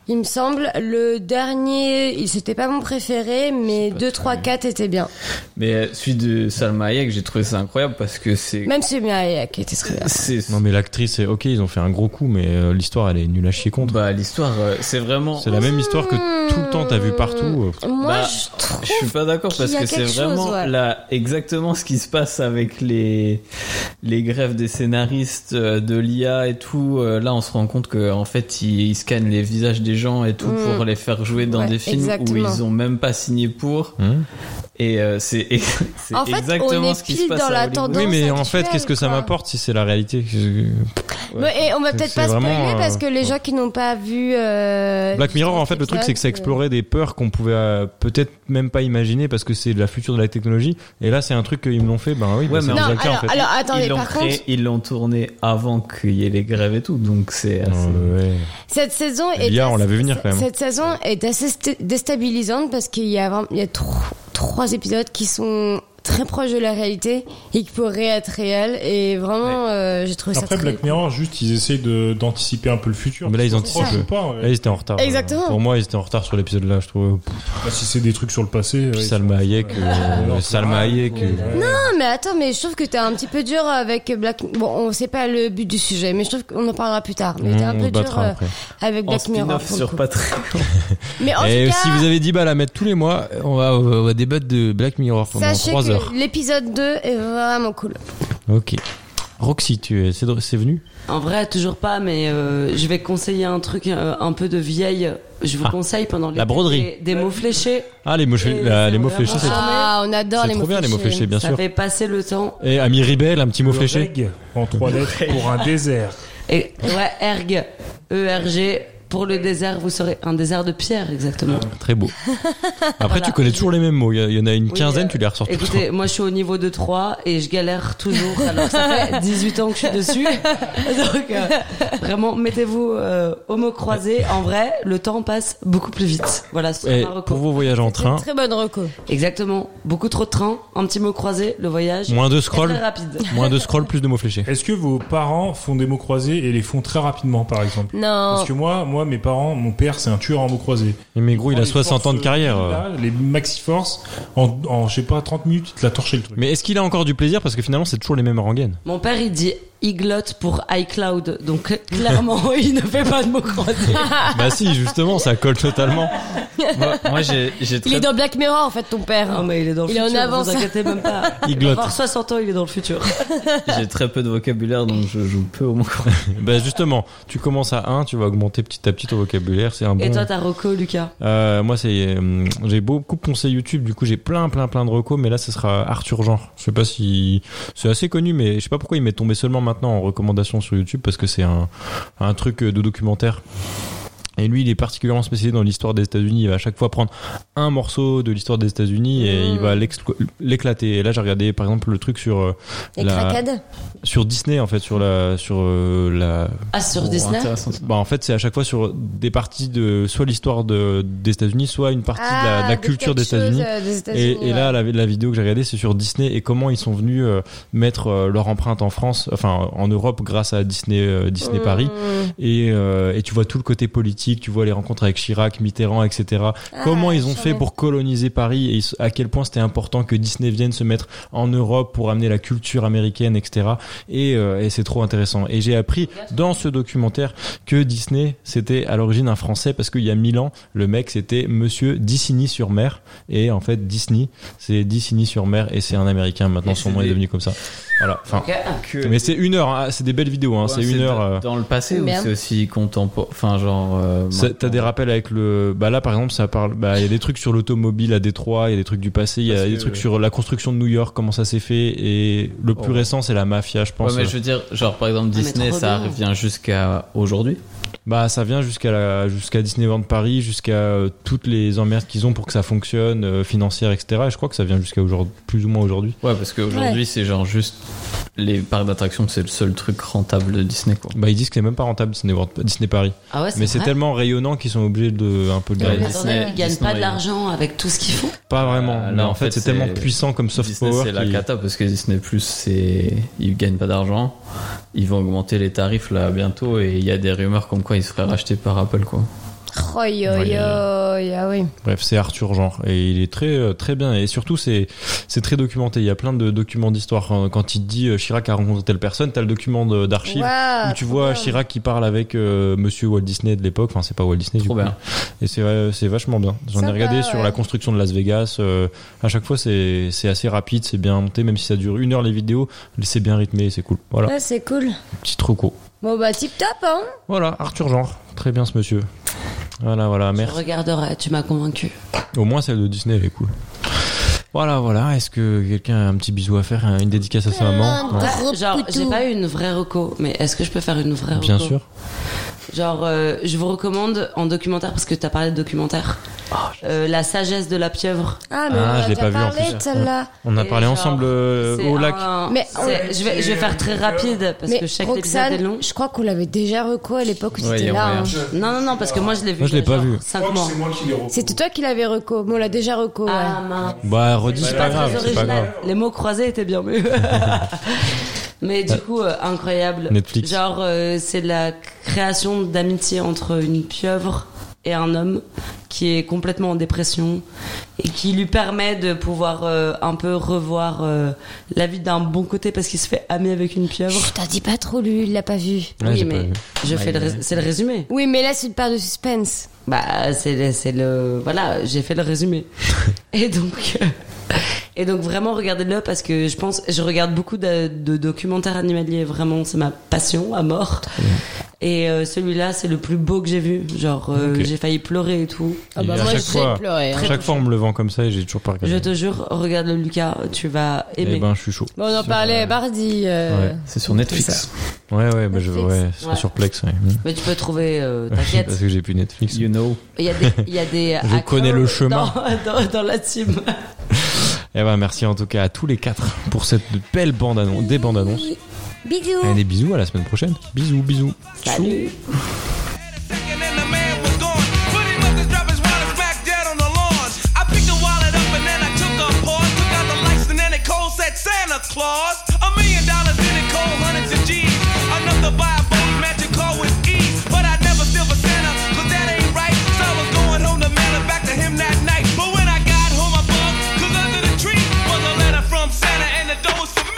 Speaker 2: il me semble. Le dernier, il c'était pas mon préféré, mais
Speaker 1: pas
Speaker 2: 2,
Speaker 1: trop
Speaker 2: 3,
Speaker 1: aimé.
Speaker 2: 4 étaient bien.
Speaker 1: Mais euh, celui de Salma Hayek, j'ai trouvé ça incroyable parce que c'est.
Speaker 2: Même celui de qui était très bien.
Speaker 1: c'est
Speaker 6: Non mais l'actrice, c'est ok, ils ont fait un gros coup, mais euh, l'histoire elle est nulle à chier contre.
Speaker 1: Bah, l'histoire, euh, c'est vraiment.
Speaker 6: C'est la même histoire que tout le temps t'as vu partout. euh,
Speaker 2: Moi,
Speaker 1: Bah,
Speaker 2: je trouve.
Speaker 1: Je suis pas d'accord
Speaker 2: qu'il
Speaker 1: parce
Speaker 2: y a
Speaker 1: que c'est
Speaker 2: quelque chose,
Speaker 1: vraiment
Speaker 2: ouais.
Speaker 1: la- exactement ce qui se passe avec les, les grèves des scénaristes, euh, de l'IA et tout. Euh, Là, on se rend compte que en fait, ils, ils scannent les visages des gens et tout
Speaker 2: Mm.
Speaker 1: pour les faire jouer dans
Speaker 2: Ouais,
Speaker 1: des films où
Speaker 2: exactement.
Speaker 1: ils ont même pas signé pour.
Speaker 6: Hum.
Speaker 1: Et euh, c'est c'est
Speaker 2: En fait, on
Speaker 1: exactement
Speaker 2: est
Speaker 1: ce qui se
Speaker 2: pile
Speaker 1: passe
Speaker 2: dans
Speaker 1: à
Speaker 2: la
Speaker 1: Hollywood.
Speaker 2: tendance
Speaker 6: Oui, mais en fait,
Speaker 2: actuelle,
Speaker 6: qu'est-ce que ça
Speaker 2: quoi.
Speaker 6: m'apporte si c'est la réalité Je-
Speaker 2: Mais- et on va
Speaker 6: C'est-
Speaker 2: peut-être
Speaker 6: c'est
Speaker 2: pas
Speaker 6: vraiment,
Speaker 2: spoiler parce
Speaker 6: euh,
Speaker 2: que les gens qui n'ont pas vu euh,
Speaker 6: Black Mirror, en fait, le truc,
Speaker 2: épisode,
Speaker 6: c'est que ça
Speaker 2: euh,
Speaker 6: explorait des peurs qu'on pouvait euh, peut-être même pas imaginer parce que c'est de la future de la technologie. Et là, c'est un truc qu'ils me l'ont fait, ben oui, bah,
Speaker 1: Ouais,
Speaker 6: c'est
Speaker 1: mais
Speaker 6: déjà le cas, en fait.
Speaker 2: alors, attendez,
Speaker 1: ils l'ont
Speaker 2: par
Speaker 1: créé,
Speaker 2: contre-
Speaker 1: ils l'ont tourné avant qu'il y ait les grèves et tout, donc c'est assez...
Speaker 2: Cette saison est
Speaker 1: L'IA, on la veut venir,
Speaker 2: c-
Speaker 1: quand même.
Speaker 2: Cette saison est assez sté- déstabilisante parce qu'il y a vraiment- il y a tro- trois épisodes qui sont très proches de la réalité et qui pourraient être réels et vraiment euh, j'ai trouvé
Speaker 7: Après
Speaker 2: ça très...
Speaker 7: Black Mirror, juste ils essayent de- d'anticiper un peu le futur.
Speaker 6: Mais là, ils
Speaker 7: Qu'ils
Speaker 6: anticipent.
Speaker 7: proches ou pas, ouais.
Speaker 6: Là, ils étaient en retard.
Speaker 2: Exactement.
Speaker 6: Pour moi, ils étaient en retard sur l'épisode là, je trouve.
Speaker 7: Bah, si c'est des trucs sur le passé.
Speaker 6: Puis Salma Hayek, euh,
Speaker 7: Ouais.
Speaker 6: Salma Hayek. euh,
Speaker 2: Non, mais attends, mais je trouve que t'es un petit peu dur avec Black. Bon, on sait pas le but du sujet, mais je trouve qu'on en parlera plus tard. Mais t'es un
Speaker 6: Mmh, On
Speaker 2: peu
Speaker 6: se
Speaker 2: dur
Speaker 6: battra
Speaker 2: euh,
Speaker 6: après.
Speaker 2: avec
Speaker 1: En
Speaker 2: Black Mirror.
Speaker 1: spin-off
Speaker 2: pour le
Speaker 1: sur
Speaker 2: coup. (laughs)
Speaker 1: Patreon.
Speaker 2: Mais en
Speaker 6: Et
Speaker 2: tout
Speaker 6: si
Speaker 2: cas,
Speaker 6: vous avez 10 balles à mettre tous les mois, on va, on va débattre de Black Mirror pendant
Speaker 2: sachez
Speaker 6: 3 heures.
Speaker 2: que l'épisode 2 est vraiment cool.
Speaker 6: Ok. Roxy, tu es, c'est dr- c'est venu
Speaker 8: En vrai, toujours pas, mais euh, je vais conseiller un truc euh, un peu de vieille. Je vous conseille pendant les
Speaker 6: Ah, la broderie.
Speaker 8: Des, des mots fléchés.
Speaker 6: Ah, les mots,
Speaker 8: Euh,
Speaker 6: fl- la- les mots fléchés, c'est
Speaker 2: Ah, on adore
Speaker 6: c'est
Speaker 2: les
Speaker 6: trop
Speaker 2: mots
Speaker 6: bien, les mots fléchés, bien
Speaker 8: ça
Speaker 6: sûr.
Speaker 8: fait passer le temps.
Speaker 6: Et ami Eh, Ribel, un petit mot
Speaker 7: Le
Speaker 6: fléché
Speaker 7: reg, en trois lettres pour un désert.
Speaker 8: Et ouais, erg, E-R-G. Pour le désert, vous serez un désert de pierre, exactement.
Speaker 6: Très
Speaker 8: (laughs)
Speaker 6: beau. Après, tu connais toujours les mêmes mots. Il y a- il y en a une quinzaine, tu les ressors tous.
Speaker 8: euh, Écoutez, moi je suis au niveau de 3 et je galère toujours. Alors que ça
Speaker 6: (laughs)
Speaker 8: fait 18 ans que je suis dessus. Donc euh, vraiment, mettez-vous euh, aux mots croisés. En vrai, le temps passe beaucoup plus vite. Voilà, c'est
Speaker 6: Et
Speaker 8: ma reco.
Speaker 6: Eh, pour vos voyages en train,
Speaker 2: Très bonne reco.
Speaker 8: Exactement. Beaucoup trop de trains, un petit mot croisé, le voyage.
Speaker 6: moins de
Speaker 8: est
Speaker 6: scroll,
Speaker 8: Très rapide.
Speaker 6: (laughs) moins de scroll, plus de mots
Speaker 8: (laughs)
Speaker 6: fléchés.
Speaker 7: Est-ce que vos parents font des mots croisés et les font très rapidement, par exemple
Speaker 2: Non.
Speaker 7: Parce que moi, moi, mes parents, mon père, c'est un tueur en mots croisés.
Speaker 6: Mais gros, il a
Speaker 7: Les
Speaker 6: 60 ans de
Speaker 7: forces,
Speaker 6: carrière.
Speaker 7: euh, là, les maxi force en, en, je sais pas, 30 minutes, il te l'a torché le truc.
Speaker 6: Mais est-ce qu'il a encore du plaisir Parce que finalement, c'est toujours les mêmes
Speaker 8: (laughs)
Speaker 6: rengaines.
Speaker 8: Mon père, il dit iglotte pour iCloud, donc euh, clairement, (laughs) il ne fait pas de
Speaker 2: (laughs)
Speaker 8: mots croisés.
Speaker 6: bah si, justement, ça colle totalement.
Speaker 1: Moi, moi, j'ai j'ai
Speaker 2: Il est
Speaker 1: très...
Speaker 2: dans Black Mirror en fait, ton père.
Speaker 8: Non, mais il est dans le
Speaker 2: Il est en
Speaker 8: futur,
Speaker 2: avance.
Speaker 8: vous inquiétez même pas.
Speaker 6: (laughs) Il
Speaker 8: Il va
Speaker 6: glotte.
Speaker 8: avoir 60 ans, il est dans le futur.
Speaker 1: j'ai très peu de vocabulaire, donc je joue peu au mot croisé.
Speaker 6: bah justement, tu commences à 1, tu vas augmenter petit à petit ton vocabulaire. C'est un bon.
Speaker 8: Et toi, t'as Rocco, Lucas
Speaker 6: Euh, moi, c'est euh, j'ai beaucoup de conseils YouTube. Du coup, j'ai plein, plein, plein de recos. Mais là, ce sera Arthur Genre. Je sais pas si c'est assez connu, mais je sais pas pourquoi il m'est tombé seulement maintenant en recommandation sur YouTube parce que c'est un un truc euh, de documentaire. Et lui, il est particulièrement spécialisé dans l'histoire des États-Unis. Il va à chaque fois prendre un morceau de l'histoire des États-Unis et il va l'ex- l'éclater. Et là, j'ai regardé par exemple le truc sur euh,
Speaker 2: Les craquades
Speaker 6: sur Disney en fait, sur la sur euh, la
Speaker 8: Ah, sur Disney
Speaker 1: intéressant.
Speaker 6: bah, en fait, c'est à chaque fois sur des parties de soit l'histoire de, des États-Unis, soit une partie de la, de la
Speaker 2: Ah, de
Speaker 6: culture des
Speaker 2: quelque chose,
Speaker 6: États-Unis.
Speaker 2: euh, des États-Unis,
Speaker 6: et, et
Speaker 2: ouais.
Speaker 6: là, la, la vidéo que j'ai regardée, c'est sur Disney et comment ils sont venus euh, mettre euh, leur empreinte en France, enfin en Europe, grâce à Disney, euh, Disney Paris.
Speaker 2: Mmh.
Speaker 6: Et, euh, et tu vois tout le côté politique, tu vois les rencontres avec Chirac, Mitterrand, etc. comment ils ont fait pour coloniser Paris et ils s- à quel point c'était important que Disney vienne se mettre en Europe pour amener la culture américaine, etc. Et, euh, et c'est trop intéressant. Et j'ai appris dans ce documentaire que Disney, c'était à l'origine un Français parce qu'il y a mille ans, le mec c'était Monsieur Dissiny-sur-Mer et en fait Disney, c'est Dissiny-sur-Mer et c'est un Américain. Maintenant,
Speaker 1: Et
Speaker 6: son
Speaker 1: c'est
Speaker 6: nom est
Speaker 1: des-
Speaker 6: devenu comme ça. Voilà. Enfin,
Speaker 1: Que-
Speaker 6: mais c'est une heure. hein, C'est des belles vidéos. Hein,
Speaker 1: Ouais,
Speaker 6: c'est une
Speaker 1: de-
Speaker 6: heure. euh,
Speaker 1: Dans le passé ou
Speaker 2: Merde.
Speaker 1: c'est aussi contemporain Enfin, genre... euh,
Speaker 6: ça- T'as des rappels avec le. Bah là, par exemple, ça parle. Bah, il y a des trucs sur l'automobile à Détroit, il y a des trucs du passé, il y a
Speaker 1: Parce
Speaker 6: des
Speaker 1: que-
Speaker 6: trucs sur la construction de New York, comment ça s'est fait, et le plus
Speaker 1: Oh.
Speaker 6: récent, c'est la mafia, je pense.
Speaker 1: Ouais, mais je veux dire, genre par exemple
Speaker 2: Ah,
Speaker 8: mais
Speaker 1: Disney,
Speaker 8: trop
Speaker 1: ça
Speaker 8: bien.
Speaker 1: revient jusqu'à aujourd'hui.
Speaker 6: Bah, ça vient jusqu'à la, jusqu'à Disneyland Paris, jusqu'à euh, toutes les emmerdes qu'ils ont pour que ça fonctionne, euh, financière, etc. Et je crois que ça vient jusqu'à aujourd'hui, plus ou moins aujourd'hui.
Speaker 1: Ouais, parce qu'aujourd'hui, c'est genre juste les parcs d'attractions, c'est le seul truc rentable de Disney, quoi.
Speaker 6: Bah, ils disent que c'est même pas rentable Disney, World- Disney Paris.
Speaker 8: Ah ouais, c'est
Speaker 6: Mais c'est
Speaker 8: vrai
Speaker 6: tellement rayonnant qu'ils sont obligés de un peu de.
Speaker 1: Ouais,
Speaker 8: Mais
Speaker 6: garder.
Speaker 8: attendez,
Speaker 1: Disney-
Speaker 8: ils gagnent
Speaker 1: Disney,
Speaker 8: pas de
Speaker 1: ouais.
Speaker 8: l'argent avec tout ce qu'ils font.
Speaker 6: Pas vraiment.
Speaker 1: Euh,
Speaker 6: mais
Speaker 1: là,
Speaker 6: en fait, c'est tellement puissant comme soft
Speaker 1: Disney,
Speaker 6: power.
Speaker 1: C'est la
Speaker 6: qui-
Speaker 1: cata parce que Disney Plus, c'est ils gagnent pas d'argent. Ils vont augmenter les tarifs là bientôt et il y a des rumeurs comme quoi ils se feraient racheter par Apple quoi.
Speaker 2: Oh, yo,
Speaker 6: Ouais,
Speaker 2: yo, ah oui.
Speaker 6: Bref, c'est Arthur Genre et il est très euh, très bien et surtout c'est c'est très documenté. Il y a plein de documents d'histoire quand, quand il dit euh, Chirac a rencontré telle personne, t'as le document de- d'archives
Speaker 2: Waouh,
Speaker 6: où tu
Speaker 2: trop
Speaker 6: vois
Speaker 2: bien.
Speaker 6: Chirac qui parle avec euh, Monsieur Walt Disney de l'époque. Enfin, c'est pas Walt Disney.
Speaker 1: Trop
Speaker 6: du coup.
Speaker 1: bien.
Speaker 6: Et c'est euh, c'est vachement bien. J'en ai
Speaker 2: Sympa,
Speaker 6: regardé sur
Speaker 2: ouais.
Speaker 6: la construction de Las Vegas. euh, à chaque fois, c'est c'est assez rapide, c'est bien monté, même si ça dure une heure les vidéos, c'est bien rythmé, et c'est cool. Voilà,
Speaker 2: Ah, c'est cool.
Speaker 6: petit troco.
Speaker 2: Bon, bah, tip top, hein.
Speaker 6: Voilà, Arthur Genre, très bien ce monsieur. Voilà, voilà,
Speaker 8: Je
Speaker 6: merci.
Speaker 8: regarderai, tu m'as convaincu.
Speaker 6: Au moins celle de Disney, elle est cool. Voilà, voilà. Est-ce que quelqu'un a un petit bisou à faire, une dédicace à sa maman Non.
Speaker 8: Ouais, genre, j'ai pas eu une vraie reco, mais est-ce que je peux faire une vraie reco
Speaker 6: Bien sûr.
Speaker 8: Genre, euh, je vous recommande en documentaire, parce que t'as parlé de documentaire, euh, La sagesse de la pieuvre.
Speaker 2: Ah,
Speaker 6: mais Ah, on a je l'ai déjà pas vu, en parlé
Speaker 2: plus. de celle-là.
Speaker 6: On a
Speaker 8: Et
Speaker 6: parlé
Speaker 8: genre,
Speaker 6: ensemble euh,
Speaker 8: c'est
Speaker 6: au lac.
Speaker 8: un-
Speaker 2: Mais
Speaker 8: c'est- je, vais, je vais faire très rapide, parce
Speaker 2: Mais
Speaker 8: que chaque
Speaker 2: Roxane,
Speaker 8: épisode est long.
Speaker 2: Je crois qu'on l'avait déjà reco à l'époque où
Speaker 6: Ouais, y
Speaker 2: c'était
Speaker 6: a
Speaker 2: là.
Speaker 6: moyen.
Speaker 2: hein.
Speaker 8: Non, non, non, parce que moi je l'ai vu.
Speaker 6: Moi, je l'ai
Speaker 8: il y a
Speaker 6: pas
Speaker 8: genre
Speaker 6: vu.
Speaker 8: cinq mois.
Speaker 2: C'était toi qui l'avais reco, mais on l'a déjà reco. Ah
Speaker 8: mince.
Speaker 6: Bah, redis, c'est pas grave, c'est pas grave.
Speaker 8: Les mots croisés étaient bien mieux. (laughs) Mais du coup, euh, incroyable.
Speaker 6: Netflix.
Speaker 8: Genre, euh, c'est de la création d'amitié entre une pieuvre et un homme qui est complètement en dépression et qui lui permet de pouvoir euh, un peu revoir euh, la vie d'un bon côté parce qu'il se fait ami avec une pieuvre.
Speaker 2: Je t'en dis pas trop, lui, il l'a pas vu.
Speaker 8: Ouais, Oui, j'ai mais pas vu. je fais le rés- c'est le résumé.
Speaker 2: Oui, mais là, c'est une part de suspense.
Speaker 8: Bah, c'est le, c'est le. Voilà, j'ai fait
Speaker 6: (laughs)
Speaker 8: le résumé. et donc. euh, Et donc, vraiment, regardez-le parce que je pense. Je regarde beaucoup de, de documentaires animaliers, vraiment, c'est ma passion à mort. Et euh, celui-là, c'est le plus beau que j'ai vu. Genre, euh,
Speaker 6: Ok.
Speaker 8: j'ai failli pleurer et tout.
Speaker 6: Et à chaque fois, à chaque fois, on me le vend comme ça et j'ai toujours pas regardé.
Speaker 8: Je te jure, regarde le Lucas, tu vas aimer.
Speaker 6: Eh ben, je suis chaud.
Speaker 2: Bon, on en parlait mardi. euh,
Speaker 6: Ouais, c'est sur Netflix. Ouais, ouais, bah, je, ouais, c'est
Speaker 8: Ouais.
Speaker 6: sur Plex. Ouais.
Speaker 8: Mais tu peux
Speaker 6: (laughs)
Speaker 8: trouver, euh,
Speaker 6: Parce
Speaker 8: t'inquiète.
Speaker 6: que j'ai plus Netflix. You know.
Speaker 8: Il y a des. Il y a des
Speaker 6: (laughs) Je
Speaker 8: hackers
Speaker 6: connais le chemin.
Speaker 8: Dans, (laughs) dans- dans la team.
Speaker 6: Eh ben, merci en tout cas à tous les quatre pour cette belle bande annonce, des bandes annonces.
Speaker 2: Bisous.
Speaker 6: Allez, des bisous à la semaine prochaine. Bisous, bisous.
Speaker 8: Salut.
Speaker 5: back dead on the lawn. I picked the wallet up and then I took a pause. Took out the lights and then it cold said Santa Claus. A million dollars in it cold, hundreds of G's. Enough to buy a boat, magic car with ease. But I never still for Santa, cause that ain't right. So I was going home to mail it back to him that night. But when I got home, I bugged, cause under the tree was a letter from Santa and the dough was for me.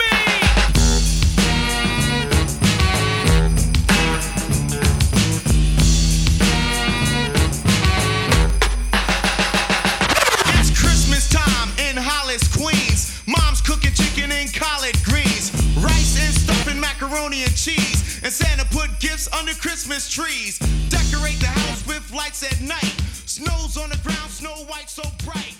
Speaker 12: It's Christmas time in Hollis, Queens. Mom's cooking chicken and collard greens, rice and stuffing macaroni and cheese. And Santa put gifts under Christmas trees. Decorate the house with lights at night. Snow's on the ground, snow white so bright.